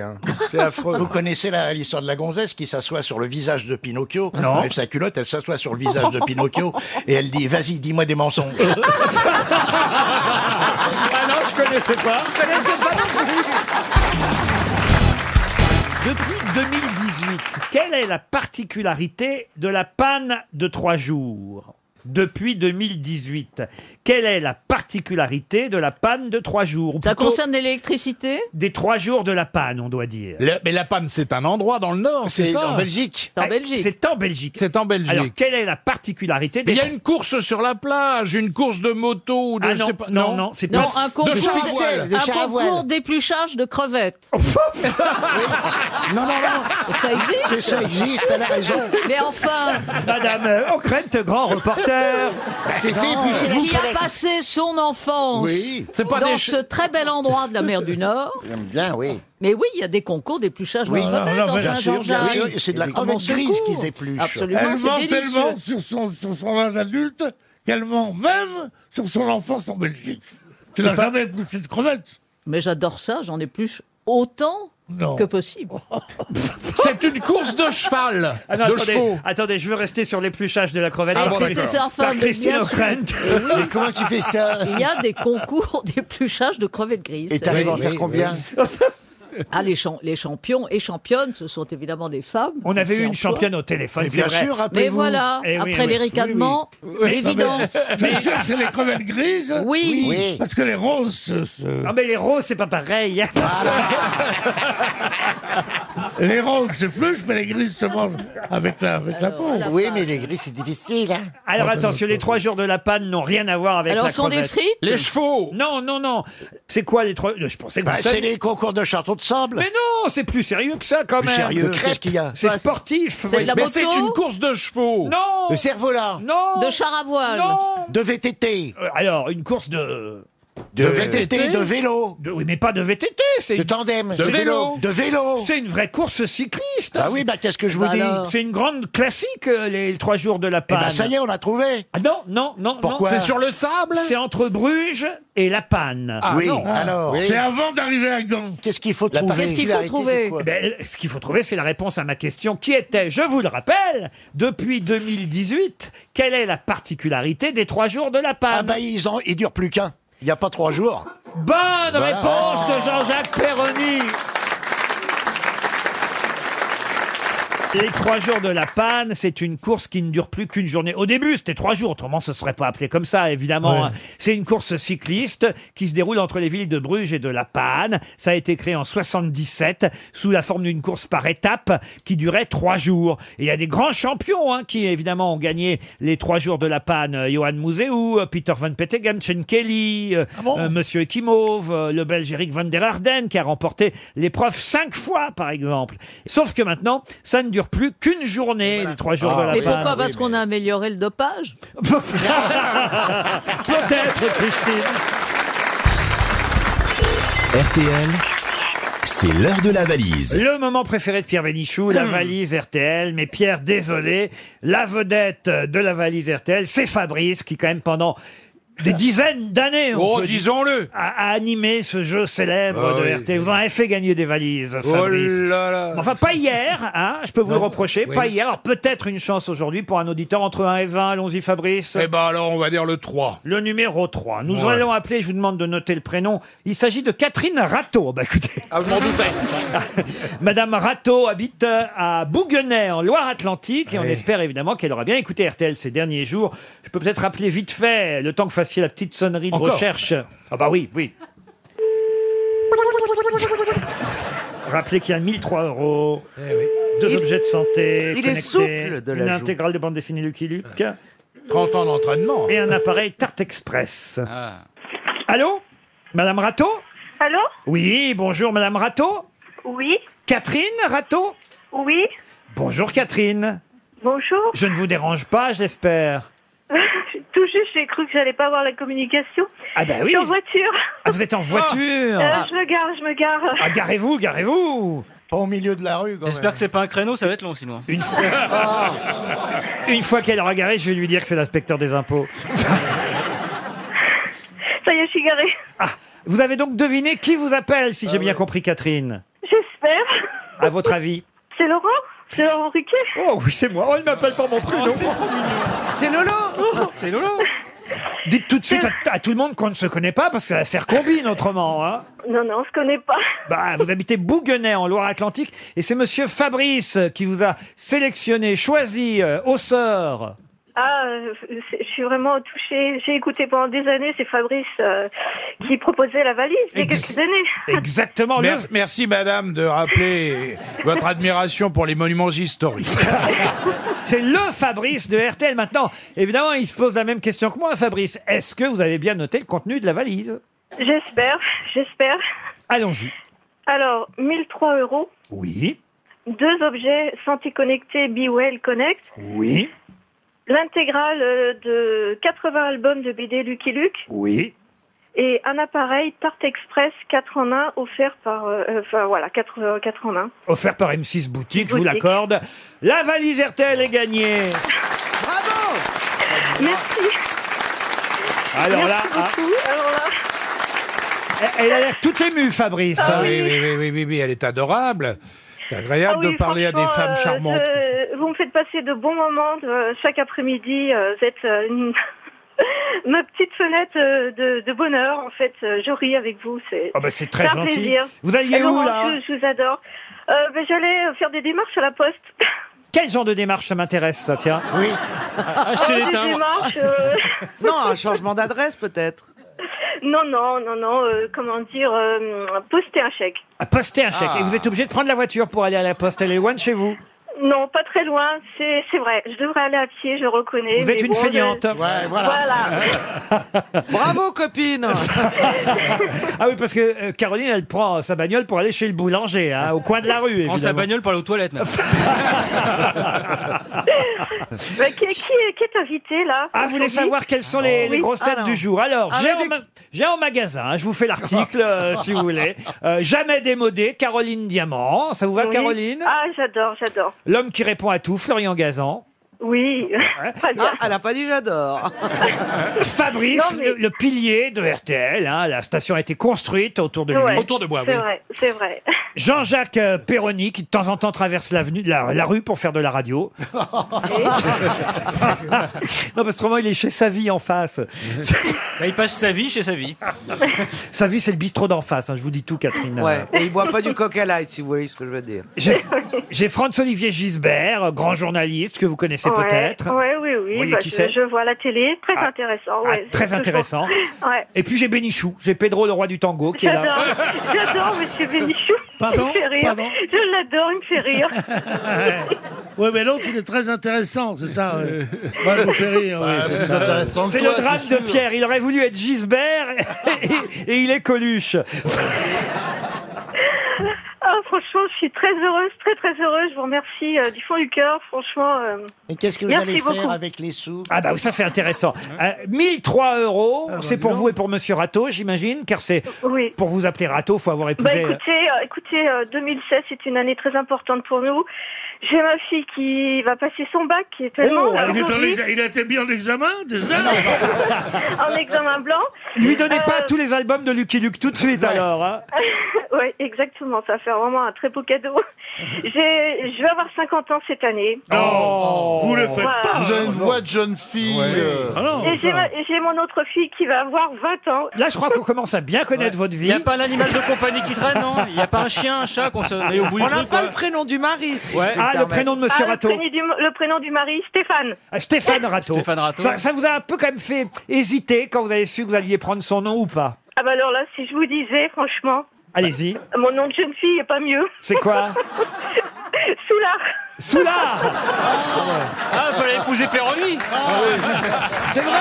Speaker 33: hein.
Speaker 34: C'est affreux. Vous connaissez la- l'histoire de la gonzesse qui s'assoit sur le visage de Pinocchio.
Speaker 1: Non.
Speaker 34: Elle enlève sa culotte, elle s'assoit sur le visage de Pinocchio et elle dit Vas-y, dis-moi des mensonges.
Speaker 1: Ah non, je connaissais pas.
Speaker 5: Je connaissais pas non plus.
Speaker 1: Depuis 2018, quelle est la particularité de la panne de trois jours Depuis 2018, quelle est la particularité de la panne de trois jours Ou
Speaker 3: Ça
Speaker 1: plutôt
Speaker 3: concerne l'électricité
Speaker 1: des trois jours de la panne, on doit dire.
Speaker 21: mais la panne, c'est un endroit dans le Nord, c'est ça
Speaker 1: C'est en Belgique. C'est en Belgique.
Speaker 21: C'est en Belgique.
Speaker 1: Alors, quelle est la particularité des
Speaker 21: Mais il y a une course sur la plage, une course de moto ou de.
Speaker 1: Ah
Speaker 21: je
Speaker 1: non,
Speaker 21: sais pas-
Speaker 1: non, non, c'est
Speaker 21: De
Speaker 1: pas-
Speaker 3: Non, un concours,
Speaker 21: char à voile.
Speaker 3: un concours d'épluchage de crevettes.
Speaker 1: Oh,
Speaker 34: Non, non, non.
Speaker 3: Oh, Ça existe
Speaker 34: Ça existe, elle a raison.
Speaker 3: Mais enfin
Speaker 1: Madame euh, Ockrent, grand reporter
Speaker 34: C'est fait,
Speaker 3: Non,
Speaker 34: puis c'est vous
Speaker 3: qui
Speaker 34: qui avez-
Speaker 3: a passé son enfance
Speaker 34: Oui. C'est pas
Speaker 3: dans
Speaker 34: des ch-
Speaker 3: ce très bel endroit de la mer du Nord.
Speaker 34: J'aime bien, oui.
Speaker 3: Mais oui, il y a des concours d'épluchage
Speaker 34: Oui,
Speaker 3: de
Speaker 34: non,
Speaker 3: crevettes,
Speaker 34: non, mais
Speaker 3: enfin,
Speaker 34: bien sûr,
Speaker 3: Jean-Jacques.
Speaker 34: bien sûr, c'est de la
Speaker 3: Ah,
Speaker 34: crevette
Speaker 3: bon, c'est
Speaker 34: grise
Speaker 3: cool.
Speaker 34: qu'ils épluchent.
Speaker 3: Absolument,
Speaker 17: Elle ment
Speaker 3: c'est délicieux.
Speaker 17: tellement sur son, sur son âge adulte qu'elle ment même sur son enfance en Belgique. Tu
Speaker 3: C'est
Speaker 17: n'as
Speaker 3: pas-
Speaker 17: jamais épluché de crevettes
Speaker 3: Mais j'adore ça, j'en épluche autant
Speaker 17: Non.
Speaker 3: que possible.
Speaker 1: C'est une course de cheval.
Speaker 3: de
Speaker 1: Ah attendez,
Speaker 3: chevaux.
Speaker 1: attendez, je veux rester sur l'épluchage de la crevette.
Speaker 3: Ah
Speaker 1: par-
Speaker 3: bon, C'était
Speaker 1: par
Speaker 3: ça, enfin, mais
Speaker 1: Christine
Speaker 3: bien sûr.
Speaker 1: O'Krent.
Speaker 3: Et oui. Il y a des concours d'épluchage de crevettes grises.
Speaker 1: Et t'arrives à en Oui, faire oui, combien
Speaker 3: Ah, les, cham- les champions et championnes, ce sont évidemment des femmes.
Speaker 1: On avait
Speaker 3: Qui
Speaker 1: eu une
Speaker 3: s'y
Speaker 1: championne
Speaker 3: emploient.
Speaker 1: au téléphone,
Speaker 3: Mais
Speaker 1: c'est
Speaker 3: bien
Speaker 1: vrai. Eh
Speaker 3: sûr, rappelez-vous. Mais voilà, après les ricanements, l'évidence.
Speaker 17: Bien sûr, c'est les crevettes grises.
Speaker 3: Oui.
Speaker 17: Parce que les roses se- se-
Speaker 35: Ah,
Speaker 1: Non Ah, mais les roses, c'est pas pareil.
Speaker 17: les roses s'épluchent, mais les grises se mangent avec la, avec la peau.
Speaker 1: Oui, mais les gris, c'est difficile.
Speaker 34: hein.
Speaker 1: Alors attention, les trois jours de la panne n'ont rien à voir avec
Speaker 3: Alors,
Speaker 1: la
Speaker 3: ce sont des
Speaker 1: crevette.
Speaker 3: frites
Speaker 1: Les chevaux Non, non, non. C'est quoi les trois... Je pensais que
Speaker 34: Bah,
Speaker 1: vous
Speaker 34: c'est
Speaker 1: saviez.
Speaker 34: les concours de château de sable.
Speaker 1: Mais non, c'est plus sérieux que ça quand
Speaker 34: Plus
Speaker 1: même.
Speaker 34: sérieux,
Speaker 1: Le crêpe.
Speaker 34: qu'est-ce qu'il y a
Speaker 1: C'est
Speaker 34: Ouais,
Speaker 1: sportif.
Speaker 34: c'est de la Mais moto c'est une
Speaker 1: course de chevaux. Non.
Speaker 34: Le cerf-volant.
Speaker 1: Non.
Speaker 3: De char à voile.
Speaker 1: Non.
Speaker 34: De VTT.
Speaker 1: Euh, Alors une course de.
Speaker 34: De VTT, de vélo.
Speaker 1: De- oui, mais pas de VTT, c'est
Speaker 34: De
Speaker 1: une-
Speaker 34: tandem.
Speaker 1: c'est-
Speaker 34: De vélo. De vélo.
Speaker 1: C'est une vraie course cycliste.
Speaker 34: Ah oui, bah, qu'est-ce que je vous
Speaker 1: Bah
Speaker 34: dis
Speaker 1: alors. C'est une grande classique, euh, les, les trois jours de la
Speaker 34: Eh
Speaker 1: panne.
Speaker 34: ben, ça y est, on a trouvé.
Speaker 1: Ah non, non, non.
Speaker 34: Pourquoi
Speaker 1: non.
Speaker 34: le
Speaker 4: sable
Speaker 1: C'est entre Bruges et La Panne.
Speaker 34: Ah, Oui, non. alors. Oui.
Speaker 17: C'est avant d'arriver à Gand.
Speaker 34: Qu'est-ce qu'il faut trouver
Speaker 1: Eh ben, Ce qu'il faut trouver, c'est la réponse à ma question qui était, je vous le rappelle, depuis 2018, quelle est la particularité des trois jours de la panne
Speaker 34: Ah bah ils en, ils durent plus qu'un. Il n'y a pas trois jours.
Speaker 1: Bonne
Speaker 34: Voilà.
Speaker 1: réponse de Jean-Jacques Perroni Les trois jours de la panne, c'est une course qui ne dure plus qu'une journée. Au début, c'était trois jours, autrement ce ne serait pas appelé comme ça, évidemment.
Speaker 21: Ouais.
Speaker 1: hein. C'est une course cycliste qui se déroule entre les villes de Bruges et de La Panne. Ça a été créé en 77 sous la forme d'une course par étapes qui durait trois jours. Et il y a des grands champions hein, qui, évidemment, ont gagné les trois jours de La Panne. Euh, Johan Mouzéou, euh, Peter Van Peteghem, Chen Kelly, euh,
Speaker 3: Ah
Speaker 1: euh, Monsieur Ekimov, euh, le Belge Eric Van der Harden qui a remporté l'épreuve cinq fois, par exemple. Sauf que maintenant, ça ne dure plus qu'une journée, les trois jours de La
Speaker 3: Ah, Mais
Speaker 1: Panne.
Speaker 3: pourquoi Parce qu'on a amélioré le dopage
Speaker 1: Peut-être, Christine.
Speaker 13: RTL, c'est l'heure de la valise.
Speaker 1: Le moment préféré de Pierre Bénichou,
Speaker 21: Hmm.
Speaker 1: la valise RTL. Mais Pierre, désolé, la vedette de la valise RTL, c'est Fabrice qui, quand même, pendant des dizaines d'années, on
Speaker 21: Oh,
Speaker 1: peut dire,
Speaker 21: disons-le.
Speaker 1: a, a animé ce jeu célèbre
Speaker 21: Ah
Speaker 1: de
Speaker 21: oui.
Speaker 1: RTL. Vous en avez fait gagner des valises,
Speaker 21: Oh
Speaker 1: Fabrice.
Speaker 21: là là.
Speaker 1: Enfin, pas hier, hein, je peux vous le reprocher,
Speaker 21: Oui.
Speaker 1: pas hier. Alors, peut-être une chance aujourd'hui pour un auditeur entre 1 et 20. Allons-y, Fabrice.
Speaker 21: Eh ben alors, on va dire le 3.
Speaker 1: Le numéro 3. Oh, Nous
Speaker 21: Ouais.
Speaker 1: allons appeler, je vous demande de noter le prénom. Il s'agit de Catherine Ratto. Bah écoutez.
Speaker 21: Ah,
Speaker 1: Madame Ratto habite euh, à Bouguenay, en Loire-Atlantique, et on
Speaker 21: Oui.
Speaker 1: espère évidemment qu'elle aura bien écouté RTL ces derniers jours. Je peux peut-être rappeler vite fait, le temps que vous fassiez la petite sonnerie de
Speaker 21: Encore
Speaker 1: recherche. Ah bah oui, oui. Rappelez qu'il y a 1003 euros, deux
Speaker 21: Eh Il-
Speaker 1: objets de santé,
Speaker 21: il est
Speaker 1: connectés,
Speaker 21: souple de la
Speaker 1: une
Speaker 21: joue.
Speaker 1: intégrale de bande dessinée Lucky Luke
Speaker 21: 30 ans d'entraînement.
Speaker 1: et un appareil Tarte Express. Ah. Allô Madame Ratto
Speaker 18: Allô
Speaker 1: Oui, bonjour Madame Ratto
Speaker 18: Oui
Speaker 1: Catherine Ratto
Speaker 18: Oui
Speaker 1: Bonjour Catherine.
Speaker 18: Bonjour
Speaker 1: Je ne vous dérange pas, j'espère.
Speaker 18: Tout juste, j'ai cru que j'allais pas avoir la communication.
Speaker 1: Ah bah
Speaker 18: Je
Speaker 1: oui.
Speaker 18: suis Ben en voiture Oh.
Speaker 1: Ah, vous êtes en voiture.
Speaker 18: Euh, Je me gare, je me gare.
Speaker 1: Ah, garez-vous, garez-vous.
Speaker 34: Pas au milieu de la rue, quand
Speaker 36: J'espère que c'est pas un créneau, ça va être long sinon.
Speaker 1: Une fois. Une fois qu'elle aura garé, je vais lui dire que c'est l'inspecteur des impôts.
Speaker 18: Ça y est, je suis garée.
Speaker 1: Ah, Vous avez donc deviné qui vous appelle, si j'ai bien compris, Catherine.
Speaker 18: J'espère.
Speaker 1: À votre avis
Speaker 18: C'est Laurent C'est Laurent Riquet
Speaker 1: Oh oui, c'est moi. Oh, il m'appelle pas mon prénom. Oh.
Speaker 18: C'est Lolo
Speaker 36: C'est Lolo
Speaker 1: Dites tout de suite à, à tout le monde qu'on ne se connaît pas, parce que ça va faire combine autrement. Hein.
Speaker 18: Non, non, on se connaît pas.
Speaker 1: Bah, vous habitez Bouguenais, en Loire-Atlantique, et c'est Monsieur Fabrice qui vous a sélectionné, choisi euh, au sort.
Speaker 18: Ah, euh, c'est- je suis vraiment touchée. J'ai écouté pendant des années, c'est Fabrice euh, qui proposait la valise il y a quelques années.
Speaker 1: Exactement.
Speaker 18: le-
Speaker 14: Merci, madame de rappeler votre admiration pour les monuments historiques.
Speaker 1: C'est le Fabrice de RTL maintenant. Évidemment, il se pose la même question que moi, Fabrice. Est-ce que vous avez bien noté le contenu de la valise
Speaker 18: J'espère, j'espère.
Speaker 1: Allons-y.
Speaker 18: Alors, 1003 euros,
Speaker 1: Oui,
Speaker 18: deux objets Santé Connecté BeWell Connect,
Speaker 1: oui,
Speaker 18: l'intégrale euh, de 80 albums de BD Lucky Luke
Speaker 1: oui.
Speaker 18: et un appareil Tarte Express 4 en 1 offert par... euh, euh, Enfin voilà, 4, en 1.
Speaker 1: Offert par M6 Boutique, je vous
Speaker 18: Boutique.
Speaker 1: l'accorde. La valise RTL est gagnée.
Speaker 18: Bravo Merci
Speaker 1: Alors là,
Speaker 18: Merci beaucoup. Alors là,
Speaker 1: ah, elle a l'air tout émue, Fabrice. hein.
Speaker 14: Ah oui, oui, oui, oui, oui, oui, elle est adorable. C'est agréable
Speaker 18: ah oui,
Speaker 14: de parler à des
Speaker 18: franchement,
Speaker 14: femmes
Speaker 18: euh,
Speaker 14: charmantes.
Speaker 18: je- vous me faites passer de bons moments de- chaque après-midi. euh, vous êtes euh, une- ma petite fenêtre euh, de, de bonheur. En fait, euh, je ris avec vous. C'est
Speaker 1: Ah bah, c'est très
Speaker 18: un
Speaker 1: gentil.
Speaker 18: plaisir.
Speaker 1: Vous alliez
Speaker 18: Et
Speaker 1: où,
Speaker 18: Laurent,
Speaker 1: là
Speaker 18: je, je vous adore. Euh, ben, J'allais faire des démarches à la poste.
Speaker 1: Quel genre de démarche ça m'intéresse, ça, tiens Oui. Ah,
Speaker 18: Oh, des démarches, euh,
Speaker 5: Non, un changement d'adresse peut-être.
Speaker 18: Non, non, non, non. euh, comment dire euh, Poster un chèque.
Speaker 1: Poster un chèque.
Speaker 18: Ah.
Speaker 1: Et vous êtes obligé de prendre la voiture pour aller à la poste. Elle est loin de chez vous.
Speaker 18: Non, pas très loin, c'est c'est vrai. Je devrais aller à pied, je le reconnais.
Speaker 1: Vous êtes
Speaker 18: mais
Speaker 1: une
Speaker 18: bon,
Speaker 1: feignante.
Speaker 18: je-
Speaker 1: Ouais, voilà.
Speaker 18: voilà.
Speaker 5: Bravo copine
Speaker 1: Ah oui, parce que euh, Caroline, elle prend sa bagnole pour aller chez le boulanger, hein, au coin de la rue.
Speaker 36: Prends sa
Speaker 1: évidemment.
Speaker 36: bagnole pour aller aux toilettes. même.
Speaker 18: Bah, qui, qui est, qui est invité là
Speaker 1: Ah, vous voulez
Speaker 18: aujourd'hui
Speaker 1: savoir quelles sont les, les
Speaker 18: Oui.
Speaker 1: grosses têtes
Speaker 18: Ah, non.
Speaker 1: du jour Alors,
Speaker 18: Ah,
Speaker 1: j'ai
Speaker 18: mais
Speaker 1: en, ma- j'ai en magasin, hein, je vous fais l'article euh, si vous voulez. Euh, jamais démodé, Caroline Diamant. Ça vous va,
Speaker 18: Oui.
Speaker 1: Caroline
Speaker 18: Ah, j'adore, j'adore.
Speaker 1: L'homme qui répond à tout, Florian Gazan.
Speaker 18: Oui. Très bien.
Speaker 5: Ah, Elle a pas dit j'adore.
Speaker 1: Euh, Fabrice,
Speaker 18: Non, mais-
Speaker 1: le, le pilier de RTL. hein, la station a été construite autour de lui.
Speaker 18: Ouais. C'est vrai, c'est vrai.
Speaker 1: Jean-Jacques euh, Perroni, qui de temps en temps traverse l'avenue, la, la rue pour faire de la radio. non, parce qu'autrement, il est chez sa vie en face.
Speaker 36: Bah, il passe sa vie chez sa vie.
Speaker 1: sa vie, c'est le bistrot d'en face. hein, je vous dis tout, Catherine. Euh,
Speaker 5: Ouais, et il boit pas du coca light si vous voyez ce que je veux dire.
Speaker 1: J'ai- J'ai Franz-Olivier Gisbert, euh, grand journaliste que vous connaissez
Speaker 18: Ouais,
Speaker 1: peut-être.
Speaker 18: ouais, oui,
Speaker 1: Vous
Speaker 18: oui.
Speaker 1: voyez
Speaker 18: bah,
Speaker 1: qui
Speaker 18: je,
Speaker 1: c'est
Speaker 18: je vois la télé, très
Speaker 1: Ah.
Speaker 18: intéressant.
Speaker 1: Ah,
Speaker 18: ouais, c'est
Speaker 1: très
Speaker 18: toujours-
Speaker 1: intéressant.
Speaker 18: Ouais.
Speaker 1: Et puis j'ai Bénichou, j'ai Pedro le roi du tango qui est
Speaker 18: J'adore,
Speaker 1: là.
Speaker 18: j'adore Monsieur Bénichou. il
Speaker 35: Pardon
Speaker 18: me fait rire.
Speaker 35: Pardon
Speaker 18: Je l'adore, il me fait rire.
Speaker 35: Ouais, mais l'autre, il est très intéressant, c'est ça.
Speaker 17: Euh.
Speaker 35: ouais. Moi, je vous fais rire. oui, c'est
Speaker 1: Ouais,
Speaker 35: ça.
Speaker 1: C'est le drame de Pierre. Il aurait voulu être Gisbert et, et il est Coluche.
Speaker 18: Ah, franchement, je suis très heureuse, très très heureuse. Je vous remercie euh, du fond du cœur, franchement. euh,
Speaker 34: Et qu'est-ce que vous
Speaker 18: Merci
Speaker 34: allez faire
Speaker 18: beaucoup.
Speaker 34: avec les sous
Speaker 1: Ah bah ça c'est intéressant. Euh, 1003 euros, c'est pour
Speaker 34: donc.
Speaker 1: vous et pour Monsieur Rato, j'imagine, car c'est
Speaker 18: Oui.
Speaker 1: pour vous appeler Rato, faut avoir
Speaker 18: Bah
Speaker 1: épousé.
Speaker 18: écoutez, euh, écoutez, euh, 2016 c'est une année très importante pour nous. J'ai ma fille qui va passer son bac, qui est
Speaker 5: Oh,
Speaker 18: tellement là,
Speaker 35: il, est en
Speaker 18: aujourd'hui,
Speaker 35: exa- il a été mis en examen, déjà
Speaker 18: en examen blanc.
Speaker 1: Lui donnez pas
Speaker 18: Euh.
Speaker 1: tous les albums de Lucky Luke tout de suite alors. hein.
Speaker 18: oui, exactement. Ça fait vraiment un très beau cadeau. J'ai, je vais avoir 50 ans cette année.
Speaker 5: Ah,
Speaker 35: Non Oh. Vous le faites
Speaker 18: Voilà.
Speaker 35: pas
Speaker 18: Oh.
Speaker 35: Ah
Speaker 18: Vous avez
Speaker 35: une voix de jeune fille
Speaker 5: ah
Speaker 18: et j'ai, ma- et j'ai mon autre fille qui va avoir 20 ans.
Speaker 1: Là je crois qu'on commence à bien connaître votre vie.
Speaker 36: Il n'y a pas un animal de compagnie qui traîne, non Il n'y a pas un chien, un chat qu'on se. aille au bout du
Speaker 5: On n'a
Speaker 36: truc,
Speaker 5: pas
Speaker 36: quoi.
Speaker 5: le prénom du mari. si
Speaker 36: Ouais.
Speaker 5: je peux me
Speaker 1: Ah, le
Speaker 5: permettre.
Speaker 1: prénom de Monsieur
Speaker 18: Ah, le
Speaker 1: Rato.
Speaker 18: prénom du- le prénom du mari, Stéphane.
Speaker 1: Ah, Stéphane Rato.
Speaker 36: Stéphane Rato.
Speaker 1: Ça, ça vous a un peu quand même fait hésiter quand vous avez su que vous alliez prendre son nom ou pas.
Speaker 18: Ah bah alors là, si je vous disais, franchement, Euh,
Speaker 1: Allez-y.
Speaker 18: mon nom de jeune fille est pas mieux.
Speaker 1: C'est quoi
Speaker 18: Soulard.
Speaker 1: Soulard Ah
Speaker 36: Ah, fallait épouser Perroni
Speaker 5: C'est vrai.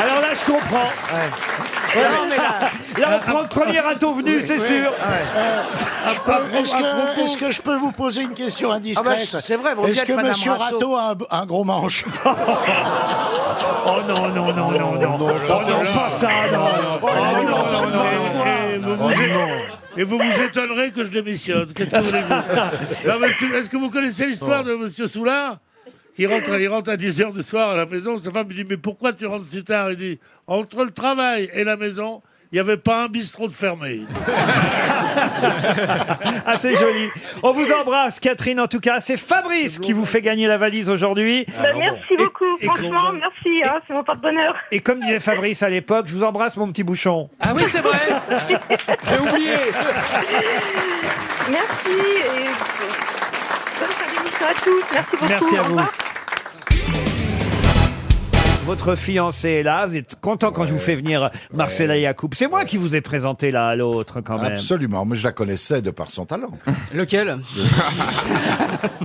Speaker 1: Alors là, je comprends.
Speaker 5: Non, mais là-
Speaker 1: Là, on prend le premier raton venu, c'est sûr.
Speaker 34: Euh, Est-ce que, est-ce que je peux vous poser une question indiscrète
Speaker 5: Ah bah, c'est vrai, vous
Speaker 34: Est-ce
Speaker 5: êtes
Speaker 34: que
Speaker 5: Madame
Speaker 34: Monsieur Rato a un, un gros manche
Speaker 1: Oh non, non, non, non, non. Oh non, pas ça, non.
Speaker 34: Oh, là, vous l'entendez.
Speaker 17: mais Eh, vous vous êtes- Et vous vous étonnerez que je démissionne. Qu'est-ce que vous voulez que- Non, mais tu- Est-ce que vous connaissez l'histoire de M. Soulard qui rentre, il rentre à 10h du soir à la maison. Sa femme lui dit Mais pourquoi tu rentres si tard Il dit Entre le travail et la maison, il n'y avait pas un bistrot de fermé.
Speaker 1: Ah, c'est joli. On vous embrasse, Catherine, en tout cas. C'est Fabrice qui vous fait gagner la valise aujourd'hui.
Speaker 18: Bah, merci beaucoup,
Speaker 1: et-
Speaker 18: franchement, merci, hein, c'est mon porte-bonheur.
Speaker 1: Et comme disait Fabrice à l'époque, je vous embrasse, mon petit bouchon.
Speaker 18: Ah oui, c'est vrai
Speaker 1: J'ai oublié.
Speaker 18: Merci et bonne fin d'émission à tous, merci beaucoup.
Speaker 1: Merci à
Speaker 18: au
Speaker 1: vous.
Speaker 18: revoir.
Speaker 1: Votre fiancé est là. Vous êtes content quand je vous fais venir Marcella Yacoub. C'est moi qui vous ai présenté là à l'autre, quand
Speaker 36: Ah,
Speaker 1: même.
Speaker 4: Absolument, mais je la connaissais de par son talent.
Speaker 9: Lequel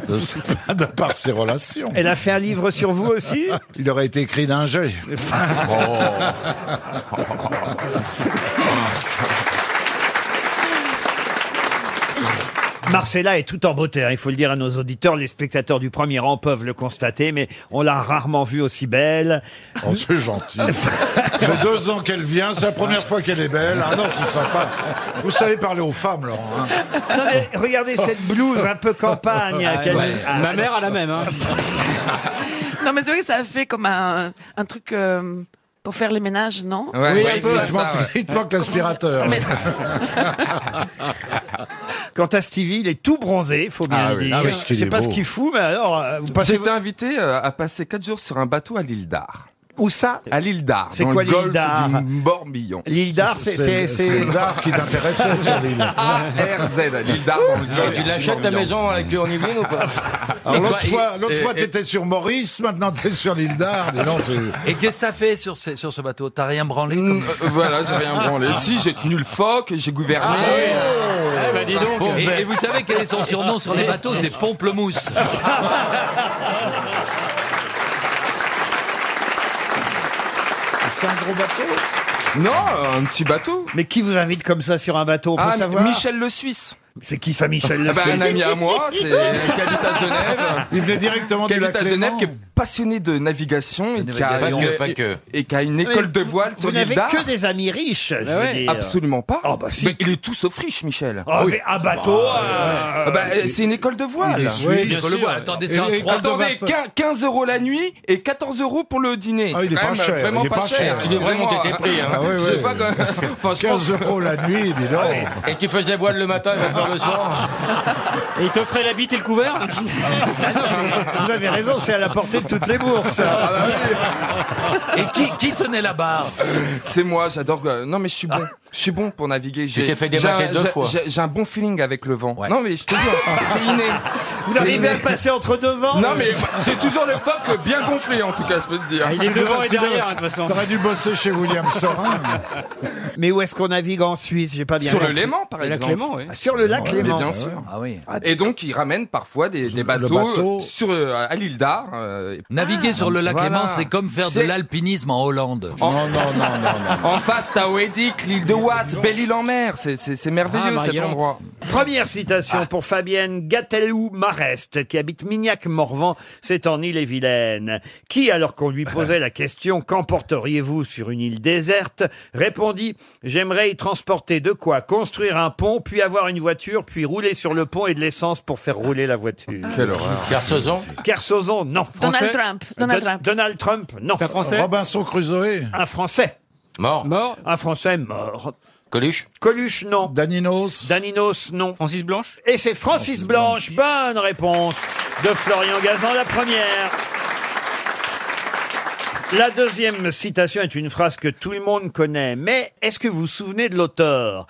Speaker 4: de, de par ses relations.
Speaker 1: Elle a fait un livre sur vous aussi
Speaker 4: Il aurait été écrit d'un Oh. jet.
Speaker 21: Oh.
Speaker 1: Marcella est tout en beauté, hein, il faut le dire à nos auditeurs. Les spectateurs du premier rang peuvent le constater, mais on l'a rarement vue aussi belle.
Speaker 4: Oh, c'est gentil. Ça fait deux ans qu'elle vient, c'est la première fois qu'elle est belle. Ah non, c'est sympa. Vous savez parler aux femmes, Laurent. hein.
Speaker 1: Non, mais regardez cette blouse un peu campagne.
Speaker 4: Ah,
Speaker 1: qu'elle-
Speaker 4: ouais.
Speaker 1: Ah,
Speaker 9: Ma mère a la même. Hein.
Speaker 13: Non, mais c'est vrai que ça a fait comme un, un truc euh, pour faire les ménages, non
Speaker 4: Oui, il te manque- il te manque l'aspirateur.
Speaker 1: Quant à Stevie, il est tout bronzé, il faut bien
Speaker 21: Ah
Speaker 1: le
Speaker 21: oui,
Speaker 1: dire.
Speaker 21: ah oui, ce
Speaker 1: je
Speaker 21: qu'il
Speaker 1: sais
Speaker 21: est
Speaker 1: pas
Speaker 21: beau.
Speaker 1: ce qu'il fout, mais alors. euh, Vous passez...
Speaker 21: J'ai été invité euh, à passer 4 jours sur un bateau à l'île d'Ar.
Speaker 1: Où ça
Speaker 21: À l'île d'Ar.
Speaker 1: C'est
Speaker 21: dans
Speaker 1: quoi
Speaker 21: le
Speaker 1: l'île
Speaker 21: golfe
Speaker 1: d'Ar
Speaker 21: du Morbihan.
Speaker 1: L'île d'Ar, c'est- C'est- c'est- c'est l'Ar qui t'intéressait sur l'île.
Speaker 21: ARZ, à l'île d'Ar dans le golfe.
Speaker 4: tu l'achètes, ta maison,
Speaker 21: avec en Yvelines ou pas
Speaker 4: Alors, l'autre fois, l'autre
Speaker 21: et-
Speaker 4: fois,
Speaker 21: et-
Speaker 4: t'étais sur Maurice, maintenant t'es sur l'île d'Arde. Et Ah non, tu-
Speaker 16: Et qu'est-ce que t'as fait sur ce, sur ce bateau T'as rien branlé comme-
Speaker 21: Euh,
Speaker 16: Ah.
Speaker 21: Voilà, j'ai rien branlé. Si, j'ai tenu le phoque, j'ai gouverné.
Speaker 16: Eh ben, dis donc. Et, et vous savez quel est son surnom sur les bateaux C'est Pomplemousse.
Speaker 21: Ah,
Speaker 4: C'est un gros bateau
Speaker 21: Non, un petit bateau.
Speaker 1: Mais qui vous invite comme ça sur un bateau on peut
Speaker 21: Ah,
Speaker 1: savoir
Speaker 21: Michel le Suisse.
Speaker 1: C'est qui ça, Michel Le
Speaker 21: Ah bah,
Speaker 1: Suisse
Speaker 21: Un ami à moi, c'est qui habite à Genève.
Speaker 4: Il venait directement
Speaker 21: Qui
Speaker 4: du
Speaker 21: habite
Speaker 4: lac
Speaker 21: à Genève,
Speaker 4: Léman.
Speaker 21: qui est passionné de navigation et qui a,
Speaker 4: navigation. Pas que, pas
Speaker 21: et-
Speaker 4: que.
Speaker 21: et qui a une école de voile
Speaker 1: Vous
Speaker 21: sur l'île
Speaker 1: n'avez
Speaker 21: d'Ar.
Speaker 1: que des amis riches, je veux dire.
Speaker 21: Absolument pas.
Speaker 1: Ah bah si.
Speaker 21: Mais il est tout sauf riche, Michel.
Speaker 1: Ah, mais un bateau, euh,
Speaker 21: Ah bah, euh, c'est une école de voile.
Speaker 1: il est suisse. Oui, bien sûr. Attendez, c'est un
Speaker 21: Et-
Speaker 1: trois-
Speaker 21: attendez,
Speaker 1: de vapeur.
Speaker 21: 15, 15 euros la nuit et 14 euros pour le dîner.
Speaker 4: Ah, il
Speaker 21: C'est
Speaker 4: est
Speaker 21: quand
Speaker 4: pas
Speaker 21: même
Speaker 4: cher, il
Speaker 21: Vraiment
Speaker 4: est
Speaker 21: pas
Speaker 4: pas
Speaker 21: cher.
Speaker 4: cher. Il est vraiment
Speaker 21: Excusez-moi,
Speaker 4: été pris, hein.
Speaker 21: Ah, oui,
Speaker 4: Je
Speaker 21: oui.
Speaker 4: sais pas quand-
Speaker 21: Enfin, je
Speaker 4: 15
Speaker 21: pense-
Speaker 4: euros la nuit, dis
Speaker 21: Ah,
Speaker 4: donc.
Speaker 21: Et tu faisais voile le matin et vapeur le soir
Speaker 9: Et il t'offrait la bite et le couvert
Speaker 21: Ah,
Speaker 1: Vous avez raison, c'est à la portée de toutes les bourses.
Speaker 21: bah Et qui, tenait la barre C'est moi, j'adore. euh, Non, mais je suis bon. Je suis bon pour naviguer. J'ai
Speaker 37: t'es fait
Speaker 21: j'ai un-
Speaker 37: débarquer deux
Speaker 21: j'ai-
Speaker 37: fois.
Speaker 21: j'ai- J'ai un bon feeling avec le vent. Non, mais je te jure, c'est inné.
Speaker 1: Vous
Speaker 21: C'est
Speaker 1: arrivez
Speaker 21: inné.
Speaker 1: à passer entre deux vents
Speaker 21: Non, mais j'ai toujours le phoque bien gonflé, en tout cas, je peux te dire.
Speaker 9: Ah,
Speaker 1: Ah,
Speaker 4: T'aurais dû bosser chez William Sorin.
Speaker 1: Mais où est-ce qu'on navigue en Suisse J'ai pas bien
Speaker 21: Sur le
Speaker 1: compris.
Speaker 21: Léman, par
Speaker 1: Le lac
Speaker 21: exemple.
Speaker 1: Léman, oui. Ah, sur le lac
Speaker 21: Ouais,
Speaker 1: Léman.
Speaker 21: mais Bien
Speaker 1: Ah
Speaker 21: sûr.
Speaker 1: ouais. Ah oui.
Speaker 21: Et donc, ils ramènent parfois des, des bateaux
Speaker 16: bateau.
Speaker 21: euh, sur, euh, à l'île d'Ar. euh, et-
Speaker 16: Naviguer sur le lac
Speaker 21: Voilà.
Speaker 16: Léman, c'est comme faire de
Speaker 21: C'est- Oh.
Speaker 16: l'alpinisme en Hollande.
Speaker 21: En- En face, t'as Oedic, l'île de Watt, Belle-Île-en-Mer. C'est- C'est c'est merveilleux
Speaker 1: Ah,
Speaker 21: cet
Speaker 1: Marie-Hélène.
Speaker 21: endroit.
Speaker 1: Première citation pour Fabienne Gatelou-Marest, qui habite Mignac-Morvan, c'est en Île-et-Vilaine, qui, alors qu'on lui posait la question « Qu'emporteriez-vous sur une île déserte ?» répondit « J'aimerais y transporter de quoi construire un pont, puis avoir une voiture, puis rouler sur le pont et de l'essence pour faire rouler la voiture. »
Speaker 21: Quelle horreur.
Speaker 4: Kersozon
Speaker 1: Kersozon, non.
Speaker 13: Donald
Speaker 1: Français
Speaker 13: Trump, Donald
Speaker 1: Don-
Speaker 13: Trump.
Speaker 1: Donald Trump, non.
Speaker 4: C'est un Français Robinson
Speaker 1: Crusoe Un Français.
Speaker 4: Mort.
Speaker 1: Mort. Un Français mort. Coluche Coluche, non.
Speaker 4: Daninos
Speaker 1: Daninos, non. Francis Blanche Et c'est Francis, Blanche. Bonne réponse de Florian Gazan, la première. La deuxième citation est une phrase que tout le monde connaît, mais est-ce que vous vous souvenez de l'auteur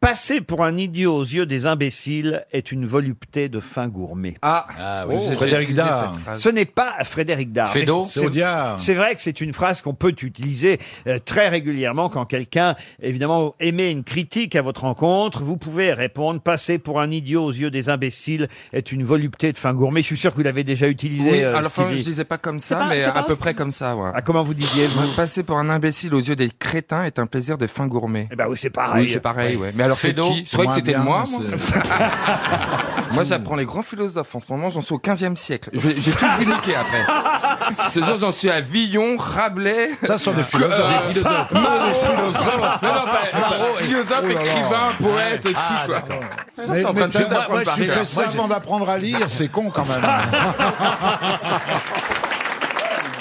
Speaker 1: Passer pour un idiot aux yeux des imbéciles est une volupté de fin gourmet.
Speaker 21: Ah,
Speaker 4: oui, Oh, j'ai- j'ai Frédéric utilisé Dard. cette phrase.
Speaker 1: Ce n'est pas Frédéric Dard.
Speaker 4: Fédot.
Speaker 1: Mais c'est-
Speaker 4: C'est Audiard.
Speaker 1: C'est vrai que c'est une phrase qu'on peut utiliser euh, très régulièrement quand quelqu'un, évidemment, émet une critique à votre rencontre. Vous pouvez répondre Passer pour un idiot aux yeux des imbéciles est une volupté de fin gourmet. Je suis sûr que vous l'avez déjà utilisé.
Speaker 21: Oui,
Speaker 1: euh,
Speaker 21: à la fin, je
Speaker 1: Stevie.
Speaker 21: disais pas comme ça,
Speaker 1: C'est pas-
Speaker 21: mais
Speaker 1: c'est
Speaker 21: à
Speaker 1: pas
Speaker 21: peu
Speaker 1: Austin.
Speaker 21: près comme ça. Ouais.
Speaker 1: Ah, comment vous disiez vous
Speaker 21: Passer pour un imbécile aux yeux des crétins est un plaisir de fin gourmet.
Speaker 1: Eh ben oui, c'est pareil.
Speaker 21: Oui, c'est pareil, ouais. Mais alors, c'est
Speaker 1: Fédot,
Speaker 21: qui Je croyais que
Speaker 1: moins
Speaker 21: c'était
Speaker 1: bien,
Speaker 21: moi,
Speaker 1: c'est-
Speaker 21: moi. moi, j'apprends les grands philosophes en ce moment, j'en suis au 15e siècle. Je vais- J'ai tout vous niquer après. Je te jure, j'en suis à Villon, Rabelais.
Speaker 14: Ça, ce sont des philosophes.
Speaker 21: Euh,
Speaker 14: Des philosophes.
Speaker 21: Marot.
Speaker 14: Des philosophes.
Speaker 21: Non, non, bah, bah,
Speaker 14: Marot et-
Speaker 21: philosophe,
Speaker 14: Oh là là.
Speaker 21: écrivain, poète, et tout,
Speaker 14: Ah,
Speaker 21: quoi.
Speaker 14: d'accord.
Speaker 21: C'est
Speaker 14: Mais,
Speaker 21: en
Speaker 14: mais
Speaker 21: train de
Speaker 14: tu,
Speaker 21: t'apprendre
Speaker 14: moi,
Speaker 21: par
Speaker 14: tu
Speaker 21: cœur.
Speaker 14: fais ça
Speaker 21: Moi, j'ai-
Speaker 14: avant d'apprendre à lire, c'est con quand même.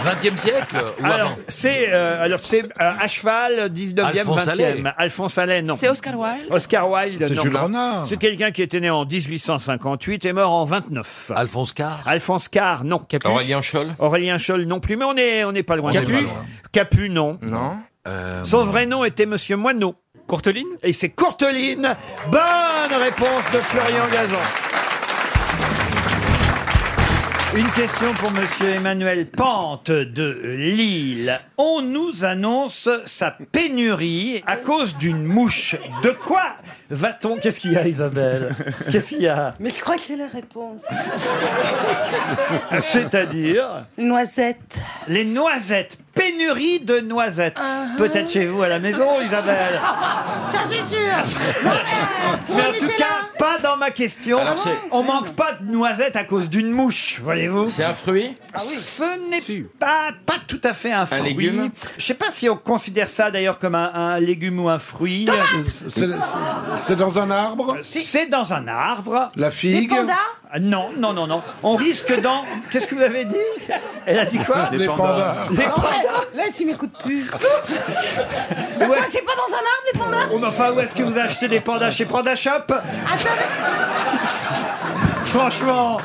Speaker 38: 20e siècle ou
Speaker 1: Alors,
Speaker 38: avant
Speaker 1: c'est euh, alors c'est euh, à cheval 19e,
Speaker 38: Alphonse
Speaker 1: 20e.
Speaker 38: Allais.
Speaker 1: Alphonse Allais, non.
Speaker 9: C'est Oscar Wilde
Speaker 1: Oscar Wilde.
Speaker 14: C'est
Speaker 1: non.
Speaker 14: Jules Renard.
Speaker 1: C'est quelqu'un qui était né en 1858 et mort en 29. Alphonse Carr. Alphonse Carr, non.
Speaker 21: Aurélien Scholl.
Speaker 1: Aurélien Scholl non plus, mais on est on n'est pas loin.
Speaker 21: Capu
Speaker 1: de ça. Capu, non.
Speaker 21: Non.
Speaker 16: Euh,
Speaker 1: Son vrai nom était Monsieur Moineau. Courteline. Et c'est Courteline. Bonne réponse de Florian Gazan. Une question pour Monsieur Emmanuel Pente de Lille. On nous annonce sa pénurie à cause d'une mouche. De quoi va-t-on Qu'est-ce qu'il y a, Isabelle Qu'est-ce qu'il y a
Speaker 7: Mais je crois que c'est la réponse.
Speaker 1: C'est-à-dire
Speaker 7: Noisette.
Speaker 1: les noisettes. Pénurie de noisettes. Peut-être chez vous à la maison, Isabelle.
Speaker 6: Ça, c'est sûr. Non, mais, euh,
Speaker 1: Mais en
Speaker 6: on
Speaker 1: tout
Speaker 6: était
Speaker 1: cas, pas dans ma question.
Speaker 6: Alors, c'est-
Speaker 1: On manque pas de noisettes à cause d'une mouche, voyez-vous. C'est un fruit Ce n'est pas, pas tout à fait un fruit.
Speaker 21: légume
Speaker 1: Je sais pas si on considère ça d'ailleurs comme un, un légume ou un fruit. C'est dans un arbre C'est dans un arbre.
Speaker 14: La figue Des pandas
Speaker 1: Ah, Non, non, non, non. On risque dans... Qu'est-ce que vous avez dit Elle a dit quoi
Speaker 14: Des pandas.
Speaker 1: Les
Speaker 7: Non,
Speaker 1: pandas.
Speaker 7: Là, là, tu m'écoutes plus. Mais
Speaker 1: Ouais.
Speaker 7: quoi, c'est pas dans un arbre, les pandas
Speaker 1: Oh, mais enfin, où est-ce que vous achetez des pandas chez Panda Shop Franchement.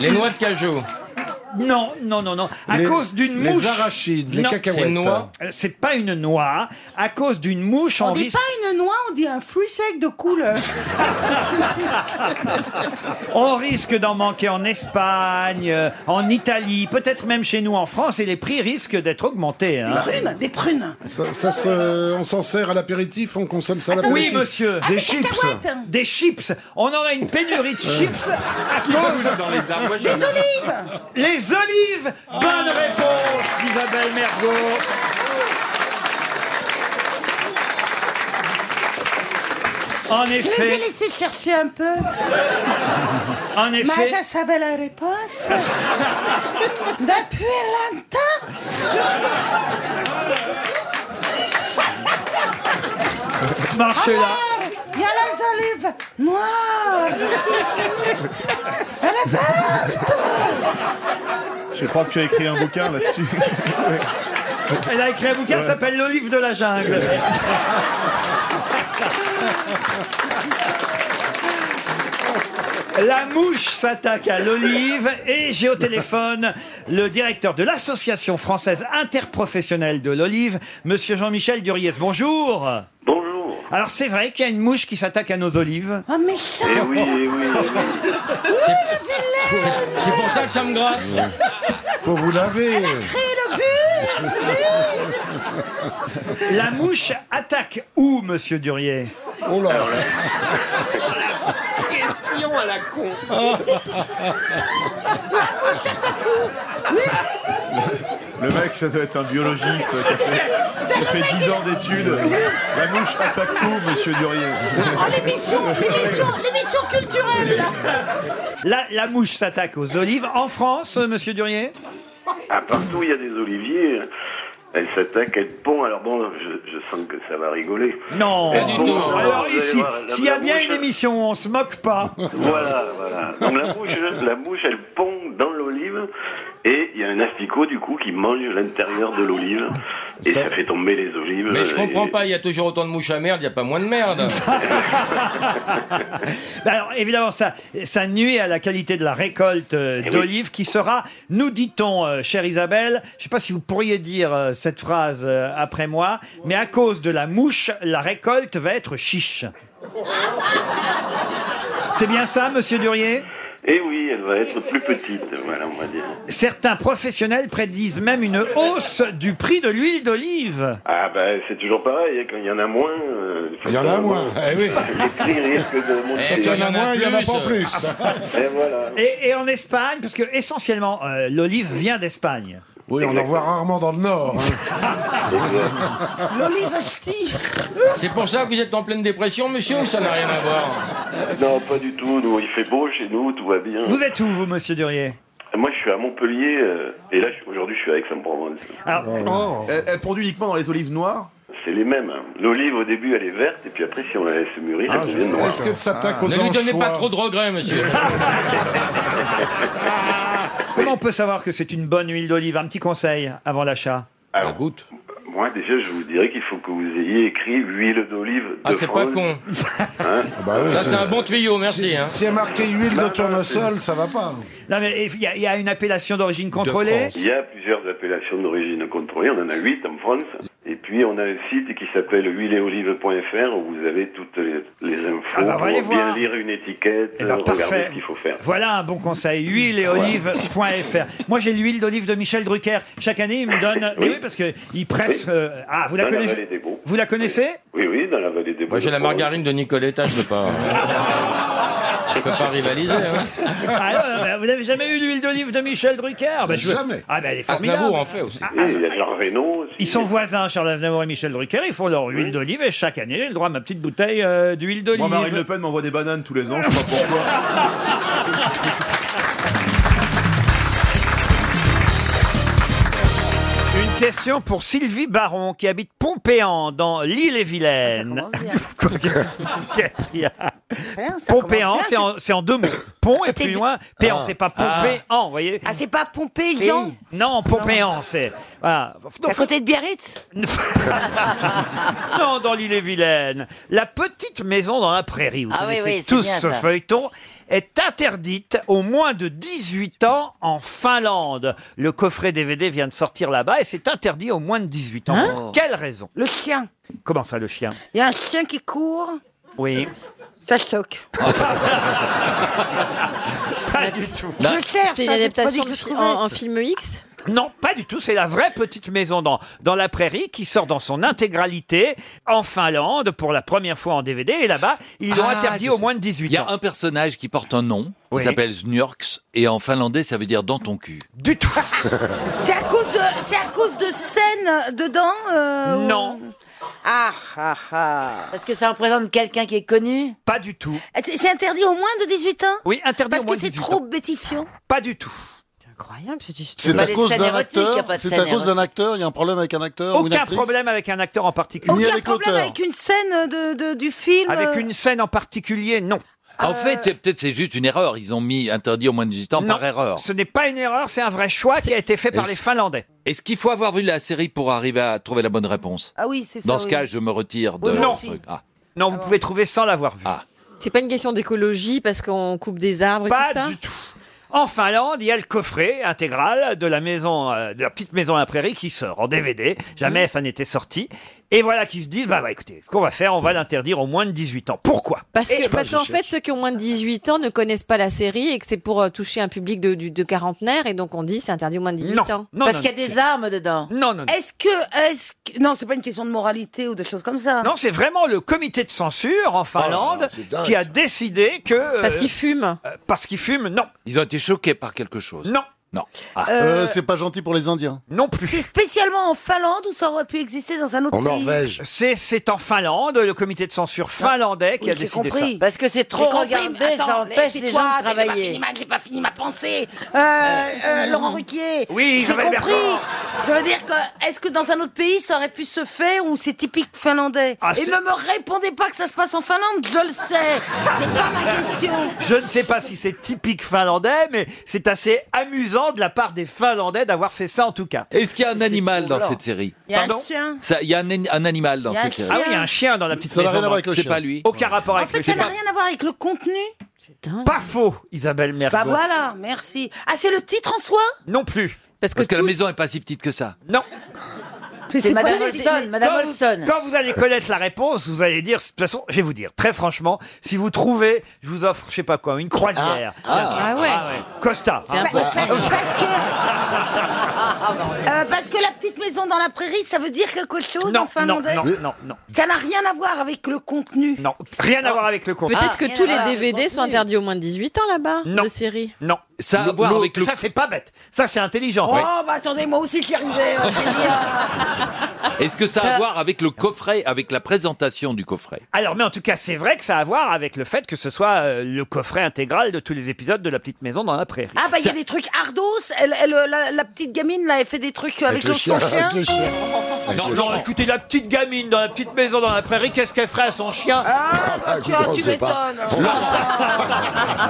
Speaker 21: Les noix de cajou.
Speaker 1: Non, non, non, non. À
Speaker 21: Les-
Speaker 1: cause d'une
Speaker 21: les
Speaker 1: mouche.
Speaker 21: arachides, les
Speaker 1: Non.
Speaker 21: cacahuètes. C'est une noix
Speaker 1: Euh, C'est pas une noix. À cause d'une mouche,
Speaker 7: On
Speaker 1: on
Speaker 7: dit
Speaker 1: risque,
Speaker 7: pas une noix, on dit un fruit sec de couleur.
Speaker 1: on risque d'en manquer en Espagne, euh, en Italie, peut-être même chez nous en France, et les prix risquent d'être augmentés. hein.
Speaker 7: des prunes.
Speaker 14: Ça, ça se- on s'en sert à l'apéritif, on consomme ça à
Speaker 1: Oui,
Speaker 14: l'apéritif.
Speaker 1: monsieur.
Speaker 21: Ah,
Speaker 1: Des chips. On aurait une pénurie
Speaker 21: Euh.
Speaker 1: de chips à
Speaker 21: Qui pousse
Speaker 1: cause
Speaker 21: dans les arbres Moi, j'aime. Des olives.
Speaker 1: Les olives. Bonne réponse d'Isabelle Mergot. En
Speaker 7: Je les ai
Speaker 1: effet,
Speaker 7: laissés chercher un peu.
Speaker 1: en
Speaker 7: Mais
Speaker 1: effet.
Speaker 7: je savais la réponse. Depuis longtemps.
Speaker 1: Marcella.
Speaker 7: Alors, Il y a les olives noires. Elle est verte.
Speaker 15: Je crois que tu as écrit un bouquin là-dessus.
Speaker 1: Elle a écrit un bouquin qui
Speaker 15: Ouais.
Speaker 1: s'appelle L'olive de la jungle. La mouche s'attaque à l'olive et j'ai au téléphone le directeur de l'association française interprofessionnelle de l'olive, monsieur Jean-Michel Duriez. Bonjour. Bonjour. Alors c'est vrai qu'il y a une mouche qui s'attaque à nos olives.
Speaker 7: Ah méchant.
Speaker 15: oui, eh oui, eh oui.
Speaker 21: C'est pour ça que ça me gratte.
Speaker 14: Faut vous laver.
Speaker 7: Et le bus, bus.
Speaker 1: La mouche attaque où, monsieur Duriez Oh là
Speaker 21: Question à la con.
Speaker 15: Le mec, ça doit être un biologiste qui a fait, qui a fait 10 ans d'études. La mouche attaque tout, monsieur Durier.
Speaker 6: Oh, l'émission, l'émission, l'émission culturelle.
Speaker 1: La, la mouche s'attaque aux olives. En France, euh, monsieur Durier
Speaker 20: Ah, partout, il y a des oliviers. Elle s'attaque, elle pond. Alors bon, je, je sens que ça va rigoler.
Speaker 1: Non.
Speaker 20: Elle pond. Non,
Speaker 1: Alors
Speaker 20: Ah, vous allez
Speaker 1: ici,
Speaker 20: voir, la-
Speaker 1: s'il y a
Speaker 20: la
Speaker 1: bien
Speaker 20: mouche-
Speaker 1: une émission où on se moque pas.
Speaker 20: Voilà, voilà. Donc la mouche, la mouche, elle pond dans l'olive et il y a un asticot du coup qui mange l'intérieur de l'olive et ça... fait tomber les olives.
Speaker 21: Mais je
Speaker 20: Euh, Et-
Speaker 21: comprends pas, il y a toujours autant de mouches à merde, il n'y a pas moins de merde.
Speaker 1: Bah alors évidemment, ça, ça nuit à la qualité de la récolte euh, d'olives qui sera, nous dit-on, euh, chère Isabelle, je ne sais pas si vous pourriez dire euh, cette phrase euh, après moi, mais à cause de la mouche, la récolte va être chiche. C'est bien ça, monsieur Durier
Speaker 20: Et oui, elle va être plus petite, voilà, on va dire.
Speaker 1: Certains professionnels prédisent même une hausse du prix de l'huile d'olive.
Speaker 20: Ah ben, c'est toujours pareil, hein, quand il y en a moins... euh,
Speaker 1: Il y en a
Speaker 20: forcément,
Speaker 1: moins, eh oui.
Speaker 20: Les prix risquent de monter.
Speaker 21: Eh, quand il y en a
Speaker 20: il y
Speaker 21: plus, hein.
Speaker 20: Et voilà.
Speaker 1: Et, et en Espagne, parce que essentiellement, euh, l'olive vient d'Espagne.
Speaker 14: Oui, on en voit rarement dans le Nord. hein.
Speaker 1: L'olive
Speaker 21: C'est pour ça que vous êtes en pleine dépression, monsieur, ou ça n'a rien à voir
Speaker 20: Non, pas du tout, nous, il fait beau chez nous, tout va bien.
Speaker 1: Vous êtes où, vous, monsieur Durier
Speaker 20: Moi, je suis à Montpellier, euh, et là, je- aujourd'hui, je suis avec Aix-en-Provence.
Speaker 4: Oh.
Speaker 39: Elle, elle produit uniquement dans les olives noires
Speaker 20: C'est les mêmes. hein. L'olive, au début, elle est verte, et puis après, si on la laisse mûrir, elle devient noire.
Speaker 4: Ah, Est-ce que ça s'attaque aux
Speaker 20: Ne lui donnez
Speaker 4: anchois
Speaker 20: pas
Speaker 21: Trop de regrets, monsieur.
Speaker 1: Comment on peut savoir que c'est une bonne huile d'olive Un petit conseil avant l'achat.
Speaker 20: Alors, Moi, déjà, je vous dirais qu'il faut que vous ayez écrit huile d'olive.
Speaker 21: Ah,
Speaker 20: de
Speaker 21: c'est pas
Speaker 20: France.
Speaker 21: con.
Speaker 20: Hein
Speaker 4: Ah bah oui,
Speaker 21: Ça,
Speaker 4: c'est-
Speaker 21: c'est un bon tuyau, merci. hein.
Speaker 4: Si y a marqué huile de tournesol, ça va pas.
Speaker 1: Non, mais il y, a- il y a une appellation d'origine contrôlée.
Speaker 20: Il y a plusieurs appellations d'origine contrôlée, on en a huit en France. Et puis on a un site qui s'appelle huileetolive.fr où vous avez toutes les, les infos
Speaker 1: Ah bah,
Speaker 20: pour
Speaker 1: allez
Speaker 20: bien
Speaker 1: voir.
Speaker 20: lire une étiquette,
Speaker 1: Eh ben,
Speaker 20: euh, regarder
Speaker 1: parfait.
Speaker 20: ce qu'il faut faire.
Speaker 1: Voilà un bon conseil, huile et olive.fr. Moi j'ai l'huile d'olive de Michel Drucker. Chaque année il me donne. Mais
Speaker 20: Oui.
Speaker 1: oui, parce qu'il presse. euh, Ah, vous la
Speaker 20: Dans la
Speaker 1: connaissez
Speaker 20: vallée des Baux.
Speaker 1: Vous la connaissez
Speaker 20: Oui, oui, dans la vallée des
Speaker 21: Moi, j'ai la
Speaker 20: Baux.
Speaker 21: margarine de Nicoletta, je peux pas.
Speaker 4: Ah.
Speaker 21: Je peux pas rivaliser. hein.
Speaker 1: Ah, non, non, mais Vous n'avez jamais eu l'huile d'olive de Michel Drucker Bah, je veux-
Speaker 21: Jamais.
Speaker 1: Ah, ben elle est formidable. Ah,
Speaker 21: Aznavour en fait aussi.
Speaker 20: Oui, Il y a Jean Reno aussi.
Speaker 1: Ils sont voisins, Charles Aznavour et Michel Drucker. Ils font leur huile d'olive et chaque année, j'ai le droit à ma petite bouteille euh, d'huile d'olive.
Speaker 39: Moi, Marine Le Pen m'envoie des bananes tous les ans, je sais pas pourquoi.
Speaker 1: Une question pour Sylvie Baron qui habite Pompéan dans l'île-et-Vilaine.
Speaker 6: Ah,
Speaker 1: Qu'est-ce qu'il y a
Speaker 6: Rien, ça
Speaker 1: Pompéan,
Speaker 6: commence
Speaker 1: c'est
Speaker 6: bien,
Speaker 1: en, c'est en deux mots. Pont et
Speaker 6: C'était
Speaker 1: plus
Speaker 6: de-
Speaker 1: loin, Péan,
Speaker 6: Ah.
Speaker 1: c'est pas
Speaker 6: Ah.
Speaker 1: Pompéan, vous voyez
Speaker 6: Ah, c'est pas Pompéian
Speaker 1: Non, Pompéan, c'est... voilà.
Speaker 6: C'est à côté de Biarritz
Speaker 1: Non, dans l'île et Vilaine. La petite maison dans la prairie, vous
Speaker 33: Ah oui,
Speaker 1: connaissez
Speaker 33: oui, c'est
Speaker 1: tous
Speaker 33: bien,
Speaker 1: ce
Speaker 33: ça.
Speaker 1: feuilleton, est interdite aux moins de 18 ans en Finlande. Le coffret DVD vient de sortir là-bas et c'est interdit aux moins de 18 ans.
Speaker 6: Hein
Speaker 1: Pour quelle raison
Speaker 6: Le chien.
Speaker 1: Comment ça, le chien
Speaker 6: Il y a un chien qui court,
Speaker 1: Oui.
Speaker 6: ça choque.
Speaker 33: Ah,
Speaker 1: Pas du tout.
Speaker 33: Bah,
Speaker 40: Je cherche, C'est une hein, j'ai adaptation pas dit que de je fi- en- trouvais. en
Speaker 1: film X Non, pas du tout. C'est la vraie petite maison dans, dans la prairie qui sort dans son intégralité en Finlande pour la première fois en DVD. Et là-bas, ils l'ont
Speaker 16: Ah,
Speaker 1: interdit
Speaker 16: je
Speaker 1: aux
Speaker 16: sais.
Speaker 1: moins de 18
Speaker 16: Il y
Speaker 1: ans.
Speaker 16: a un personnage qui porte un nom,
Speaker 1: Oui.
Speaker 16: qui s'appelle Snurks, et en finlandais, ça veut dire dans ton cul.
Speaker 1: Du tout
Speaker 6: C'est à cause de, c'est à cause de scènes dedans euh, ou-
Speaker 1: Non.
Speaker 6: Ah, ah, ah. Eh,
Speaker 33: Parce que ça représente quelqu'un qui est connu
Speaker 1: Pas du tout.
Speaker 6: C'est c'est interdit au moins de 18 ans
Speaker 1: Oui, interdit
Speaker 6: Parce
Speaker 1: au moins
Speaker 6: que
Speaker 1: de
Speaker 6: c'est
Speaker 1: 18
Speaker 6: trop
Speaker 1: ans.
Speaker 6: bétifiant.
Speaker 1: Pas du tout.
Speaker 33: Incroyable, c'est du-
Speaker 41: C'est
Speaker 33: Pas
Speaker 41: à
Speaker 33: des
Speaker 41: cause
Speaker 33: scènes
Speaker 41: d'un
Speaker 33: érotiques, y a
Speaker 41: acteur.
Speaker 33: pas de
Speaker 41: C'est
Speaker 33: scènes
Speaker 41: à cause d'un
Speaker 33: érotiques.
Speaker 41: acteur. Il y a un problème avec un acteur ou une
Speaker 1: Aucun
Speaker 41: actrice
Speaker 1: problème avec un acteur en particulier.
Speaker 41: Ni
Speaker 6: Aucun
Speaker 41: avec
Speaker 6: problème
Speaker 41: l'auteur.
Speaker 6: avec une scène de, de- du film.
Speaker 1: Avec
Speaker 6: euh,
Speaker 1: une scène en particulier, non.
Speaker 16: En fait, c'est peut-être c'est juste une erreur. Ils ont mis interdit aux moins de 18 ans par erreur.
Speaker 1: Ce n'est pas une erreur, c'est un vrai choix qui a été fait par
Speaker 16: Est-ce-
Speaker 1: les Finlandais.
Speaker 16: Est-ce qu'il faut avoir vu la série pour arriver à trouver la bonne réponse
Speaker 6: Ah oui, c'est ça.
Speaker 16: Dans ce
Speaker 6: oui.
Speaker 16: cas, je me retire de
Speaker 1: Oui, non.
Speaker 16: ce truc. Ah.
Speaker 1: Non, vous pouvez trouver sans l'avoir vu.
Speaker 33: C'est pas une question d'écologie parce qu'on coupe des arbres et
Speaker 1: Pas
Speaker 33: tout ça
Speaker 1: du tout. En Finlande, il y a le coffret intégral de la maison, euh, de la petite maison à la prairie qui sort en DVD.
Speaker 16: Mhm.
Speaker 1: Jamais ça n'était sorti. Et voilà qu'ils se disent, bah, bah, écoutez, ce qu'on va faire, on va l'interdire aux moins de 18 ans. Pourquoi
Speaker 33: Parce
Speaker 1: Et-
Speaker 33: que- parce qu'en fait, ceux qui ont moins de 18 ans ne connaissent pas la série et que c'est pour euh, toucher un public de, du- de quarantenaire et donc on dit c'est interdit aux moins de 18 ans.
Speaker 1: non, Parce non, qu'il y a non, des c'est-
Speaker 33: armes dedans.
Speaker 1: Non, non, non.
Speaker 6: Est-ce que, est-ce que- non, c'est pas une question de moralité ou de choses comme ça.
Speaker 1: Non, c'est vraiment le comité de censure
Speaker 16: Oh
Speaker 1: en Finlande
Speaker 33: dingue,
Speaker 1: qui a décidé que... euh,
Speaker 33: Parce qu'ils fument.
Speaker 1: euh, parce qu'ils fument, non.
Speaker 16: Ils ont été choqués par quelque chose.
Speaker 1: Non. Ah.
Speaker 16: Non.
Speaker 41: Euh, c'est pas gentil pour les Indiens.
Speaker 1: Non plus.
Speaker 6: C'est spécialement en Finlande ou ça aurait pu exister dans un autre pays
Speaker 1: C'est, c'est en Finlande, le comité de censure
Speaker 16: Ah.
Speaker 1: finlandais qui
Speaker 6: Oui,
Speaker 1: a
Speaker 6: j'ai
Speaker 1: décidé
Speaker 6: compris.
Speaker 1: ça.
Speaker 33: Bah,
Speaker 6: Parce que c'est trop
Speaker 33: J'ai compris,
Speaker 6: regardé,
Speaker 33: mais
Speaker 6: ça
Speaker 33: attends,
Speaker 6: empêche les
Speaker 33: tais-toi,
Speaker 6: gens de
Speaker 33: j'ai pas
Speaker 6: travailler.
Speaker 33: fini
Speaker 6: J'ai pas fini ma pensée. Laurent Ruquier.
Speaker 1: Oui,
Speaker 6: j'ai
Speaker 1: Isabelle
Speaker 6: compris.
Speaker 1: Bertrand.
Speaker 6: Je veux dire que est-ce que dans un autre pays ça aurait pu se faire ou c'est typique finlandais
Speaker 1: Ah,
Speaker 6: Et
Speaker 1: c'est-
Speaker 6: ne me répondez pas que ça se passe en Finlande, je le sais. C'est pas ma question.
Speaker 1: Je ne sais pas si c'est typique finlandais, mais c'est assez amusant de la part des Finlandais d'avoir fait ça en tout cas.
Speaker 16: Est-ce qu'il y a un animal dans
Speaker 1: troublant.
Speaker 16: cette série
Speaker 1: Il y a un Pardon chien.
Speaker 16: Ça, Il y a un, an- un animal dans
Speaker 6: Il y a
Speaker 16: cette
Speaker 6: un
Speaker 16: série.
Speaker 1: Ah oui, il y a un chien dans la petite
Speaker 16: Ça n'a
Speaker 1: maison.
Speaker 16: rien à voir avec le
Speaker 1: C'est
Speaker 16: chien.
Speaker 1: pas lui. Aucun rapport
Speaker 6: En
Speaker 1: avec
Speaker 6: fait,
Speaker 1: le
Speaker 6: ça
Speaker 1: chien.
Speaker 6: n'a rien à voir avec le contenu.
Speaker 1: Pas faux, Isabelle Mergo.
Speaker 6: Bah voilà, merci. Ah, c'est le titre en soi
Speaker 1: Non plus.
Speaker 16: Parce que, la maison est pas si petite que ça.
Speaker 1: Non.
Speaker 6: Mais
Speaker 33: C'est
Speaker 6: pas
Speaker 33: Madame
Speaker 6: les-
Speaker 33: Olson,
Speaker 6: les-
Speaker 33: Madame
Speaker 1: quand vous-
Speaker 33: Olson.
Speaker 1: Quand vous allez connaître la réponse, vous allez dire, de toute façon, je vais vous dire, très franchement, si vous trouvez, je vous offre, je sais pas quoi, une croisière.
Speaker 33: Ah. Ah ouais.
Speaker 1: Costa. Ah.
Speaker 6: Bah, bah, parce que- Euh, parce que la petite maison dans la prairie, ça veut dire quelque chose en
Speaker 1: Non, non,
Speaker 6: finlandais
Speaker 1: non, non, non.
Speaker 6: Ça n'a rien à voir avec le contenu.
Speaker 1: Oh. Non, rien à voir avec le contenu.
Speaker 33: Peut-être que tous les
Speaker 6: Ah,
Speaker 33: DVD sont interdits aux moins de 18 ans là-bas,
Speaker 1: Non.
Speaker 33: de série.
Speaker 1: Non.
Speaker 16: Ça a à voir avec le.
Speaker 1: Ça, c'est pas bête. Ça, c'est intelligent.
Speaker 6: Oh,
Speaker 16: Ouais.
Speaker 6: bah attendez, moi aussi j'y arrivais. euh, j'ai dit,
Speaker 16: Est-ce que ça a à voir avec le coffret, avec la présentation du coffret
Speaker 1: Alors, mais en tout cas, c'est vrai que ça a à voir avec le fait que ce soit euh, le coffret intégral de tous les épisodes de La Petite Maison dans la Prairie.
Speaker 6: Ah bah il y a des trucs ardos, elle, elle, euh, la, la petite gamine là, elle fait des trucs avec, le son chien.
Speaker 1: Non, non, écoutez, la petite gamine dans la petite maison dans la prairie, qu'est-ce qu'elle ferait à son chien
Speaker 6: Ah,
Speaker 1: tu,
Speaker 6: tu m'étonnes.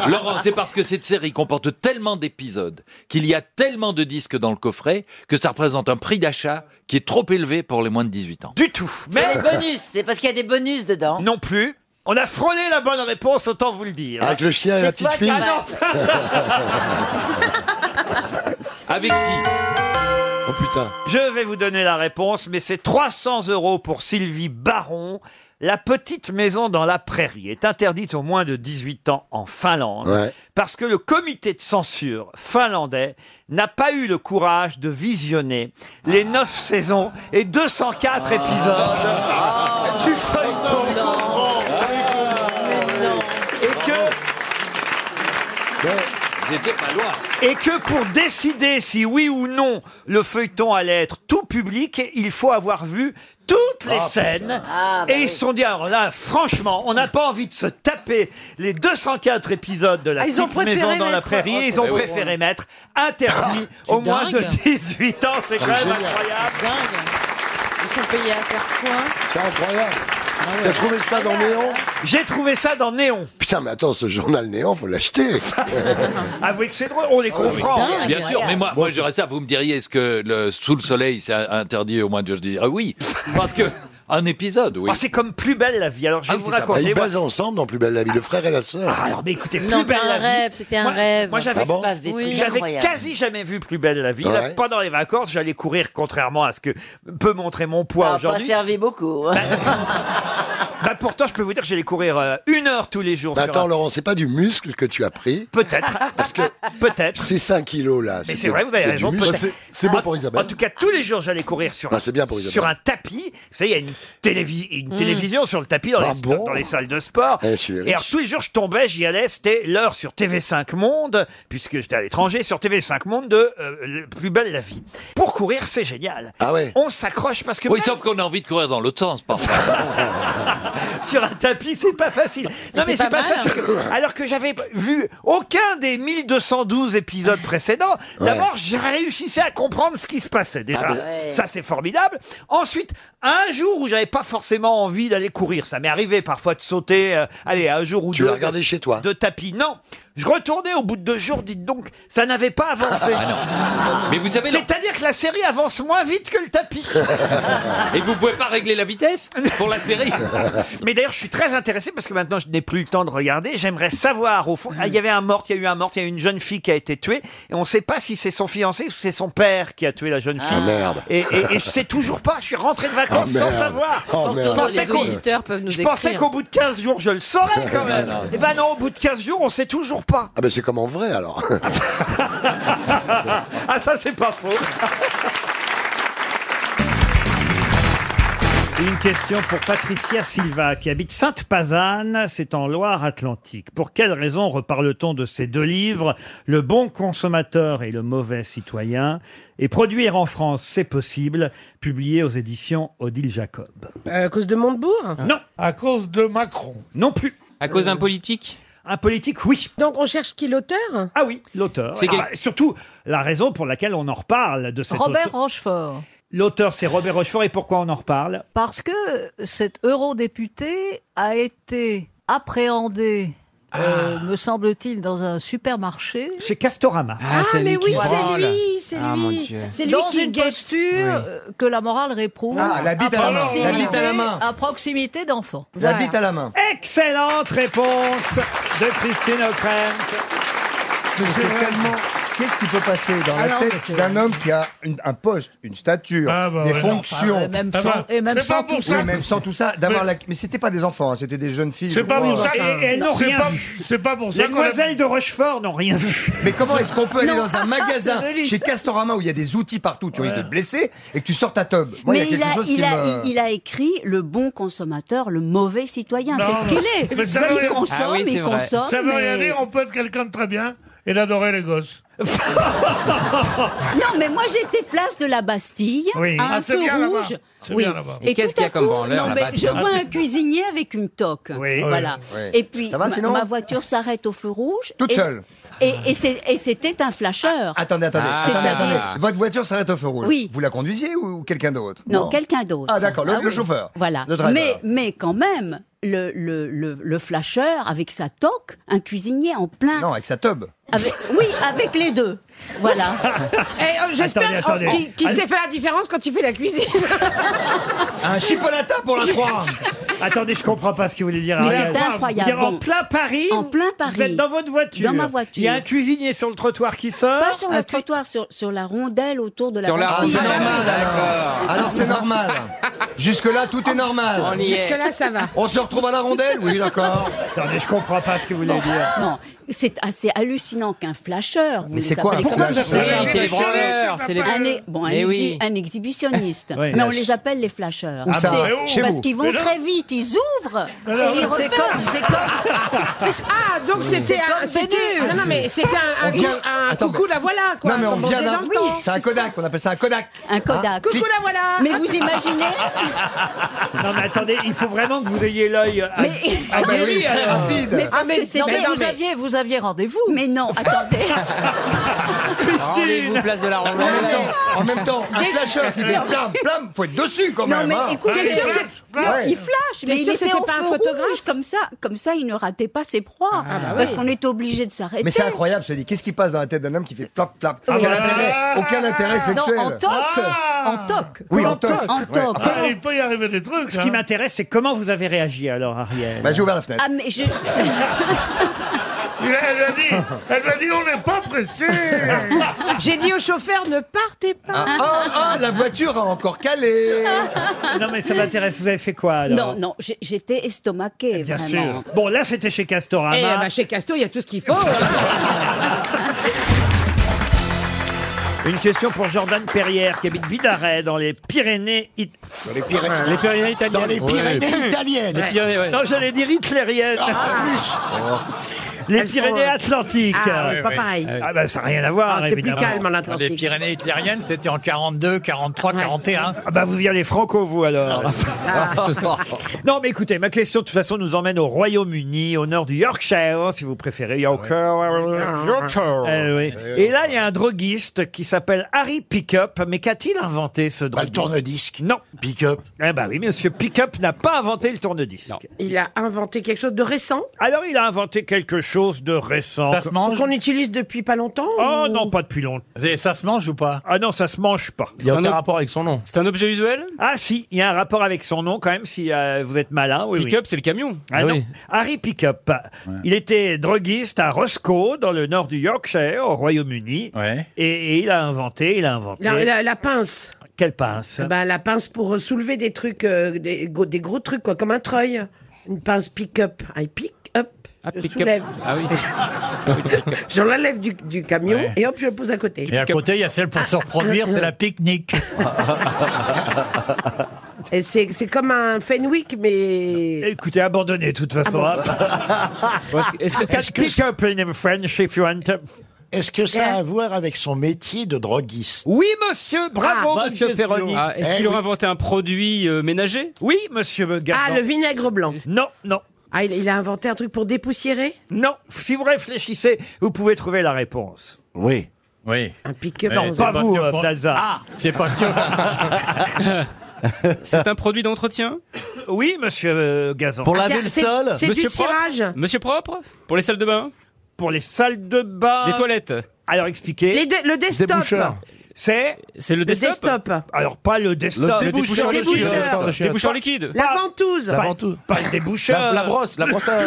Speaker 16: Laurent, c'est parce que cette série comporte tellement d'épisodes, qu'il y a tellement de disques dans le coffret, que ça représente un prix d'achat qui est trop élevé pour les moins de 18 ans.
Speaker 1: Du tout
Speaker 33: C'est les bonus, c'est parce qu'il y a des bonus dedans.
Speaker 1: Non plus. On a frôlé la bonne réponse, autant vous le dire. Ah Avec le chien
Speaker 33: et la C'est petite toi qui fille
Speaker 16: Avec qui
Speaker 1: Oh putain. Je vais vous donner la réponse, mais c'est 300 euros pour Sylvie Baron. La petite maison dans la prairie est interdite aux moins de 18 ans en Finlande
Speaker 14: Ouais.
Speaker 1: parce que le comité de censure finlandais n'a pas eu le courage de visionner les 9 saisons et 204 épisodes du feuilleton.
Speaker 21: Ah,
Speaker 1: Et que
Speaker 16: J'étais pas loin.
Speaker 1: et que pour décider si oui ou non le feuilleton allait être tout public, il faut avoir vu toutes les
Speaker 33: Ah,
Speaker 1: scènes.
Speaker 33: putain. Ah, bah
Speaker 1: et ils
Speaker 33: oui.
Speaker 1: se sont dit, alors là, franchement, on n'a pas envie de se taper les 204 épisodes de la
Speaker 33: Ah, ils ont
Speaker 1: petite
Speaker 33: préféré
Speaker 1: maison dans la
Speaker 33: mettre-
Speaker 1: prairie.
Speaker 33: Oh,
Speaker 1: ils
Speaker 33: c'est
Speaker 1: ont
Speaker 33: drôle.
Speaker 1: préféré mettre interdit au moins de
Speaker 33: dingue. Ah,
Speaker 1: 18 ans. C'est quand même
Speaker 33: C'est génial.
Speaker 1: incroyable.
Speaker 33: Ils sont payés à faire quoi
Speaker 1: C'est incroyable. Ah
Speaker 4: T'as trouvé ça dans Néon
Speaker 1: J'ai trouvé ça dans Néon.
Speaker 4: Putain, mais attends, ce journal Néon, faut l'acheter. Ah
Speaker 1: Avouez que c'est drôle, on les comprend.
Speaker 16: Bien sûr, mais moi, moi je dirais ça, vous me diriez, est-ce que le sous le soleil, c'est interdit au moins de... Je dirais oui, parce que un épisode, oui.
Speaker 1: Ah, c'est comme plus belle la vie. Alors je vais
Speaker 16: Ah,
Speaker 1: vous
Speaker 16: c'est ça.
Speaker 1: raconter.
Speaker 16: Ils
Speaker 1: moi-
Speaker 16: basent
Speaker 4: ensemble dans Plus belle la vie, le frère et la sœur.
Speaker 1: Ah, alors, mais écoutez,
Speaker 33: Non,
Speaker 1: plus
Speaker 33: c'est
Speaker 1: belle
Speaker 33: un
Speaker 1: la
Speaker 33: rêve,
Speaker 1: vie.
Speaker 33: c'était un
Speaker 1: Moi-
Speaker 33: rêve.
Speaker 1: Moi, j'avais
Speaker 33: Ah bon Il se passe des trucs
Speaker 1: j'avais
Speaker 33: incroyables.
Speaker 1: quasi jamais vu plus belle la vie. Là,
Speaker 33: Ouais.
Speaker 1: pendant les vacances, j'allais courir, contrairement à ce que peut montrer mon poids
Speaker 33: Ça n'a pas
Speaker 1: aujourd'hui.
Speaker 33: servi beaucoup. hein.
Speaker 1: Bah, pourtant, je peux vous dire que j'allais courir euh, une heure tous les jours.
Speaker 4: Mais Bah,
Speaker 1: sur
Speaker 4: attends,
Speaker 1: un-
Speaker 4: Laurent, c'est pas du muscle que tu as pris
Speaker 1: Peut-être.
Speaker 4: Parce que
Speaker 1: peut-être.
Speaker 4: ces 5 kilos là.
Speaker 1: Mais c'est vrai, vous avez raison. peut-être.
Speaker 4: C'est bon
Speaker 1: En-
Speaker 4: pour Isabelle.
Speaker 1: En tout cas, tous les jours, j'allais courir sur,
Speaker 4: Ah, c'est bien pour Isabelle.
Speaker 1: sur un tapis. Vous savez, il y a une, télévi- une
Speaker 4: Mm.
Speaker 1: télévision sur le tapis dans,
Speaker 4: Ah
Speaker 1: les,
Speaker 4: bon
Speaker 1: dans les salles de sport.
Speaker 4: Eh, je suis riche.
Speaker 1: Et alors, tous les jours, je tombais, j'y allais. C'était l'heure sur TV5 Monde, puisque j'étais à l'étranger, sur TV5 Monde de euh, le Plus belle la vie. Pour courir, c'est génial. Ah ouais. On s'accroche parce que
Speaker 16: Oui,
Speaker 1: même
Speaker 16: sauf qu'on a envie de courir dans l'autre sens parfois.
Speaker 1: sur un tapis, c'est pas facile. Non, mais
Speaker 16: c'est
Speaker 1: c'est
Speaker 16: pas
Speaker 1: pas, ça.
Speaker 16: mal.
Speaker 1: c'est que- alors que j'avais vu aucun des 1212 épisodes précédents,
Speaker 4: Ouais.
Speaker 1: d'abord, je réussissais à comprendre ce qui se passait déjà.
Speaker 4: Ah, mais-
Speaker 1: Ça, c'est formidable. Ensuite, un jour où j'avais pas forcément envie d'aller courir, ça m'est arrivé parfois de sauter, euh, allez, un jour ou deux. Tu l'as regardé
Speaker 4: chez toi
Speaker 1: De tapis. Non. Je retournais au bout de deux jours, dites donc, ça n'avait pas avancé.
Speaker 16: Mais vous savez, Laurent-
Speaker 1: C'est-à-dire que la série avance moins vite que le tapis.
Speaker 16: Et vous pouvez pas régler la vitesse pour la série
Speaker 1: Mais d'ailleurs, je suis très intéressé parce que maintenant, je n'ai plus le temps de regarder. J'aimerais savoir, au fond, ah, il y avait un mort, il y a eu un mort, il y a eu une jeune fille qui a été tuée. Et on ne sait pas si c'est son fiancé ou si c'est son père qui a tué la jeune fille.
Speaker 4: merde.
Speaker 1: Et, et- et je sais toujours pas. Je suis rentré de vacances
Speaker 4: Ah,
Speaker 1: sans
Speaker 4: merde.
Speaker 1: savoir.
Speaker 4: Oh, merde.
Speaker 1: pensais
Speaker 42: Les
Speaker 1: qu'on-
Speaker 42: auditeurs peuvent nous
Speaker 1: je pensais
Speaker 42: écrire.
Speaker 1: qu'au bout de 15 jours, je le saurais quand même.
Speaker 4: Non, non, non.
Speaker 1: Et ben non, au bout de 15 jours, on sait toujours pas.
Speaker 4: Ah ben c'est comme en vrai alors.
Speaker 1: ah ça c'est pas faux. Une question pour Patricia Silva qui habite Sainte-Pazanne, c'est en Loire-Atlantique. Pour quelle raison reparle-t-on de ces deux livres, Le bon consommateur et le mauvais citoyen Et produire en France, c'est possible, publié aux éditions Odile Jacob.
Speaker 43: Euh, À cause de Montebourg
Speaker 1: Non.
Speaker 43: À cause de Macron
Speaker 1: Non plus. Euh,
Speaker 43: À cause d'un politique
Speaker 1: Un politique, oui.
Speaker 43: Donc on cherche qui l'auteur
Speaker 1: Ah oui, l'auteur.
Speaker 43: C'est
Speaker 1: Ah, surtout la raison pour laquelle on en reparle de cet
Speaker 3: Robert
Speaker 1: auteur.
Speaker 3: Rochefort.
Speaker 1: L'auteur, c'est Robert Rochefort et pourquoi on en reparle
Speaker 3: Parce que cet eurodéputé a été appréhendé,
Speaker 43: Ah.
Speaker 3: euh, me semble-t-il, dans un supermarché.
Speaker 1: Chez Castorama.
Speaker 3: Ah,
Speaker 43: c'est
Speaker 3: mais
Speaker 43: lui
Speaker 3: oui,
Speaker 43: qui
Speaker 3: c'est
Speaker 43: branle.
Speaker 3: lui, c'est
Speaker 43: Ah, mon
Speaker 3: lui.
Speaker 43: Dieu.
Speaker 3: C'est
Speaker 43: lui
Speaker 3: dans
Speaker 43: qui
Speaker 3: une
Speaker 43: bosse.
Speaker 3: posture
Speaker 43: Oui.
Speaker 3: euh, que la morale réprouve.
Speaker 43: Ah, la bite à la main.
Speaker 3: proximité-
Speaker 43: La bite à la main.
Speaker 3: À proximité d'enfants.
Speaker 43: La
Speaker 3: Voilà.
Speaker 43: bite à la main.
Speaker 1: Excellente réponse de Christine O'Krent.
Speaker 7: C'est tellement. Qu'est-ce qui peut passer dans
Speaker 3: Ah
Speaker 7: la
Speaker 3: non,
Speaker 7: tête euh, d'un homme qui a une- un poste, une stature,
Speaker 17: bah
Speaker 7: des
Speaker 17: ouais.
Speaker 7: fonctions
Speaker 17: Ah bah, même Ah sans- bah, et même c'est sans pas tout pour ça. ça.
Speaker 7: Oui, même sans tout ça, d'avoir
Speaker 17: Mais-
Speaker 7: la- Mais c'était pas des enfants, hein, c'était des jeunes filles.
Speaker 17: C'est pas
Speaker 7: Ouais.
Speaker 17: pour ça.
Speaker 1: Et- et elles n'ont
Speaker 17: c'est
Speaker 1: rien
Speaker 17: pas-
Speaker 1: vu.
Speaker 17: C'est pas pour ça.
Speaker 1: Les
Speaker 17: qu'on a-
Speaker 1: demoiselles de Rochefort n'ont rien vu.
Speaker 7: Mais comment est-ce qu'on peut aller
Speaker 1: Non.
Speaker 7: dans un magasin
Speaker 1: C'est joli.
Speaker 7: chez Castorama où il y a des outils partout, tu risques de te blesser et que tu sortes ta tub Moi, il y
Speaker 2: mais
Speaker 7: a
Speaker 2: il
Speaker 7: quelque
Speaker 2: a,
Speaker 7: chose
Speaker 2: il,
Speaker 7: qui
Speaker 2: a,
Speaker 7: me-
Speaker 2: il- il a écrit le bon consommateur, le mauvais citoyen. C'est ce qu'il est.
Speaker 17: Mais ça veut
Speaker 2: Il
Speaker 17: rien-
Speaker 2: Ah consomme, il consomme.
Speaker 17: Ça veut rien
Speaker 2: mais-
Speaker 17: dire, on peut être quelqu'un de très bien et d'adorer les gosses.
Speaker 2: Non, mais moi j'étais place de la Bastille,
Speaker 17: Oui.
Speaker 2: à un
Speaker 17: Ah, c'est
Speaker 2: feu
Speaker 17: bien là-bas.
Speaker 2: rouge.
Speaker 17: C'est bien là-bas. Et
Speaker 2: tout
Speaker 17: qu'est-ce qu'il y a
Speaker 2: à
Speaker 17: comme
Speaker 2: coup,
Speaker 17: branleur
Speaker 2: non,
Speaker 17: là-bas,
Speaker 2: mais Je
Speaker 17: tiens
Speaker 2: vois un cuisinier avec une toque.
Speaker 17: Oui.
Speaker 2: Voilà.
Speaker 17: Oui.
Speaker 2: Et puis
Speaker 4: Ça va,
Speaker 2: ma-
Speaker 4: sinon
Speaker 2: ma, voiture s'arrête au feu rouge.
Speaker 4: Toute
Speaker 2: et-
Speaker 4: seule.
Speaker 2: Et, et c'est- et c'était un flasheur.
Speaker 4: Attendez, attendez,
Speaker 2: Ah.
Speaker 4: attendez,
Speaker 2: C'est-à-dire-
Speaker 4: attendez. Votre voiture s'arrête au feu rouge.
Speaker 2: Oui.
Speaker 4: Vous la conduisiez ou quelqu'un d'autre
Speaker 2: Non, quelqu'un d'autre.
Speaker 4: Ah, d'accord, le- le
Speaker 2: oui.
Speaker 4: chauffeur.
Speaker 2: Voilà.
Speaker 4: Le driver.
Speaker 2: mais, mais quand même, le, le, le, le flasheur avec sa toque, un cuisinier en plein.
Speaker 4: Non, avec sa tub.
Speaker 2: Avec- oui, avec les deux. Voilà.
Speaker 6: Eh, euh,
Speaker 4: J'espère Attendez, attendez. qu'il- qu'il sait
Speaker 6: faire la différence quand il fait la cuisine.
Speaker 4: Un chipolata pour la 3
Speaker 1: Attendez, je comprends pas ce que vous voulez
Speaker 6: Ah,
Speaker 1: dire.
Speaker 2: Mais
Speaker 1: Ariel.
Speaker 2: c'est incroyable.
Speaker 1: Dire En plein Paris
Speaker 2: En plein
Speaker 1: Vous êtes
Speaker 2: Paris.
Speaker 1: dans votre voiture.
Speaker 2: Dans ma voiture.
Speaker 1: Il y a un cuisinier sur le trottoir qui sort.
Speaker 2: Pas
Speaker 17: Ah,
Speaker 2: sur le trottoir, sur, sur la rondelle autour de la Bastille.
Speaker 4: c'est normal alors.
Speaker 2: d'accord.
Speaker 4: Ah Alors c'est normal. Jusque-là, tout est normal.
Speaker 2: On y est. Jusque-là, ça va.
Speaker 4: On se retrouve à la rondelle Oui, d'accord.
Speaker 1: Attendez, je comprends pas ce que vous voulez dire.
Speaker 2: Non, c'est assez hallucinant qu'un flasheur. vous
Speaker 4: Mais
Speaker 2: les
Speaker 4: c'est quoi un
Speaker 2: appelez comme
Speaker 4: flasheur
Speaker 2: ça.
Speaker 4: Oui, c'est les branleurs, c'est les-
Speaker 2: Un, é- bon, un,
Speaker 4: Mais
Speaker 2: exhi-
Speaker 4: oui.
Speaker 2: un exhibitionniste.
Speaker 4: Oui.
Speaker 2: Mais on les appelle les flasheurs.
Speaker 4: Où ça
Speaker 2: C'est-
Speaker 4: Mais où Chez
Speaker 2: parce
Speaker 4: vous.
Speaker 2: qu'ils
Speaker 4: Mais
Speaker 2: vont
Speaker 4: non.
Speaker 2: très vite, ils ouvrent
Speaker 6: Alors,
Speaker 2: et ils
Speaker 6: c'est
Speaker 2: referment.
Speaker 6: comme- Ah, donc c'était un. C'était. Non, non, mais c'était un, un,
Speaker 4: On vient-
Speaker 6: cou- un
Speaker 4: Attends,
Speaker 6: coucou,
Speaker 4: mais-
Speaker 6: la voilà, Ah, quoi.
Speaker 4: non, mais on
Speaker 6: comme
Speaker 4: vient
Speaker 6: faisait
Speaker 4: d'un.
Speaker 6: dans le temps.
Speaker 4: c'est un Kodak, on appelle ça Hein un Kodak.
Speaker 2: Un
Speaker 4: Kodak.
Speaker 6: Coucou, la voilà.
Speaker 2: Mais vous imaginez
Speaker 1: Non, mais attendez, il faut vraiment que vous ayez l'œil à,
Speaker 44: Mais-
Speaker 1: à
Speaker 44: Ah, bah
Speaker 1: Guéry,
Speaker 44: oui, très
Speaker 1: alors.
Speaker 44: rapide.
Speaker 2: Mais
Speaker 1: Ah,
Speaker 2: parce que
Speaker 44: Non, mais
Speaker 2: c'était.
Speaker 44: vous aviez, vous aviez rendez-vous.
Speaker 2: Mais non, attendez.
Speaker 1: Christine
Speaker 4: place de la rondelle. En même temps, en même temps un
Speaker 2: Dès-
Speaker 4: flasheur qui fait plam, plam, faut être dessus quand
Speaker 2: Non
Speaker 4: même.
Speaker 2: mais
Speaker 4: hein.
Speaker 7: Ah,
Speaker 2: écoutez,
Speaker 4: Ouais.
Speaker 2: il flash,
Speaker 4: Ouais.
Speaker 2: il flash,
Speaker 6: T'es
Speaker 2: mais il
Speaker 6: sûr que
Speaker 2: était
Speaker 6: c'était
Speaker 2: en
Speaker 6: pas un
Speaker 2: feu rouge
Speaker 6: photographe
Speaker 2: comme ça, comme ça il ne ratait pas ses proies parce qu'on est obligé de s'arrêter.
Speaker 4: Mais c'est incroyable, je dis, qu'est-ce qui passe dans la tête d'un homme qui fait flap, flap
Speaker 2: Ah
Speaker 4: Aucun
Speaker 2: ouais.
Speaker 4: intérêt, aucun intérêt sexuel. Ah.
Speaker 44: Non, en toque. En toque.
Speaker 4: Oui, en toque. Ouais.
Speaker 17: Ah, il peut y arriver des trucs.
Speaker 1: Ce qui m'intéresse, c'est comment vous avez réagi alors, Ariel.
Speaker 4: Bah, j'ai ouvert la fenêtre.
Speaker 2: Ah mais je
Speaker 17: Il a- Elle
Speaker 1: Ah,
Speaker 17: m'a dit, elle m'a dit, on n'est pas pressé.
Speaker 6: J'ai dit au chauffeur, ne partez pas.
Speaker 4: Ah, ah, ah, la voiture a encore calé.
Speaker 1: Non, mais ça m'intéresse. Vous avez fait quoi alors
Speaker 2: non non, j'ai- j'étais estomaquée
Speaker 1: Bien
Speaker 2: vraiment. bah,
Speaker 1: sûr. Bon, là, c'était chez Castorama.
Speaker 6: Eh ben, chez Casto, il y a tout ce qu'il faut.
Speaker 2: hein.
Speaker 1: Une question pour Jordan Perrière, qui habite Bidaret, dans les Pyrénées... it-
Speaker 45: les Pyrénées- Ah, Les Pyrénées italiennes. Dans les Pyrénées Ouais. italiennes. Ah, Les Pyrénées, ouais.
Speaker 1: Non, j'allais dire hitlériennes. Les
Speaker 9: Elles sont,
Speaker 1: Pyrénées
Speaker 9: euh,
Speaker 1: Atlantiques.
Speaker 9: Ah, oui, pas pareil.
Speaker 1: Ah bah ça n'a rien à
Speaker 9: Ah,
Speaker 1: voir.
Speaker 9: c'est plus
Speaker 1: évidemment.
Speaker 9: calme en Atlantique. Les Pyrénées hitlériennes, c'était en 42, 43, 41.
Speaker 1: Ah bah vous y allez franco vous alors.
Speaker 9: Ah.
Speaker 4: Ah.
Speaker 1: non mais écoutez, ma question de toute façon nous emmène au Royaume-Uni, au nord du Yorkshire si vous préférez Yorkshire.
Speaker 46: Yorkshire.
Speaker 1: Eh oui. Et là il y a un droguiste qui s'appelle Harry Pickup, mais qu'a-t-il inventé ce droguiste Bah, Le tourne-disque. Non. Pickup. Eh bah oui, monsieur Pickup n'a pas inventé le tourne-disque.
Speaker 6: Il a inventé quelque chose de récent
Speaker 1: Alors il a inventé quelque chose de récent.
Speaker 6: qu'on utilise depuis pas longtemps
Speaker 1: Oh
Speaker 6: ou-
Speaker 1: non, pas depuis longtemps.
Speaker 9: Ça se mange ou pas
Speaker 1: Ah non, ça se mange pas.
Speaker 9: Il y a aucun rapport avec son nom. C'est un objet usuel
Speaker 1: Ah si, il y a un rapport avec son nom quand même si euh, vous êtes malin. Oui,
Speaker 9: Pick-up,
Speaker 1: c'est le camion. Ah,
Speaker 9: Ah
Speaker 1: non.
Speaker 9: oui.
Speaker 1: Harry Pickup. Il était droguiste à Roscoe dans le nord du Yorkshire au Royaume-Uni et, et il a inventé, il a inventé.
Speaker 6: La, la- la pince.
Speaker 1: Quelle
Speaker 9: Ah,
Speaker 1: pince
Speaker 6: Ben, la pince pour euh, soulever des trucs, euh, des, go- des gros trucs, quoi, comme un treuil. Une pince pick-up. I pick up. je
Speaker 9: pick-up.
Speaker 6: soulève.
Speaker 9: Ah oui.
Speaker 6: je l'enlève du, du camion
Speaker 9: Ouais.
Speaker 6: et hop, je le pose à côté.
Speaker 9: Et à côté, il y a celle pour se reproduire, c'est la pique-nique.
Speaker 6: Et c'est c'est comme un Fenwick, mais.
Speaker 1: Écoutez, abandonné de toute façon.
Speaker 6: Ah bon.
Speaker 20: hein.
Speaker 1: You can pick up in French if you want.
Speaker 20: Est-ce que ça a à voir avec son métier de droguiste
Speaker 1: Oui, monsieur,
Speaker 36: Ah,
Speaker 1: bravo,
Speaker 6: Ah.
Speaker 1: monsieur Perroni.
Speaker 20: Eh oui.
Speaker 9: inventé un produit
Speaker 36: euh,
Speaker 9: ménager
Speaker 1: Oui, monsieur Gazan.
Speaker 6: Ah, le vinaigre blanc.
Speaker 1: Non, non.
Speaker 6: Ah, il, il a inventé un truc pour dépoussiérer
Speaker 1: Non, si vous réfléchissez, vous pouvez trouver la réponse.
Speaker 20: Oui.
Speaker 9: Oui.
Speaker 6: Un pick-up.
Speaker 1: Non, pas vous, euh, Plaza.
Speaker 9: Ah, C'est pas
Speaker 1: C'est un produit d'entretien Oui, monsieur euh, Gazan.
Speaker 20: Pour laver
Speaker 6: Ah,
Speaker 20: le sol Monsieur propre
Speaker 1: Monsieur propre Pour les salles de bain Pour les salles de bain.
Speaker 20: Des
Speaker 1: toilettes Alors expliquez.
Speaker 6: Les de- le desktop. Déboucheur.
Speaker 1: C'est
Speaker 9: C'est le
Speaker 6: desktop desktop.
Speaker 1: Alors pas le desktop.
Speaker 20: Le Le déboucheur déboucheur. liquide.
Speaker 1: Des
Speaker 20: Déboucheur
Speaker 1: liquide.
Speaker 6: La ventouse.
Speaker 1: Pas, pas le déboucheur.
Speaker 20: La, la brosse, la brosse à...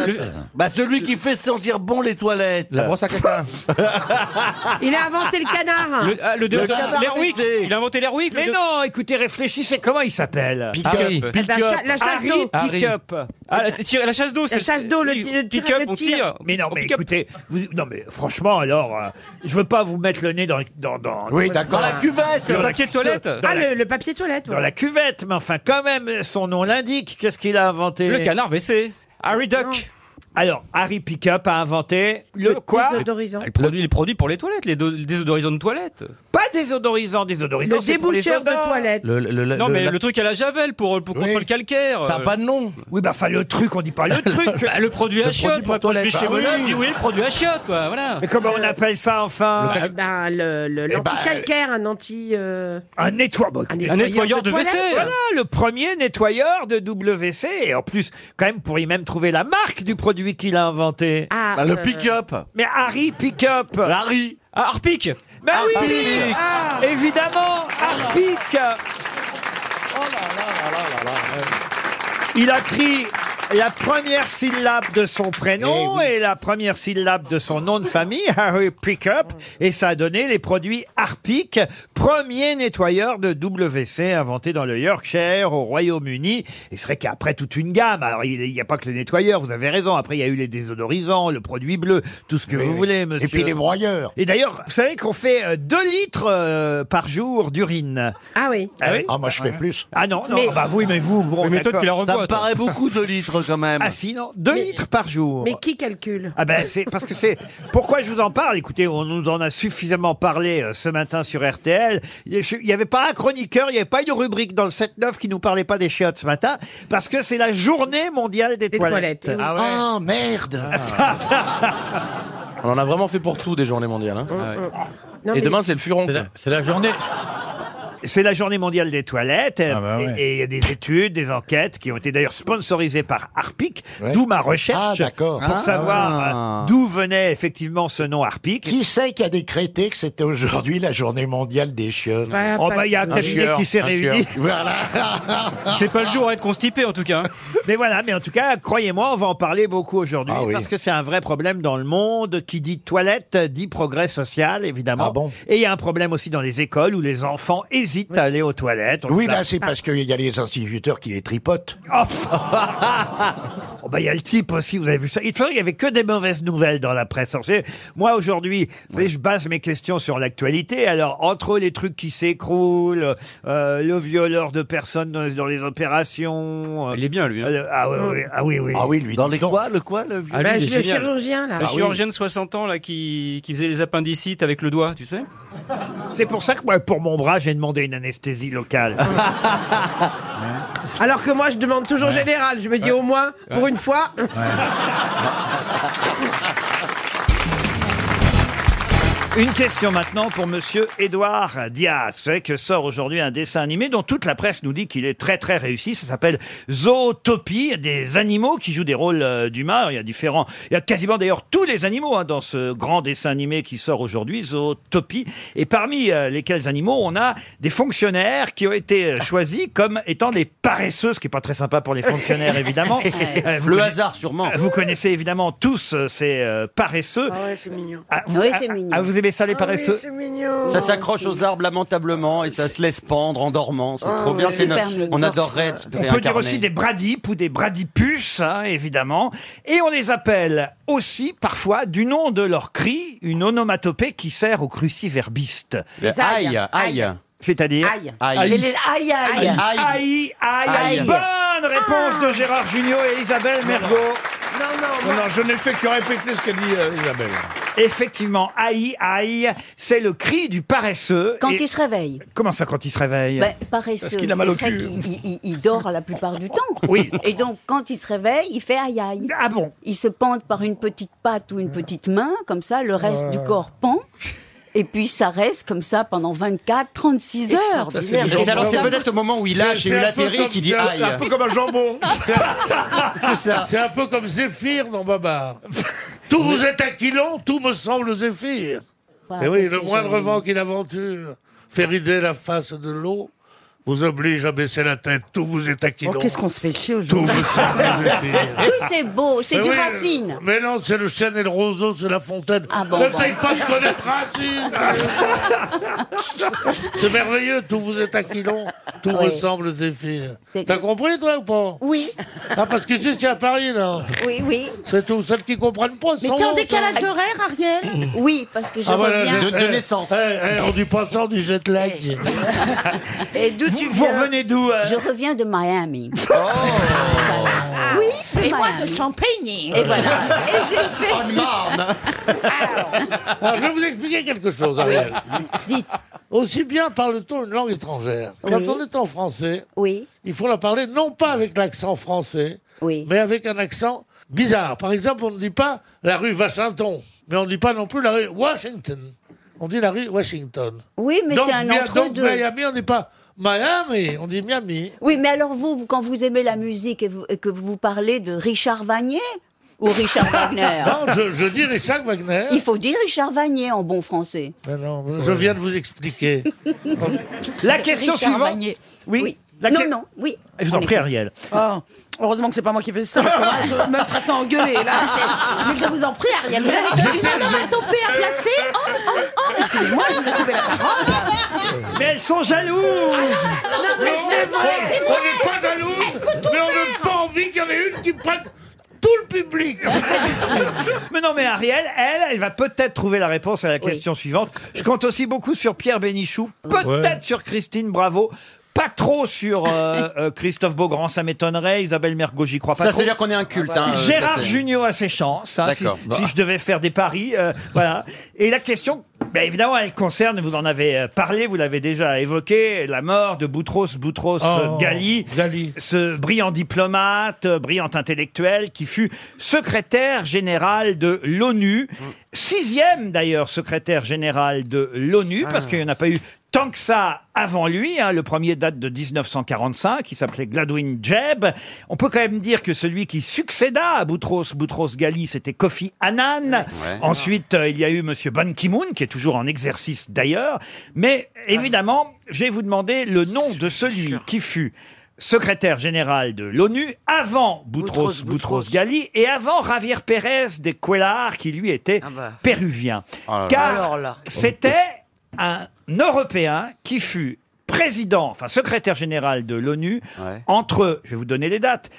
Speaker 20: bah, celui qui fait sentir bon les toilettes. La brosse à caca.
Speaker 6: Ah bah, Il a inventé le canard.
Speaker 1: Il a inventé l'Airwick. Mais non, écoutez, réfléchissez. Comment il s'appelle Ah
Speaker 20: Pick-up. Harry.
Speaker 6: Eh ben, cha- la chasse d'eau.
Speaker 1: Harry Pick-up.
Speaker 9: Ah, la, tire- la chasse d'eau, c'est
Speaker 6: La chasse d'eau, le, le,
Speaker 9: pick-up,
Speaker 6: le
Speaker 9: on tire.
Speaker 1: Mais non, mais écoutez, vous- non, mais franchement, alors, euh, je veux pas vous mettre le nez dans, dans, dans
Speaker 20: Oui, d'accord. Dans la cuvette.
Speaker 1: Dans
Speaker 20: Le
Speaker 1: la
Speaker 20: papier
Speaker 1: cuvette. Dans,
Speaker 6: Ah,
Speaker 1: la,
Speaker 6: le, le papier toilette.
Speaker 1: dans la cuvette, mais enfin, quand même, son nom l'indique. Qu'est-ce qu'il a inventé
Speaker 9: Le canard WC. Harry Duck.
Speaker 1: Alors, Harry Pickup a inventé le, quoi
Speaker 9: Elle Ah, produit les produits pour les toilettes, les, do- les désodorisants de toilette.
Speaker 1: Pas désodorisant, désodorisant.
Speaker 7: Le
Speaker 1: c'est pour les
Speaker 7: déboucheur de
Speaker 1: odeurs.
Speaker 7: toilette.
Speaker 9: non, mais le truc à la javel pour, pour contre le calcaire.
Speaker 1: Ça a pas
Speaker 9: de nom.
Speaker 1: Oui, bah enfin, le truc, on dit pas le truc.
Speaker 9: le produit à
Speaker 1: Le
Speaker 9: chiottes.
Speaker 1: produit
Speaker 9: Moi,
Speaker 1: pour
Speaker 9: quand je vais
Speaker 1: toilette.
Speaker 9: chez
Speaker 1: Bah
Speaker 9: Monoc,
Speaker 1: oui. Euh,
Speaker 9: je dis oui, le produit à chiottes, quoi. Voilà.
Speaker 1: Mais comment on appelle ça, enfin
Speaker 7: Eh
Speaker 6: Ah,
Speaker 7: ben, le, le,
Speaker 1: Eh ben,
Speaker 7: l'anti-calcaire, un anti... euh,
Speaker 1: Un nettoyeur, bah, écoutez,
Speaker 7: Un nettoyeur de
Speaker 1: toilette.
Speaker 7: WC.
Speaker 1: Voilà, le premier nettoyeur de WC. Et en plus, quand même, pour y même trouver la marque du produit qu'il a inventé.
Speaker 7: Ah, Bah, le euh,
Speaker 1: pick-up. Mais Harry Pick-up. Harry. Harpic. Bah
Speaker 20: Ah,
Speaker 1: oui,
Speaker 9: Harpic.
Speaker 1: oui, évidemment, Harpic. Il a pris la première syllabe de son prénom et, la première syllabe de son nom de famille, Harry Pickup, et ça a donné les produits Harpic, premier nettoyeur de WC inventé dans le Yorkshire au Royaume-Uni. Et c'est vrai qu'après toute une gamme, alors il n'y a pas que le nettoyeur, vous avez raison, après il y a eu les désodorisants, le produit bleu, tout ce que vous voulez, monsieur.
Speaker 33: puis les broyeurs.
Speaker 1: Et d'ailleurs, vous savez qu'on fait 2 litres euh, par jour d'urine.
Speaker 7: Ah oui.
Speaker 33: Ah, moi, je fais plus.
Speaker 1: Ah non, non,
Speaker 33: Mais-
Speaker 1: bah oui, mais vous, bon, d'accord.
Speaker 33: de litres quand même.
Speaker 1: Ah si, non, 2 litres par jour.
Speaker 7: Mais qui calcule
Speaker 1: Ah ben c'est parce que c'est pourquoi je vous en parle. Écoutez, on nous en a suffisamment parlé euh, ce matin sur RTL. Il n'y avait pas un chroniqueur, il n'y avait pas une rubrique dans le 7-9 qui nous parlait pas des chiottes ce matin parce que c'est la journée mondiale des, toilettes. Ah,
Speaker 33: Ah, merde
Speaker 34: On en a vraiment fait pour tout des journées
Speaker 33: Ah,
Speaker 34: mondiales. hein.
Speaker 1: Non,
Speaker 34: Et
Speaker 1: mais-
Speaker 34: demain, c'est le furoncle.
Speaker 1: C'est la journée. C'est la journée mondiale des toilettes
Speaker 9: Ah bah
Speaker 1: et- et il y a des études, des enquêtes qui ont été d'ailleurs sponsorisées par Harpic, d'où ma recherche pour
Speaker 33: Ah.
Speaker 1: savoir euh, d'où venait effectivement ce nom Harpic.
Speaker 33: Qui c'est qui a décrété que c'était aujourd'hui la journée mondiale des chiottes
Speaker 1: Ouais, Oh, pas bah, il y a un sûr. cabinet qui s'est réuni.
Speaker 33: Voilà.
Speaker 9: C'est pas le jour à être constipé, en tout cas. hein.
Speaker 1: Mais voilà, mais en tout cas, croyez-moi, on va en parler beaucoup aujourd'hui parce que c'est un vrai problème dans le monde. Qui dit toilette dit progrès social, évidemment.
Speaker 33: Ah
Speaker 1: Et il y a un problème aussi dans les écoles où les enfants hésitent à aller aux toilettes. On
Speaker 33: Oui,
Speaker 1: leur-
Speaker 33: bah, c'est parce qu'il y a les instituteurs qui les tripotent.
Speaker 1: Oh, pff. Oh, bah, il y a le type aussi, vous avez vu ça. Il il y avait que des mauvaises nouvelles dans la presse. Alors, c'est- moi, aujourd'hui, vous voyez, je base mes questions sur l'actualité. Alors, entre les trucs qui s'écroulent, euh, le violeur de personnes dans, dans les opérations... il est bien, lui. ah, oui, oui, ah oui, oui.
Speaker 33: Ah oui, lui. Dans les quoi,
Speaker 1: le quoi, le
Speaker 9: Ah, lui,
Speaker 7: Bah,
Speaker 9: il est
Speaker 7: le
Speaker 9: génial.
Speaker 7: chirurgien, là.
Speaker 9: Le
Speaker 7: Ah oui.
Speaker 9: chirurgien de 60 ans là, qui, qui faisait les appendicites avec le doigt, tu sais
Speaker 1: C'est pour ça que moi, pour mon bras, j'ai demandé une anesthésie locale.
Speaker 7: Alors que moi, je demande toujours
Speaker 1: Ouais.
Speaker 7: général. Je me dis
Speaker 1: Ouais.
Speaker 7: au moins, pour
Speaker 1: Ouais.
Speaker 7: une fois.
Speaker 1: Une question maintenant pour Monsieur Édouard Diaz. Vous savez que sort aujourd'hui un dessin animé dont toute la presse nous dit qu'il est très très réussi. Ça s'appelle Zootopie, des animaux qui jouent des rôles euh, d'humains. Il y a différents, il y a quasiment d'ailleurs tous les animaux hein, dans ce grand dessin animé qui sort aujourd'hui, Zootopie. Et parmi euh, lesquels animaux, on a des fonctionnaires qui ont été euh, choisis comme étant des paresseux, ce qui est pas très sympa pour les fonctionnaires évidemment.
Speaker 31: Ouais.
Speaker 1: Euh, vous
Speaker 31: Le
Speaker 1: conna-
Speaker 31: hasard, sûrement.
Speaker 1: Vous connaissez évidemment tous euh, ces euh, paresseux.
Speaker 7: Ah ouais, c'est mignon.
Speaker 1: Ah, vous- ah, ah, ah, vous aimez ça les paresseux
Speaker 7: mignon.
Speaker 31: Ça s'accroche aux arbres lamentablement et ça se laisse pendre en dormant. C'est
Speaker 1: Ah,
Speaker 31: trop
Speaker 1: oui.
Speaker 31: bien. C'est
Speaker 1: Super
Speaker 31: notre-
Speaker 1: mignon.
Speaker 31: On adorerait.
Speaker 1: On peut dire aussi des bradipes ou des bradipuces, hein, évidemment. Et on les appelle aussi parfois du nom de leur cri, une onomatopée qui sert aux cruciverbistes.
Speaker 31: Le aïe, aïe. Aïe.
Speaker 1: C'est-à-dire
Speaker 31: Aïe. Aïe. C'est les-
Speaker 1: aïe, aïe, aïe, aïe,
Speaker 31: Aïe.
Speaker 1: Bonne réponse de Gérard Junior et Isabelle Mergot.
Speaker 14: Non, non, je n'ai fait que répéter ce qu'a dit euh, Isabelle.
Speaker 1: Effectivement, aïe, aïe, c'est le cri du paresseux.
Speaker 2: Quand
Speaker 1: Et-
Speaker 2: il se réveille.
Speaker 1: Comment ça, quand il se réveille
Speaker 2: Ben, paresseux. c'est vrai qu'il- il- il- il dort la plupart du temps. Oui. Et donc, quand il se réveille, il fait aïe aïe.
Speaker 1: Ah bon
Speaker 2: Il se pente par une petite patte ou une petite main, comme ça, le reste
Speaker 13: Ouais.
Speaker 2: du corps pend. Et puis, ça reste comme ça pendant 24, 36 heures.
Speaker 31: Ça, c'est bizarre. Et alors, c'est peut-être au moment où il lâche et où il atterrit qu'il dit aïe.
Speaker 35: comme un jambon.
Speaker 31: C'est ça.
Speaker 35: C'est un peu comme Zéphyr dans Babar. Tout vous est aquilon, tout me semble Zéphyr.
Speaker 2: Voilà,
Speaker 35: Et oui,
Speaker 2: c'est
Speaker 35: le moindre
Speaker 2: joli.
Speaker 35: vent qui l'aventure fait rider la face de l'eau vous oblige à baisser la tête. Tout vous est aquilon.
Speaker 7: Oh, qu'est-ce qu'on se fait chier aujourd'hui
Speaker 2: Tout c'est beau, c'est
Speaker 35: Mais
Speaker 2: du
Speaker 35: Eh oui,
Speaker 2: racine. Ah
Speaker 35: Mais non, c'est le chêne et le roseau, c'est la fontaine.
Speaker 2: bon,
Speaker 35: N'essaye
Speaker 2: bon.
Speaker 35: pas de connaître Racine.
Speaker 17: C'est merveilleux, tout vous est aquilon, tout Oui. ressemble, Zéphine. T'as compris, toi, ou pas
Speaker 2: Oui.
Speaker 17: Ah, parce que je suis à Paris, là.
Speaker 2: Oui, oui.
Speaker 17: C'est tout, celles qui comprennent pas,
Speaker 2: Mais
Speaker 17: sans
Speaker 2: t'es en
Speaker 17: honte,
Speaker 2: décalage
Speaker 17: hein.
Speaker 2: horaire, Ariel Oui, parce que je
Speaker 17: Ah, voilà,
Speaker 2: reviens.
Speaker 17: je- eh, eh, eh, on dit pas ça, on dit jet lag.
Speaker 2: Eh. Et d'où tu
Speaker 17: vous
Speaker 2: viens
Speaker 17: revenez d'où, euh
Speaker 2: Je reviens de Miami. oui,
Speaker 6: Ah. Et moi de champagne.
Speaker 2: Et voilà. Et j'ai fait.
Speaker 17: Alors, Ah, je vais vous expliquer quelque chose, Ariel. Aussi bien parle-t-on une langue étrangère. Quand
Speaker 2: Oui.
Speaker 17: on est en français,
Speaker 2: Oui.
Speaker 17: il faut la parler non pas avec l'accent français, mais avec un accent bizarre. Par exemple, on ne dit pas la rue Washington, mais on ne dit pas non plus la rue Washington. On dit la rue Washington.
Speaker 2: Oui, mais
Speaker 17: Donc,
Speaker 2: c'est un
Speaker 17: bien- donc,
Speaker 2: entre-deux.
Speaker 17: Miami, on n'est pas Miami, on dit Miami.
Speaker 2: Oui, mais alors vous, vous, quand vous aimez la musique et, vous- et que vous parlez de Richard Vanier ou Richard Wagner
Speaker 17: Non, je, je dis Richard Wagner.
Speaker 2: Il faut dire Richard Vanier en bon français.
Speaker 17: Mais non, je viens de vous expliquer.
Speaker 1: La question
Speaker 2: Richard
Speaker 1: suivante.
Speaker 2: Vanier.
Speaker 1: Oui. La
Speaker 2: Non,
Speaker 1: que-
Speaker 2: non, oui.
Speaker 1: Je vous en
Speaker 2: On
Speaker 1: prie,
Speaker 2: écoute.
Speaker 1: Ariel.
Speaker 2: Oh.
Speaker 6: Heureusement que c'est pas moi qui fais ça, parce que moi, je me serais fait engueuler, là. Ah, c'est- Mais je vous en prie, Ariel, vous avez une onomatopée à placer. Oh, oh, oh, excusez-moi, je vous ai coupé la parole.
Speaker 1: Mais elles sont jalouses
Speaker 6: Ah, Non, mais c'est vrai, c'est
Speaker 17: On
Speaker 6: vrai.
Speaker 17: n'est pas jaloux, mais on n'a pas envie qu'il y en ait une qui prenne tout le public.
Speaker 1: Mais non, mais Ariel, elle, elle va peut-être trouver la réponse à la question suivante. Je compte aussi beaucoup sur Pierre Bénichou, peut-être sur Christine Bravo. Pas trop sur euh, euh, Christophe Beaugrand, ça m'étonnerait. Isabelle Mergo, j'y crois pas.
Speaker 31: Ça,
Speaker 1: trop.
Speaker 31: c'est-à-dire qu'on est un
Speaker 7: Ah,
Speaker 2: Ah,
Speaker 31: culte,
Speaker 7: bah,
Speaker 31: hein, euh, ça,
Speaker 1: Gérard
Speaker 31: c'est-
Speaker 1: Junior a ses chances. hein, si,
Speaker 31: D'accord.
Speaker 1: si je devais faire des paris, euh, voilà. Et la question, ben, évidemment, elle concerne. Vous en avez euh, parlé, vous l'avez déjà évoqué, la mort de Boutros Boutros euh,
Speaker 17: Oh,
Speaker 1: Ghali, ce brillant diplomate, euh, brillant intellectuel, qui fut secrétaire général de l'ONU, sixième d'ailleurs secrétaire général de l'ONU, parce qu'il n'y en a pas eu tant que ça avant lui. hein. le premier date de 1945, qui s'appelait Gladwin Jebb. On peut quand même dire que celui qui succéda à Boutros Boutros Ghali, c'était Kofi Annan. Ensuite, euh, il y a eu Monsieur Ban Ki-moon, qui est toujours en exercice d'ailleurs. Mais évidemment, je vais vous demander le nom de celui qui fut secrétaire général de l'ONU avant Boutros Boutros Ghali et avant Javier Pérez de Cuellar, qui lui était péruvien.
Speaker 13: Oh là là. Alors là.
Speaker 1: Car c'était un Européen qui fut président, enfin secrétaire général de l'ONU, entre, je vais vous donner les dates,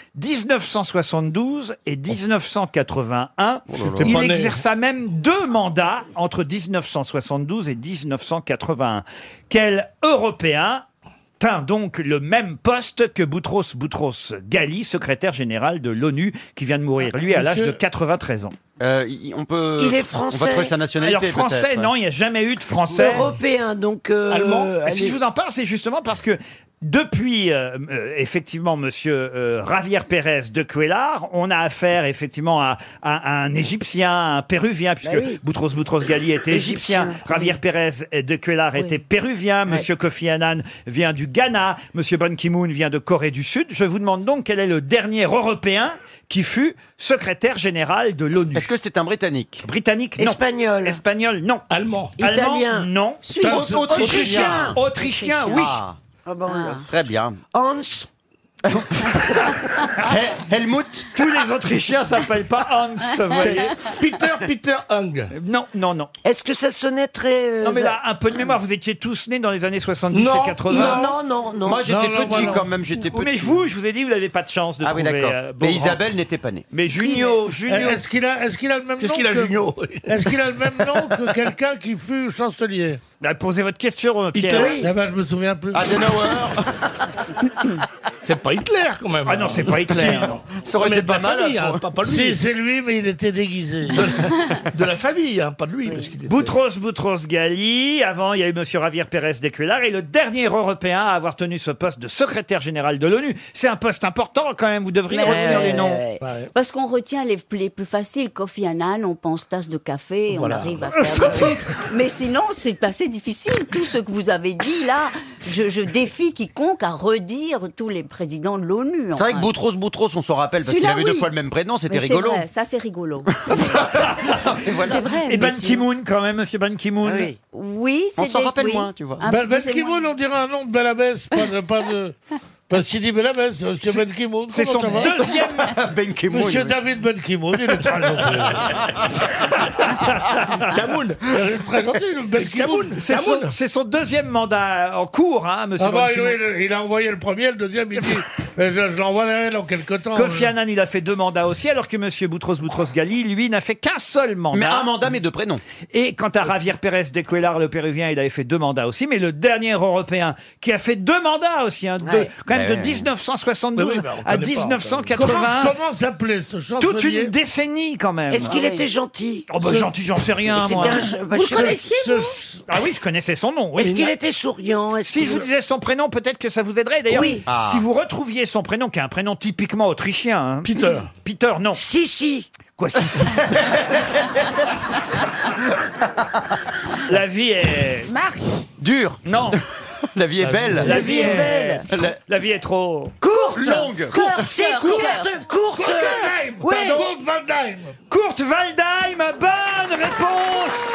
Speaker 1: 1972 et 1981.
Speaker 4: T'es
Speaker 1: Il
Speaker 4: pas né.
Speaker 1: exerça même deux mandats entre 1972 et 1981. Quel Européen tint donc le même poste que Boutros Boutros Ghali, secrétaire général de l'ONU, qui vient de mourir, lui, à l'âge de
Speaker 31: Monsieur-
Speaker 1: 93 ans.
Speaker 31: Euh, il- on peut.
Speaker 1: Il est
Speaker 31: On
Speaker 1: français.
Speaker 31: va trouver sa nationalité.
Speaker 1: Alors, français,
Speaker 31: peut-être, hein. ouais.
Speaker 1: non, il n'y a jamais eu de français.
Speaker 6: Européen, donc. euh,
Speaker 1: allemand. Et
Speaker 6: allez.
Speaker 1: si je vous en parle, c'est justement parce que depuis, euh, euh, effectivement, monsieur euh, Javier Pérez de Cuellar, on a affaire, effectivement, à, à un Égyptien, un Péruvien, puisque
Speaker 31: oui.
Speaker 1: Boutros Boutros Ghali était Égyptien,
Speaker 31: Égyptien.
Speaker 1: Javier Pérez de Cuellar était Péruvien, monsieur Kofi Annan vient du Ghana, monsieur Ban Ki-moon vient de Corée du Sud. Je vous demande donc quel est le dernier Européen qui fut secrétaire général de l'ONU. Est-ce
Speaker 31: que c'est un Britannique
Speaker 1: Britannique, non. Espagnol. Espagnol, non. Allemand.
Speaker 6: Italien.
Speaker 1: Allemand, non.
Speaker 6: Suisse. Autrichien.
Speaker 1: Autrichien. Autrichien, oui. Oh.
Speaker 31: Ah.
Speaker 6: Ah bon, là.
Speaker 31: Très bien.
Speaker 6: Hans.
Speaker 1: Helmut. Tous les Autrichiens s'appellent pas Hans, vous voyez.
Speaker 17: Peter, Peter Hung.
Speaker 1: Non, non, non.
Speaker 6: Est-ce que ça sonnait très. euh,
Speaker 1: Non mais là, un peu de mémoire, vous étiez tous nés dans les années 70
Speaker 6: Non,
Speaker 1: et 80.
Speaker 6: non, non, non, non.
Speaker 31: Moi, j'étais
Speaker 1: Non, non,
Speaker 31: petit
Speaker 1: moi, non.
Speaker 31: quand même, j'étais
Speaker 1: Mais
Speaker 31: petit.
Speaker 1: vous, je vous ai dit, vous n'avez pas de chance de
Speaker 31: Ah oui,
Speaker 1: trouver.
Speaker 31: d'accord.
Speaker 1: euh,
Speaker 31: mais
Speaker 1: Beaugrand.
Speaker 31: Isabelle n'était pas née.
Speaker 1: Mais Junio, Junio.
Speaker 17: Est-ce qu'il a, est-ce qu'il a le même nom
Speaker 31: Qu'est-ce qu'il a,
Speaker 17: que-
Speaker 31: Junio
Speaker 17: Est-ce qu'il a le même nom que quelqu'un qui fut chancelier
Speaker 1: Bah, posez votre question, euh, Pierre.
Speaker 17: Hitler Ah ben, je me souviens plus.
Speaker 1: C'est pas Hitler quand même. Ah non, c'est pas Hitler.
Speaker 31: Ça aurait été pas
Speaker 6: Ah,
Speaker 31: mal. hein, pour-
Speaker 17: Si, c'est lui, mais il était déguisé.
Speaker 1: de la famille,
Speaker 17: hein,
Speaker 1: pas de lui. Boutros Boutros Ghali, avant il y a eu Monsieur Javier Pérez de Cuellar, et le dernier Européen à avoir tenu ce poste de secrétaire général de l'ONU. C'est un poste important quand même, vous devriez
Speaker 2: Ouais,
Speaker 1: retenir
Speaker 2: ouais,
Speaker 1: les noms.
Speaker 2: ouais, Parce qu'on retient les, les plus faciles. Kofi Annan, on pense tasse de café,
Speaker 1: Voilà.
Speaker 2: on arrive à faire des trucs. Mais sinon, c'est assez difficile. Tout ce que vous avez dit là, je, je défie quiconque à redire tous les présidents de l'ONU.
Speaker 31: C'est vrai que
Speaker 2: enfin.
Speaker 31: Boutros Boutros, on s'en rappelle parce qu'il
Speaker 2: Celui-là,
Speaker 31: avait deux
Speaker 2: oui.
Speaker 31: fois le même prénom, c'était
Speaker 2: Mais c'est
Speaker 31: rigolo.
Speaker 2: vrai, ça, c'est rigolo.
Speaker 31: voilà.
Speaker 2: C'est vrai.
Speaker 1: Et Ban
Speaker 2: monsieur.
Speaker 1: Ki-moon quand même, Monsieur Ban Ki-moon.
Speaker 17: Ah
Speaker 2: Ah Oui, c'est des- oui.
Speaker 17: Ban
Speaker 2: Un
Speaker 17: Bah,
Speaker 2: peu, c'est
Speaker 17: Ki-moon, on dirait un nom de Belabès, pas de, pas de, Parce qu'il dit, mais là, ben, c'est monsieur Ben Kimoun.
Speaker 4: c'est son
Speaker 17: comment ça va
Speaker 4: deuxième- Ben Kimoun,
Speaker 17: Monsieur
Speaker 4: oui.
Speaker 17: David Ben Kimoun, il est très gentil.
Speaker 1: Kamoun.
Speaker 17: Il est très gentil, le Ben Kimoun.
Speaker 1: C'est son, c'est son deuxième mandat en cours, hein, monsieur.
Speaker 17: Ah bah,
Speaker 1: Ban
Speaker 17: il,
Speaker 1: Ki-moon.
Speaker 17: oui, il a envoyé le premier, le deuxième, il dit, mais je, je l'envoie dans quelques temps. euh.
Speaker 1: Kofi Annan, il a fait deux mandats aussi, alors que Monsieur Boutros Boutros Ghali, lui, n'a fait qu'un seul mandat.
Speaker 47: Mais un mandat, mais deux prénoms.
Speaker 1: Et quant à Javier Pérez de Cuellar, le Péruvien, il avait fait deux mandats aussi, mais le dernier Européen qui a fait deux mandats aussi, hein, de- quand même
Speaker 17: Ouais,
Speaker 1: de
Speaker 17: ouais.
Speaker 1: 1972
Speaker 17: Oui, oui, bah, on
Speaker 1: à
Speaker 17: connaît pas, on
Speaker 1: 1980.
Speaker 17: connaît pas. Comment s'appelait ce chancelier
Speaker 1: Toute une décennie quand même.
Speaker 17: Est-ce qu'il Ah oui. était
Speaker 1: gentil Oh bah
Speaker 17: Ce-
Speaker 1: gentil, j'en sais rien
Speaker 17: C'était
Speaker 1: moi.
Speaker 17: un je- bah, Vous je- le connaissiez,
Speaker 1: Ce- Ah oui, je connaissais son nom. oui.
Speaker 4: Est-ce qu'il était souriant Est-ce
Speaker 1: Si
Speaker 4: qu'il-
Speaker 1: je vous disais son prénom, peut-être que ça vous aiderait. D'ailleurs,
Speaker 4: Oui. Ah.
Speaker 1: si vous retrouviez son prénom, qui est un prénom typiquement autrichien. hein.
Speaker 17: Peter.
Speaker 1: Peter, non. Si, si. Quoi, si, si La vie est...
Speaker 6: Marc
Speaker 1: Dure. Non.
Speaker 47: La vie est belle.
Speaker 1: La vie est belle.
Speaker 47: La-
Speaker 1: La vie est trop...
Speaker 4: Courte
Speaker 1: Longue.
Speaker 4: Courte, c'est courte, courte
Speaker 1: Courte,
Speaker 4: Oui.
Speaker 1: pardon.
Speaker 4: Courte Waldheim
Speaker 1: Courte Waldheim, bonne réponse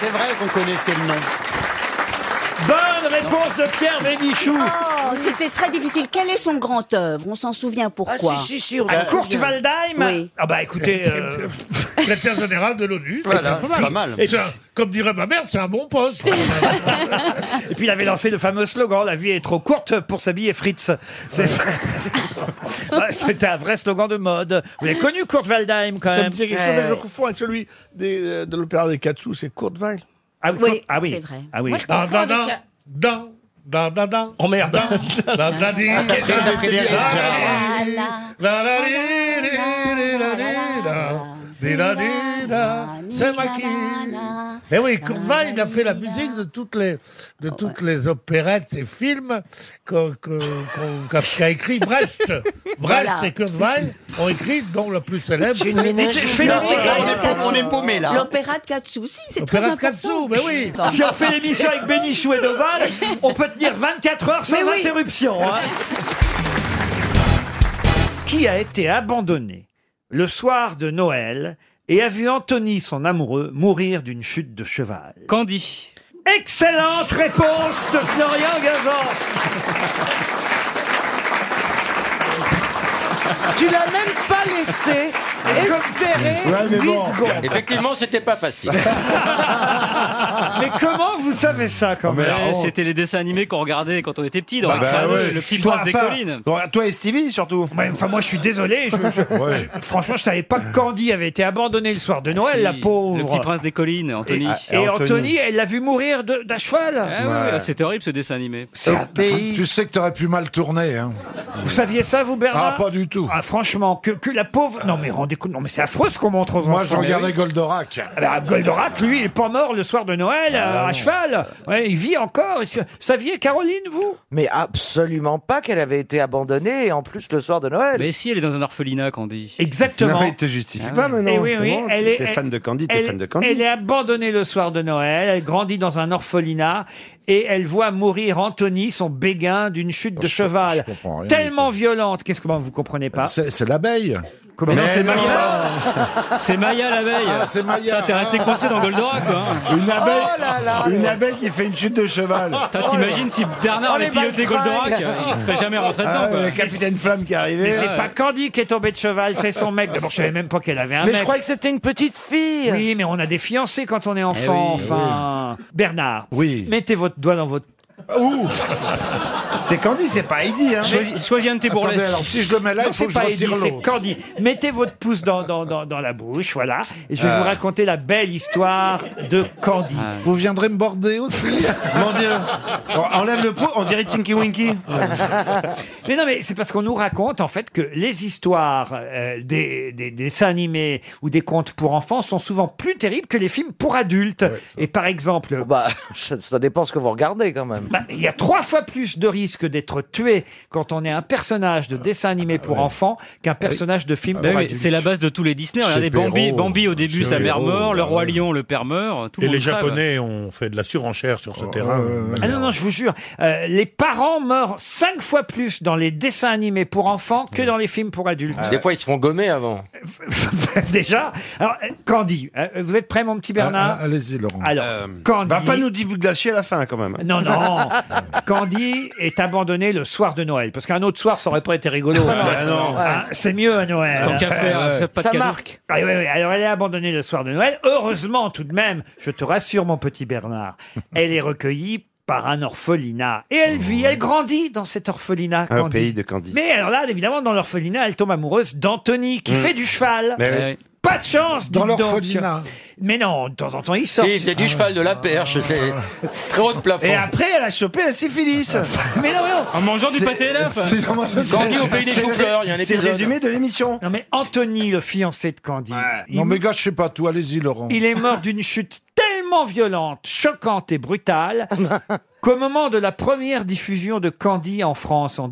Speaker 47: C'est vrai qu'on connaissait le nom.
Speaker 1: Bonne réponse de Pierre Bénichou.
Speaker 2: Oh, C'était très difficile. Quelle est son grand œuvre On s'en souvient pourquoi
Speaker 1: Ah, Kurt Waldheim
Speaker 2: Oui.
Speaker 1: Ah bah écoutez... euh,
Speaker 17: Secrétaire général de l'ONU.
Speaker 1: Voilà,
Speaker 17: C'est
Speaker 1: c'est pas mal.
Speaker 17: Et c'est un- comme dirait ma mère, c'est un bon poste.
Speaker 1: Et puis il avait lancé le fameux slogan La vie est trop courte pour s'habiller Fritz. C'est- Ouais, C'était un vrai slogan de mode. Vous l'avez connu, Kurt Waldheim, quand
Speaker 48: Ça
Speaker 1: même.
Speaker 48: me dit quelque chose, mais je confonds avec celui des, euh, de l'opéra des Quatre sous, c'est Courteval.
Speaker 1: Ah oui, Oui, Kurt- ah oui. c'est vrai. Ah oui. Moi, je
Speaker 17: Dan,
Speaker 1: confonds
Speaker 17: dan, dan,
Speaker 1: avec-
Speaker 17: dan, dan, dan, dan. Oh merde. Dan, dan, dan, di, dan,
Speaker 4: Qu'est-ce que ça fait
Speaker 17: di,
Speaker 4: derrière,
Speaker 17: dan,
Speaker 4: Gérard
Speaker 17: di, dan, dan, di, di, di, dan, di, dan, di, dan, di, dan. C'est maquis. Eh oui,
Speaker 2: Ah,
Speaker 17: Courval, il a fait la musique de toutes les, de toutes les opérettes et films qu'on- qu'on- qu'on- qu'a qu'a écrit Brecht. Brecht
Speaker 4: Voilà.
Speaker 17: et Courval ont écrit, dont le plus célèbre.
Speaker 2: J'ai une ménagère.
Speaker 17: Je fais les
Speaker 2: L'opéra
Speaker 17: miens.
Speaker 2: de Katsu.
Speaker 17: On est paumé, là.
Speaker 2: L'opéra de Katsu, si, c'est très
Speaker 17: Opéra
Speaker 2: important.
Speaker 17: de Katsu, mais oui.
Speaker 1: Si on fait l'émission avec Bénichou et Doval, on peut tenir 24 heures sans
Speaker 4: Mais oui.
Speaker 1: interruption. hein. Qui a été abandonné le soir de Noël et a vu Anthony, son amoureux, mourir d'une chute de cheval Candy. Excellente réponse de Florian Gazan.
Speaker 6: Tu l'as même pas laissé espérer 10 secondes.
Speaker 47: Effectivement, c'était pas facile.
Speaker 1: Mais comment vous savez ça quand
Speaker 9: Mais
Speaker 1: même
Speaker 9: eh, C'était les dessins animés qu'on regardait quand on était petit dans
Speaker 1: Bah,
Speaker 9: le,
Speaker 1: bah,
Speaker 9: fameux
Speaker 1: ouais.
Speaker 9: le petit
Speaker 1: Toi,
Speaker 9: prince des
Speaker 1: enfin,
Speaker 9: collines.
Speaker 1: Toi et Stevie surtout. Bah, enfin moi je suis désolé. je- je- je- franchement je savais pas que Candy avait été abandonnée le soir de Noël,
Speaker 9: Ah, Si,
Speaker 1: la pauvre.
Speaker 9: Le petit prince des collines, Anthony.
Speaker 1: Et, et Anthony. elle l'a vu mourir de- d'un cheval.
Speaker 9: Ah oui, ah, C'était horrible ce dessin animé. Bah
Speaker 14: Euh, Tu sais que t'aurais pu mal tourner. Hein.
Speaker 1: Vous saviez ça, vous, Bernard
Speaker 14: Ah, pas du tout.
Speaker 1: Ah, franchement, que, que la pauvre. Non, mais rendez compte, non, mais c'est affreux ce qu'on montre aux
Speaker 14: Moi, je
Speaker 1: enfants.
Speaker 14: regardais
Speaker 1: Mais oui.
Speaker 14: Goldorak.
Speaker 1: Ah bah, Goldorak, lui, il est pas mort le soir de Noël euh, à cheval. Ouais, il vit encore. Et si- Saviez, Caroline, vous
Speaker 49: Mais absolument pas qu'elle avait été abandonnée, et en plus le soir de Noël.
Speaker 9: Mais bah si, elle est dans un orphelinat, Candy. Ah.
Speaker 1: Exactement.
Speaker 49: Non, mais il
Speaker 9: te justifie
Speaker 49: pas maintenant,
Speaker 1: Eh oui,
Speaker 49: c'est
Speaker 1: oui,
Speaker 49: bon,
Speaker 1: elle
Speaker 49: t'es-
Speaker 1: est-
Speaker 49: t'es
Speaker 1: elle-
Speaker 49: fan de Candy, t'es
Speaker 1: elle-
Speaker 49: fan de Candy.
Speaker 1: Elle est abandonnée le soir de Noël. Elle grandit dans un orphelinat et elle voit mourir Anthony, son béguin, d'une chute de cheval.
Speaker 14: comprends rien
Speaker 1: Tellement violente. Qu'est-ce que vous comprenez pas
Speaker 14: C'est c'est l'abeille.
Speaker 1: Comment
Speaker 14: Mais
Speaker 1: non, c'est
Speaker 14: non.
Speaker 1: Maya.
Speaker 9: C'est Maya l'abeille.
Speaker 14: Ah, c'est Maya.
Speaker 9: Putain, T'es resté coincé dans Goldorak, quoi. hein.
Speaker 4: Une abeille,
Speaker 9: Oh là là.
Speaker 4: une abeille qui fait une chute de cheval.
Speaker 9: Putain, T'imagines si Bernard
Speaker 4: Oh,
Speaker 9: avait
Speaker 4: les
Speaker 9: piloté Goldorak, euh,
Speaker 4: baltringues.
Speaker 9: il serait jamais rentré dedans.
Speaker 4: Ah,
Speaker 9: quoi.
Speaker 4: Le capitaine Flamme qui est arrivé.
Speaker 1: Mais c'est pas Candy qui est tombée de cheval, c'est son mec. D'abord, je savais même pas qu'elle avait un
Speaker 49: mais
Speaker 1: mec.
Speaker 49: je croyais que c'était une petite fille.
Speaker 1: Oui, mais on a des fiancés quand
Speaker 4: Eh
Speaker 1: on est enfant,
Speaker 49: oui,
Speaker 1: enfin. Bernard, mettez votre doigt dans votre... Ouh
Speaker 4: C'est Candy, c'est pas Heidi. Hein.
Speaker 9: Choisis, choisis un de tes bourrelets.
Speaker 1: Non, c'est pas Eddie, c'est Candy. Mettez votre pouce dans, dans, dans, dans la bouche, voilà. Et je vais
Speaker 14: Ah.
Speaker 1: vous raconter la belle histoire de Candy.
Speaker 14: Vous viendrez me border aussi
Speaker 4: Mon Dieu.
Speaker 1: eh
Speaker 4: On- Enlève le pot, Oh, on dirait Tinky Winky.
Speaker 1: Mais non, mais c'est parce qu'on nous raconte en fait que les histoires euh, des, des, des dessins animés ou des contes pour enfants sont souvent plus terribles que les films pour adultes. Et par exemple,
Speaker 49: Bah, ça, ça dépend ce que vous regardez quand même.
Speaker 1: bah, il y a trois fois plus de risques d'être tué quand on est un personnage de dessin animé pour enfants qu'un personnage de
Speaker 49: Ah
Speaker 9: Bah
Speaker 1: film pour
Speaker 9: oui, mais
Speaker 1: adultes.
Speaker 9: c'est la base de tous les Disney. Regardez,
Speaker 1: Perrault,
Speaker 9: Bambi, Bambi au début,
Speaker 1: chez
Speaker 9: sa mère
Speaker 1: Perrault,
Speaker 9: meurt, le
Speaker 1: bah
Speaker 9: roi
Speaker 1: ouais.
Speaker 9: lion, le père meurt. Tout le
Speaker 48: Et les
Speaker 9: monde crève.
Speaker 48: Japonais ont fait de la surenchère sur
Speaker 17: Oh,
Speaker 48: ce terrain.
Speaker 1: Ah non, non, je vous jure, euh, les parents meurent cinq fois plus dans les dessins animés pour enfants que dans les films pour adultes.
Speaker 9: Ah.
Speaker 49: Ah,
Speaker 21: Des fois, ils se font gommer avant.
Speaker 1: Déjà, alors, euh, Candy, euh, vous êtes prêt, mon petit Bernard
Speaker 14: Ah,
Speaker 50: Euh,
Speaker 14: Allez-y, Laurent.
Speaker 50: bah,
Speaker 1: Alors, Candy...
Speaker 4: Va pas nous divulgacher à la fin quand même.
Speaker 1: Non, non. Candy est abandonné le soir de Noël. Parce qu'un autre soir, ça aurait pas été rigolo.
Speaker 50: Ah, bah non.
Speaker 1: Hein, C'est mieux à Noël.
Speaker 50: Tant qu'à faire, Ouais, ouais. c'est pas de Ça cadeau. marque.
Speaker 1: Ah, oui, oui, Alors, elle est abandonnée le soir de Noël. Heureusement, tout de même, je te rassure, mon petit Bernard, elle est recueillie par un orphelinat. Et elle vit, elle grandit dans cet orphelinat.
Speaker 20: Un
Speaker 1: Candide.
Speaker 20: pays de Candide.
Speaker 1: Mais alors là, évidemment, dans l'orphelinat, elle tombe amoureuse d'Anthony, qui
Speaker 20: Mm.
Speaker 1: fait du cheval.
Speaker 20: Mais oui.
Speaker 1: Pas de chance,
Speaker 20: Dans
Speaker 1: dites donc.
Speaker 20: l'orphelinat. Ah
Speaker 1: Mais non, de temps en temps, il sort. Ah.
Speaker 16: Si, c'est du cheval de la perche, c'est très haut de plafond.
Speaker 1: Et après,
Speaker 20: elle a chopé la syphilis.
Speaker 1: mais non, mais non.
Speaker 9: En mangeant du pâté à l'œuf. Grandi au pays des chou-fleurs, il y a un épisode.
Speaker 1: de l'émission. Non, mais Anthony, le fiancé de Candide. il-
Speaker 4: Non, mais gars, je sais pas tout. Allez-y, Laurent.
Speaker 1: Il est mort d'une chute tellement violente, choquante et brutale qu'au moment de la première diffusion de Candy en France en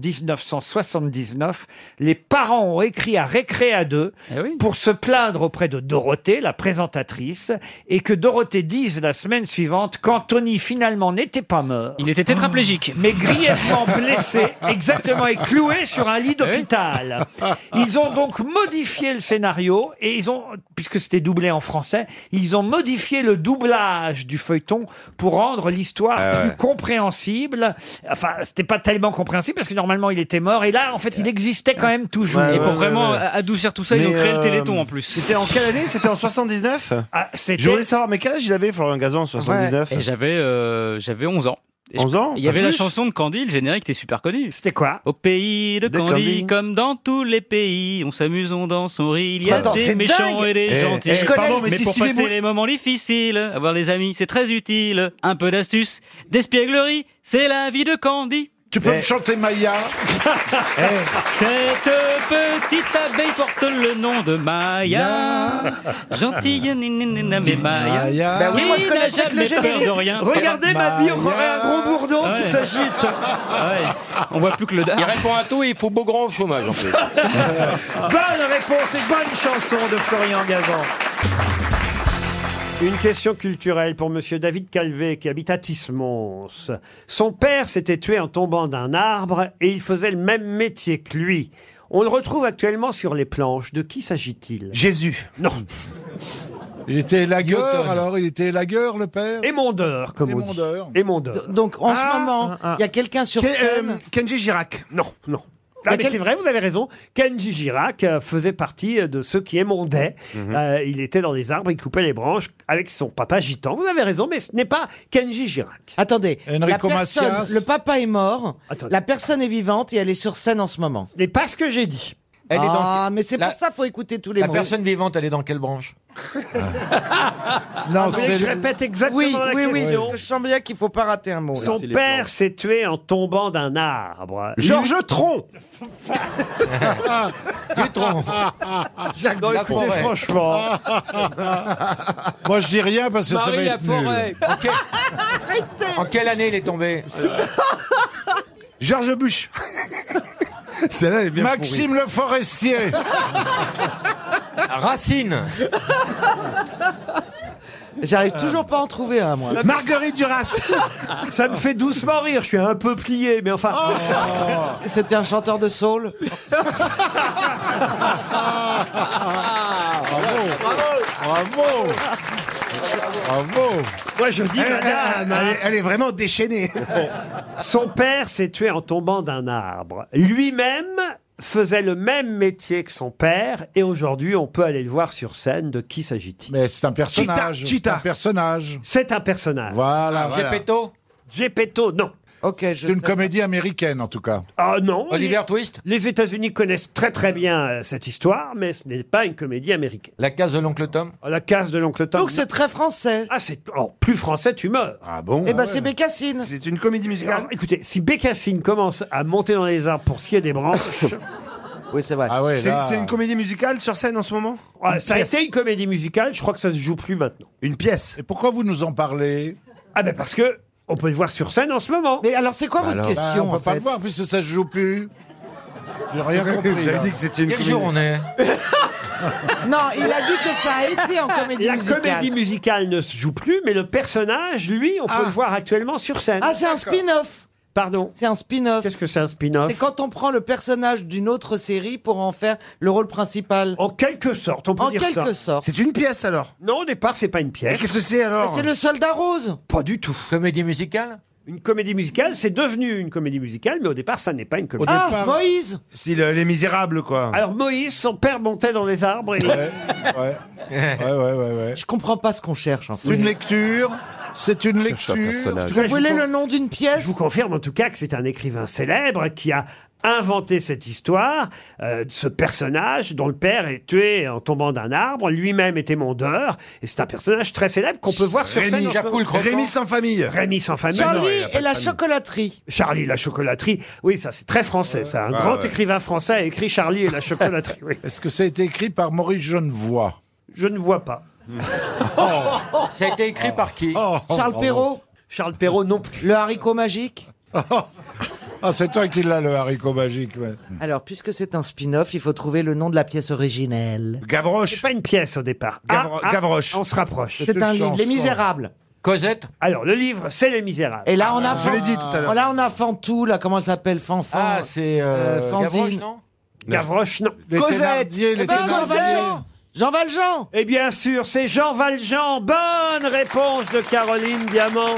Speaker 1: 1979, les parents ont écrit à Récréa 2 pour se plaindre auprès de Dorothée, la présentatrice, et que Dorothée dise la semaine suivante qu'Anthony finalement n'était pas mort.
Speaker 9: Il était tétraplégique.
Speaker 1: Mais grièvement blessé, exactement, et cloué sur un lit d'hôpital. Ils ont donc modifié le scénario et ils ont, puisque c'était doublé en français, ils ont modifié le doublage du feuilleton pour rendre l'histoire plus compréhensible. Enfin, c'était pas tellement compréhensible parce que normalement il était mort et là, en fait, il existait quand même toujours.
Speaker 9: Et pour vraiment adoucir tout ça, ils ont créé
Speaker 20: euh,
Speaker 9: le Téléthon en plus.
Speaker 1: euh, C'était en quelle année C'était en 79 ah, c'était-
Speaker 9: Je voulais
Speaker 1: savoir,
Speaker 20: mais quel âge il avait, Florian Gazan, en 79
Speaker 9: Et j'avais euh, j'avais 11 ans. Et je-
Speaker 20: 11 ans,
Speaker 9: Il y
Speaker 20: pas
Speaker 9: avait la
Speaker 20: plus.
Speaker 9: chanson de Candy, le générique était super connu.
Speaker 1: C'était quoi
Speaker 9: Au pays de
Speaker 20: De
Speaker 9: Candy,
Speaker 20: Candy.
Speaker 9: comme dans tous les pays, on s'amuse, on danse, on rit, il y a
Speaker 20: Attends,
Speaker 9: des
Speaker 20: c'est
Speaker 9: méchants
Speaker 20: dingue.
Speaker 9: et des
Speaker 20: Eh,
Speaker 9: gentils.
Speaker 20: eh, Je connais, pardon, mais
Speaker 9: mais
Speaker 20: si
Speaker 9: pour
Speaker 20: Stevie
Speaker 9: passer
Speaker 20: Bou-
Speaker 9: les moments difficiles, avoir des amis, c'est très utile. Un peu d'astuce, d'espièglerie, c'est la vie de Candy.
Speaker 4: Tu peux me chanter Maya
Speaker 9: Eh. Cette petite abeille porte le nom de Maya. Gentille, ni, ni, ni, ni, mais Maya.
Speaker 20: Bah oui, moi, je
Speaker 9: Il
Speaker 20: connais
Speaker 9: n'a
Speaker 20: le truc, le
Speaker 9: jamais peur
Speaker 20: générique.
Speaker 9: de rien.
Speaker 20: Regardez ma
Speaker 9: bille,
Speaker 20: bille, on croirait un gros bourdon qui s'agite.
Speaker 9: Ah On voit plus que le dard.
Speaker 1: Il
Speaker 9: répond à tout et il faut beau grand au chômage en plus.
Speaker 1: Bonne réponse et bonne chanson de Florian Gazan. Une question culturelle pour Monsieur David Calvé qui habite à Tismons. Son père s'était tué en tombant d'un arbre et il faisait le même métier que lui. On le retrouve actuellement sur les planches. De qui s'agit-il Jésus. Non.
Speaker 4: Il était
Speaker 1: Newton.
Speaker 4: lagueur, alors Il était lagueur, le père
Speaker 1: Émondeur, comme on dit.
Speaker 4: Émondeur.
Speaker 1: Émondeur.
Speaker 6: Donc en ce moment, il y a quelqu'un sur
Speaker 4: Ken-
Speaker 6: scène.
Speaker 4: euh,
Speaker 6: Kenji Girac.
Speaker 1: Non, non.
Speaker 6: Y
Speaker 1: Ah,
Speaker 6: a
Speaker 1: mais
Speaker 6: quel-
Speaker 1: c'est vrai, vous avez raison. Kenji Girac euh, faisait partie euh, de ceux qui émondaient. Euh, il était dans les arbres, il coupait les branches avec son papa gitan. Vous avez raison, mais ce n'est pas Kenji Girac.
Speaker 6: Attendez, la
Speaker 1: Enrico
Speaker 6: personne-
Speaker 1: Macias.
Speaker 6: le papa est mort,
Speaker 1: Attendez.
Speaker 6: la personne est vivante et elle est sur scène en ce moment.
Speaker 1: n'est pas ce que j'ai dit.
Speaker 18: Elle est
Speaker 6: ah,
Speaker 18: dans-
Speaker 6: mais c'est
Speaker 18: la-
Speaker 6: pour ça faut écouter tous les
Speaker 18: La
Speaker 6: mots.
Speaker 18: personne vivante, elle est dans quelle branche
Speaker 6: Ah,
Speaker 1: Non,
Speaker 6: vous voulez
Speaker 1: c'est
Speaker 6: que je
Speaker 1: le-
Speaker 6: répète
Speaker 1: exactement
Speaker 6: oui,
Speaker 1: la
Speaker 6: oui, Oui,
Speaker 1: question.
Speaker 6: parce que je sens bien qu'il faut pas rater un mot. là.
Speaker 1: Son père s'est tué en tombant d'un arbre.
Speaker 6: Georges
Speaker 1: Tron
Speaker 4: Dutron.
Speaker 1: Jacques Non, écoutez, Laforêt. franchement.
Speaker 4: Moi, je dis rien parce que ça va
Speaker 18: Marie
Speaker 4: être
Speaker 18: Laforêt.
Speaker 4: nul.
Speaker 18: En, quelle- en quelle année il est tombé
Speaker 20: Georges Bush. Celle-là, elle est bien
Speaker 4: Maxime Le Forestier.
Speaker 18: Racine.
Speaker 6: J'arrive toujours pas à en trouver un moi.
Speaker 1: Marguerite Duras Ça me fait doucement rire, je suis un peu plié, mais enfin...
Speaker 20: Oh.
Speaker 6: C'était un chanteur de soul.
Speaker 4: Ah.
Speaker 1: Oh.
Speaker 4: Bravo
Speaker 1: Bravo Moi je dis
Speaker 19: Elle-
Speaker 1: madame,
Speaker 19: elle-
Speaker 1: hein.
Speaker 19: elle est- elle est vraiment déchaînée.
Speaker 1: Son père s'est tué en tombant d'un arbre. Lui-même faisait le même métier que son père et aujourd'hui on peut aller le voir sur scène. De qui s'agit-il
Speaker 4: Mais c'est un personnage.
Speaker 1: Cheetah.
Speaker 4: C'est un personnage.
Speaker 1: C'est un personnage.
Speaker 4: Voilà.
Speaker 1: Gepetto Gepetto, non.
Speaker 6: Ok,
Speaker 4: C'est une comédie américaine, en tout cas.
Speaker 1: Ah non. Oliver Twist Les États-Unis connaissent très très bien euh, cette histoire, mais ce n'est pas une comédie américaine. La case de l'oncle Tom La case de l'oncle Tom.
Speaker 6: Donc c'est très français.
Speaker 1: Ah c'est oh, plus français, tu meurs.
Speaker 20: Ah bon
Speaker 6: Eh ben c'est Bécassine.
Speaker 1: C'est une comédie musicale. écoutez, si Bécassine commence à monter dans les arbres pour scier des branches.
Speaker 6: oui, c'est vrai.
Speaker 1: Ah
Speaker 20: C'est c'est une comédie musicale sur scène en ce moment
Speaker 1: ça a été une comédie musicale, je crois que ça se joue plus maintenant.
Speaker 20: Une pièce.
Speaker 4: Et pourquoi vous nous en parlez
Speaker 1: Ah ben parce que on peut le voir sur scène en ce moment.
Speaker 6: Mais alors c'est quoi
Speaker 1: votre
Speaker 4: Bah,
Speaker 1: question,
Speaker 4: On
Speaker 1: en
Speaker 4: peut pas
Speaker 1: fait
Speaker 4: le voir puisque ça se joue plus. J'ai rien
Speaker 20: Vous
Speaker 4: compris.
Speaker 20: avez
Speaker 4: là.
Speaker 20: dit que c'était une Quel jour comédie.
Speaker 4: est
Speaker 6: Non, il a dit que ça a été en comédie
Speaker 1: La
Speaker 6: musicale.
Speaker 1: comédie musicale ne se joue plus, mais le personnage, lui, on peut le voir actuellement sur scène.
Speaker 6: Ah, c'est un spin-off.
Speaker 1: Pardon.
Speaker 6: C'est un spin-off.
Speaker 1: Qu'est-ce que c'est un spin-off
Speaker 6: C'est quand on prend le personnage d'une autre série pour en faire le rôle principal.
Speaker 1: En quelque sorte, on peut
Speaker 6: en
Speaker 1: dire
Speaker 6: quelque
Speaker 1: ça.
Speaker 6: sorte.
Speaker 1: C'est une pièce alors Non, au départ, c'est pas une pièce.
Speaker 6: Mais C'est le soldat rose.
Speaker 1: Pas du tout.
Speaker 18: Comédie musicale
Speaker 1: Une comédie musicale, c'est devenu une comédie musicale, mais au départ, ça n'est pas une comédie.
Speaker 4: Ah, Moïse
Speaker 6: Style euh, Les Misérables, quoi.
Speaker 1: Alors Moïse, son père montait dans les arbres. Et...
Speaker 6: ouais. ouais, ouais, ouais, ouais.
Speaker 4: Je comprends pas ce qu'on cherche en fait.
Speaker 6: C'est une lecture. C'est une lecture.
Speaker 4: Vous voulez le nom d'une pièce
Speaker 1: Je vous confirme en tout cas que c'est un écrivain célèbre qui a inventé cette histoire, euh, ce personnage dont le père est tué en tombant d'un arbre, lui-même était mondeur, et c'est un personnage très célèbre qu'on peut voir sur scène. en ce moment.
Speaker 6: Rémi sans famille.
Speaker 1: Rémi sans famille.
Speaker 4: Charlie et la chocolaterie.
Speaker 1: Charlie et la chocolaterie, oui, ça c'est très français, ça. Un
Speaker 6: Ah,
Speaker 1: grand
Speaker 6: ouais.
Speaker 1: écrivain français a écrit Charlie et la chocolaterie. Oui.
Speaker 6: Est-ce que ça a été écrit par Maurice Genevoix
Speaker 1: Je ne vois pas.
Speaker 4: Ça a été écrit par qui
Speaker 6: Oh,
Speaker 4: Charles
Speaker 6: bravo.
Speaker 4: Perrault
Speaker 1: Charles Perrault non plus.
Speaker 4: Le haricot magique
Speaker 6: Ah, c'est toi qui l'as, le haricot magique. ouais.
Speaker 4: Alors, puisque c'est un spin-off, il faut trouver le nom de la pièce originelle.
Speaker 6: Gavroche.
Speaker 1: C'est pas une pièce au départ. Ah,
Speaker 6: Gavro- Gavroche.
Speaker 1: On se rapproche.
Speaker 4: C'est un livre, Les Misérables.
Speaker 1: Cosette Alors, le livre, c'est Les Misérables.
Speaker 4: Et là, on a,
Speaker 1: Je l'ai dit
Speaker 4: Fan-
Speaker 1: tout à l'heure.
Speaker 4: là, on a Fantou, là, comment elle s'appelle Fanfan
Speaker 1: Ah, c'est, euh, Gavroche, non Gavroche, non.
Speaker 4: Cosette Eh ben, Jean Valjean Jean Valjean
Speaker 1: Et Eh bien sûr, c'est Jean Valjean. Bonne réponse de Caroline Diamant.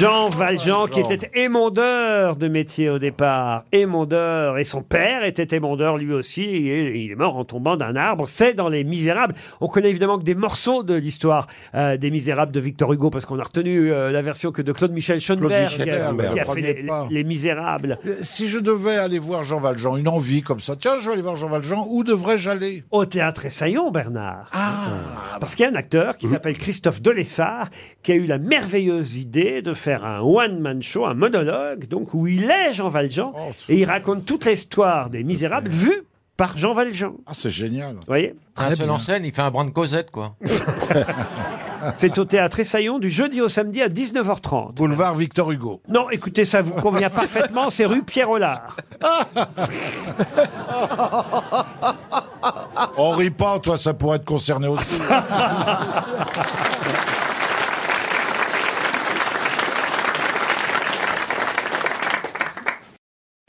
Speaker 1: Jean Valjean, qui était émondeur de métier au départ, émondeur, et son père était émondeur lui aussi, et il est mort en tombant d'un arbre, c'est dans Les Misérables. On connaît évidemment que des morceaux de l'histoire euh, des Misérables de Victor Hugo, parce qu'on a retenu euh, la version que de Claude Michel Schoenberg,
Speaker 6: Michel
Speaker 1: qui a-
Speaker 6: Schoenberg.
Speaker 1: qui a
Speaker 6: Le
Speaker 1: fait
Speaker 6: premier
Speaker 1: les,
Speaker 6: pas.
Speaker 1: les Misérables.
Speaker 6: Si je devais aller voir Jean Valjean, une envie comme ça, tiens, je vais aller voir Jean Valjean, où devrais-je aller
Speaker 1: Au théâtre Essayon, Bernard. Ah, Parce qu'il y a un acteur
Speaker 6: Mhm.
Speaker 1: qui s'appelle Christophe Delessart qui a eu la merveilleuse idée de faire un one-man show, un monologue, donc où il est Jean Valjean
Speaker 6: Oh,
Speaker 1: et il raconte toute l'histoire des Misérables vue par Jean Valjean. Vous
Speaker 6: Ah, c'est génial.
Speaker 1: voyez
Speaker 6: Très bien.
Speaker 16: scène, il fait un brin de Cosette, quoi.
Speaker 1: C'est au théâtre Essayon du jeudi au samedi à 19h30.
Speaker 6: Boulevard Victor Hugo.
Speaker 1: Non, écoutez, ça vous convient parfaitement, c'est rue Pierre Hollard.
Speaker 6: On rit pas, toi, ça pourrait te concerner aussi.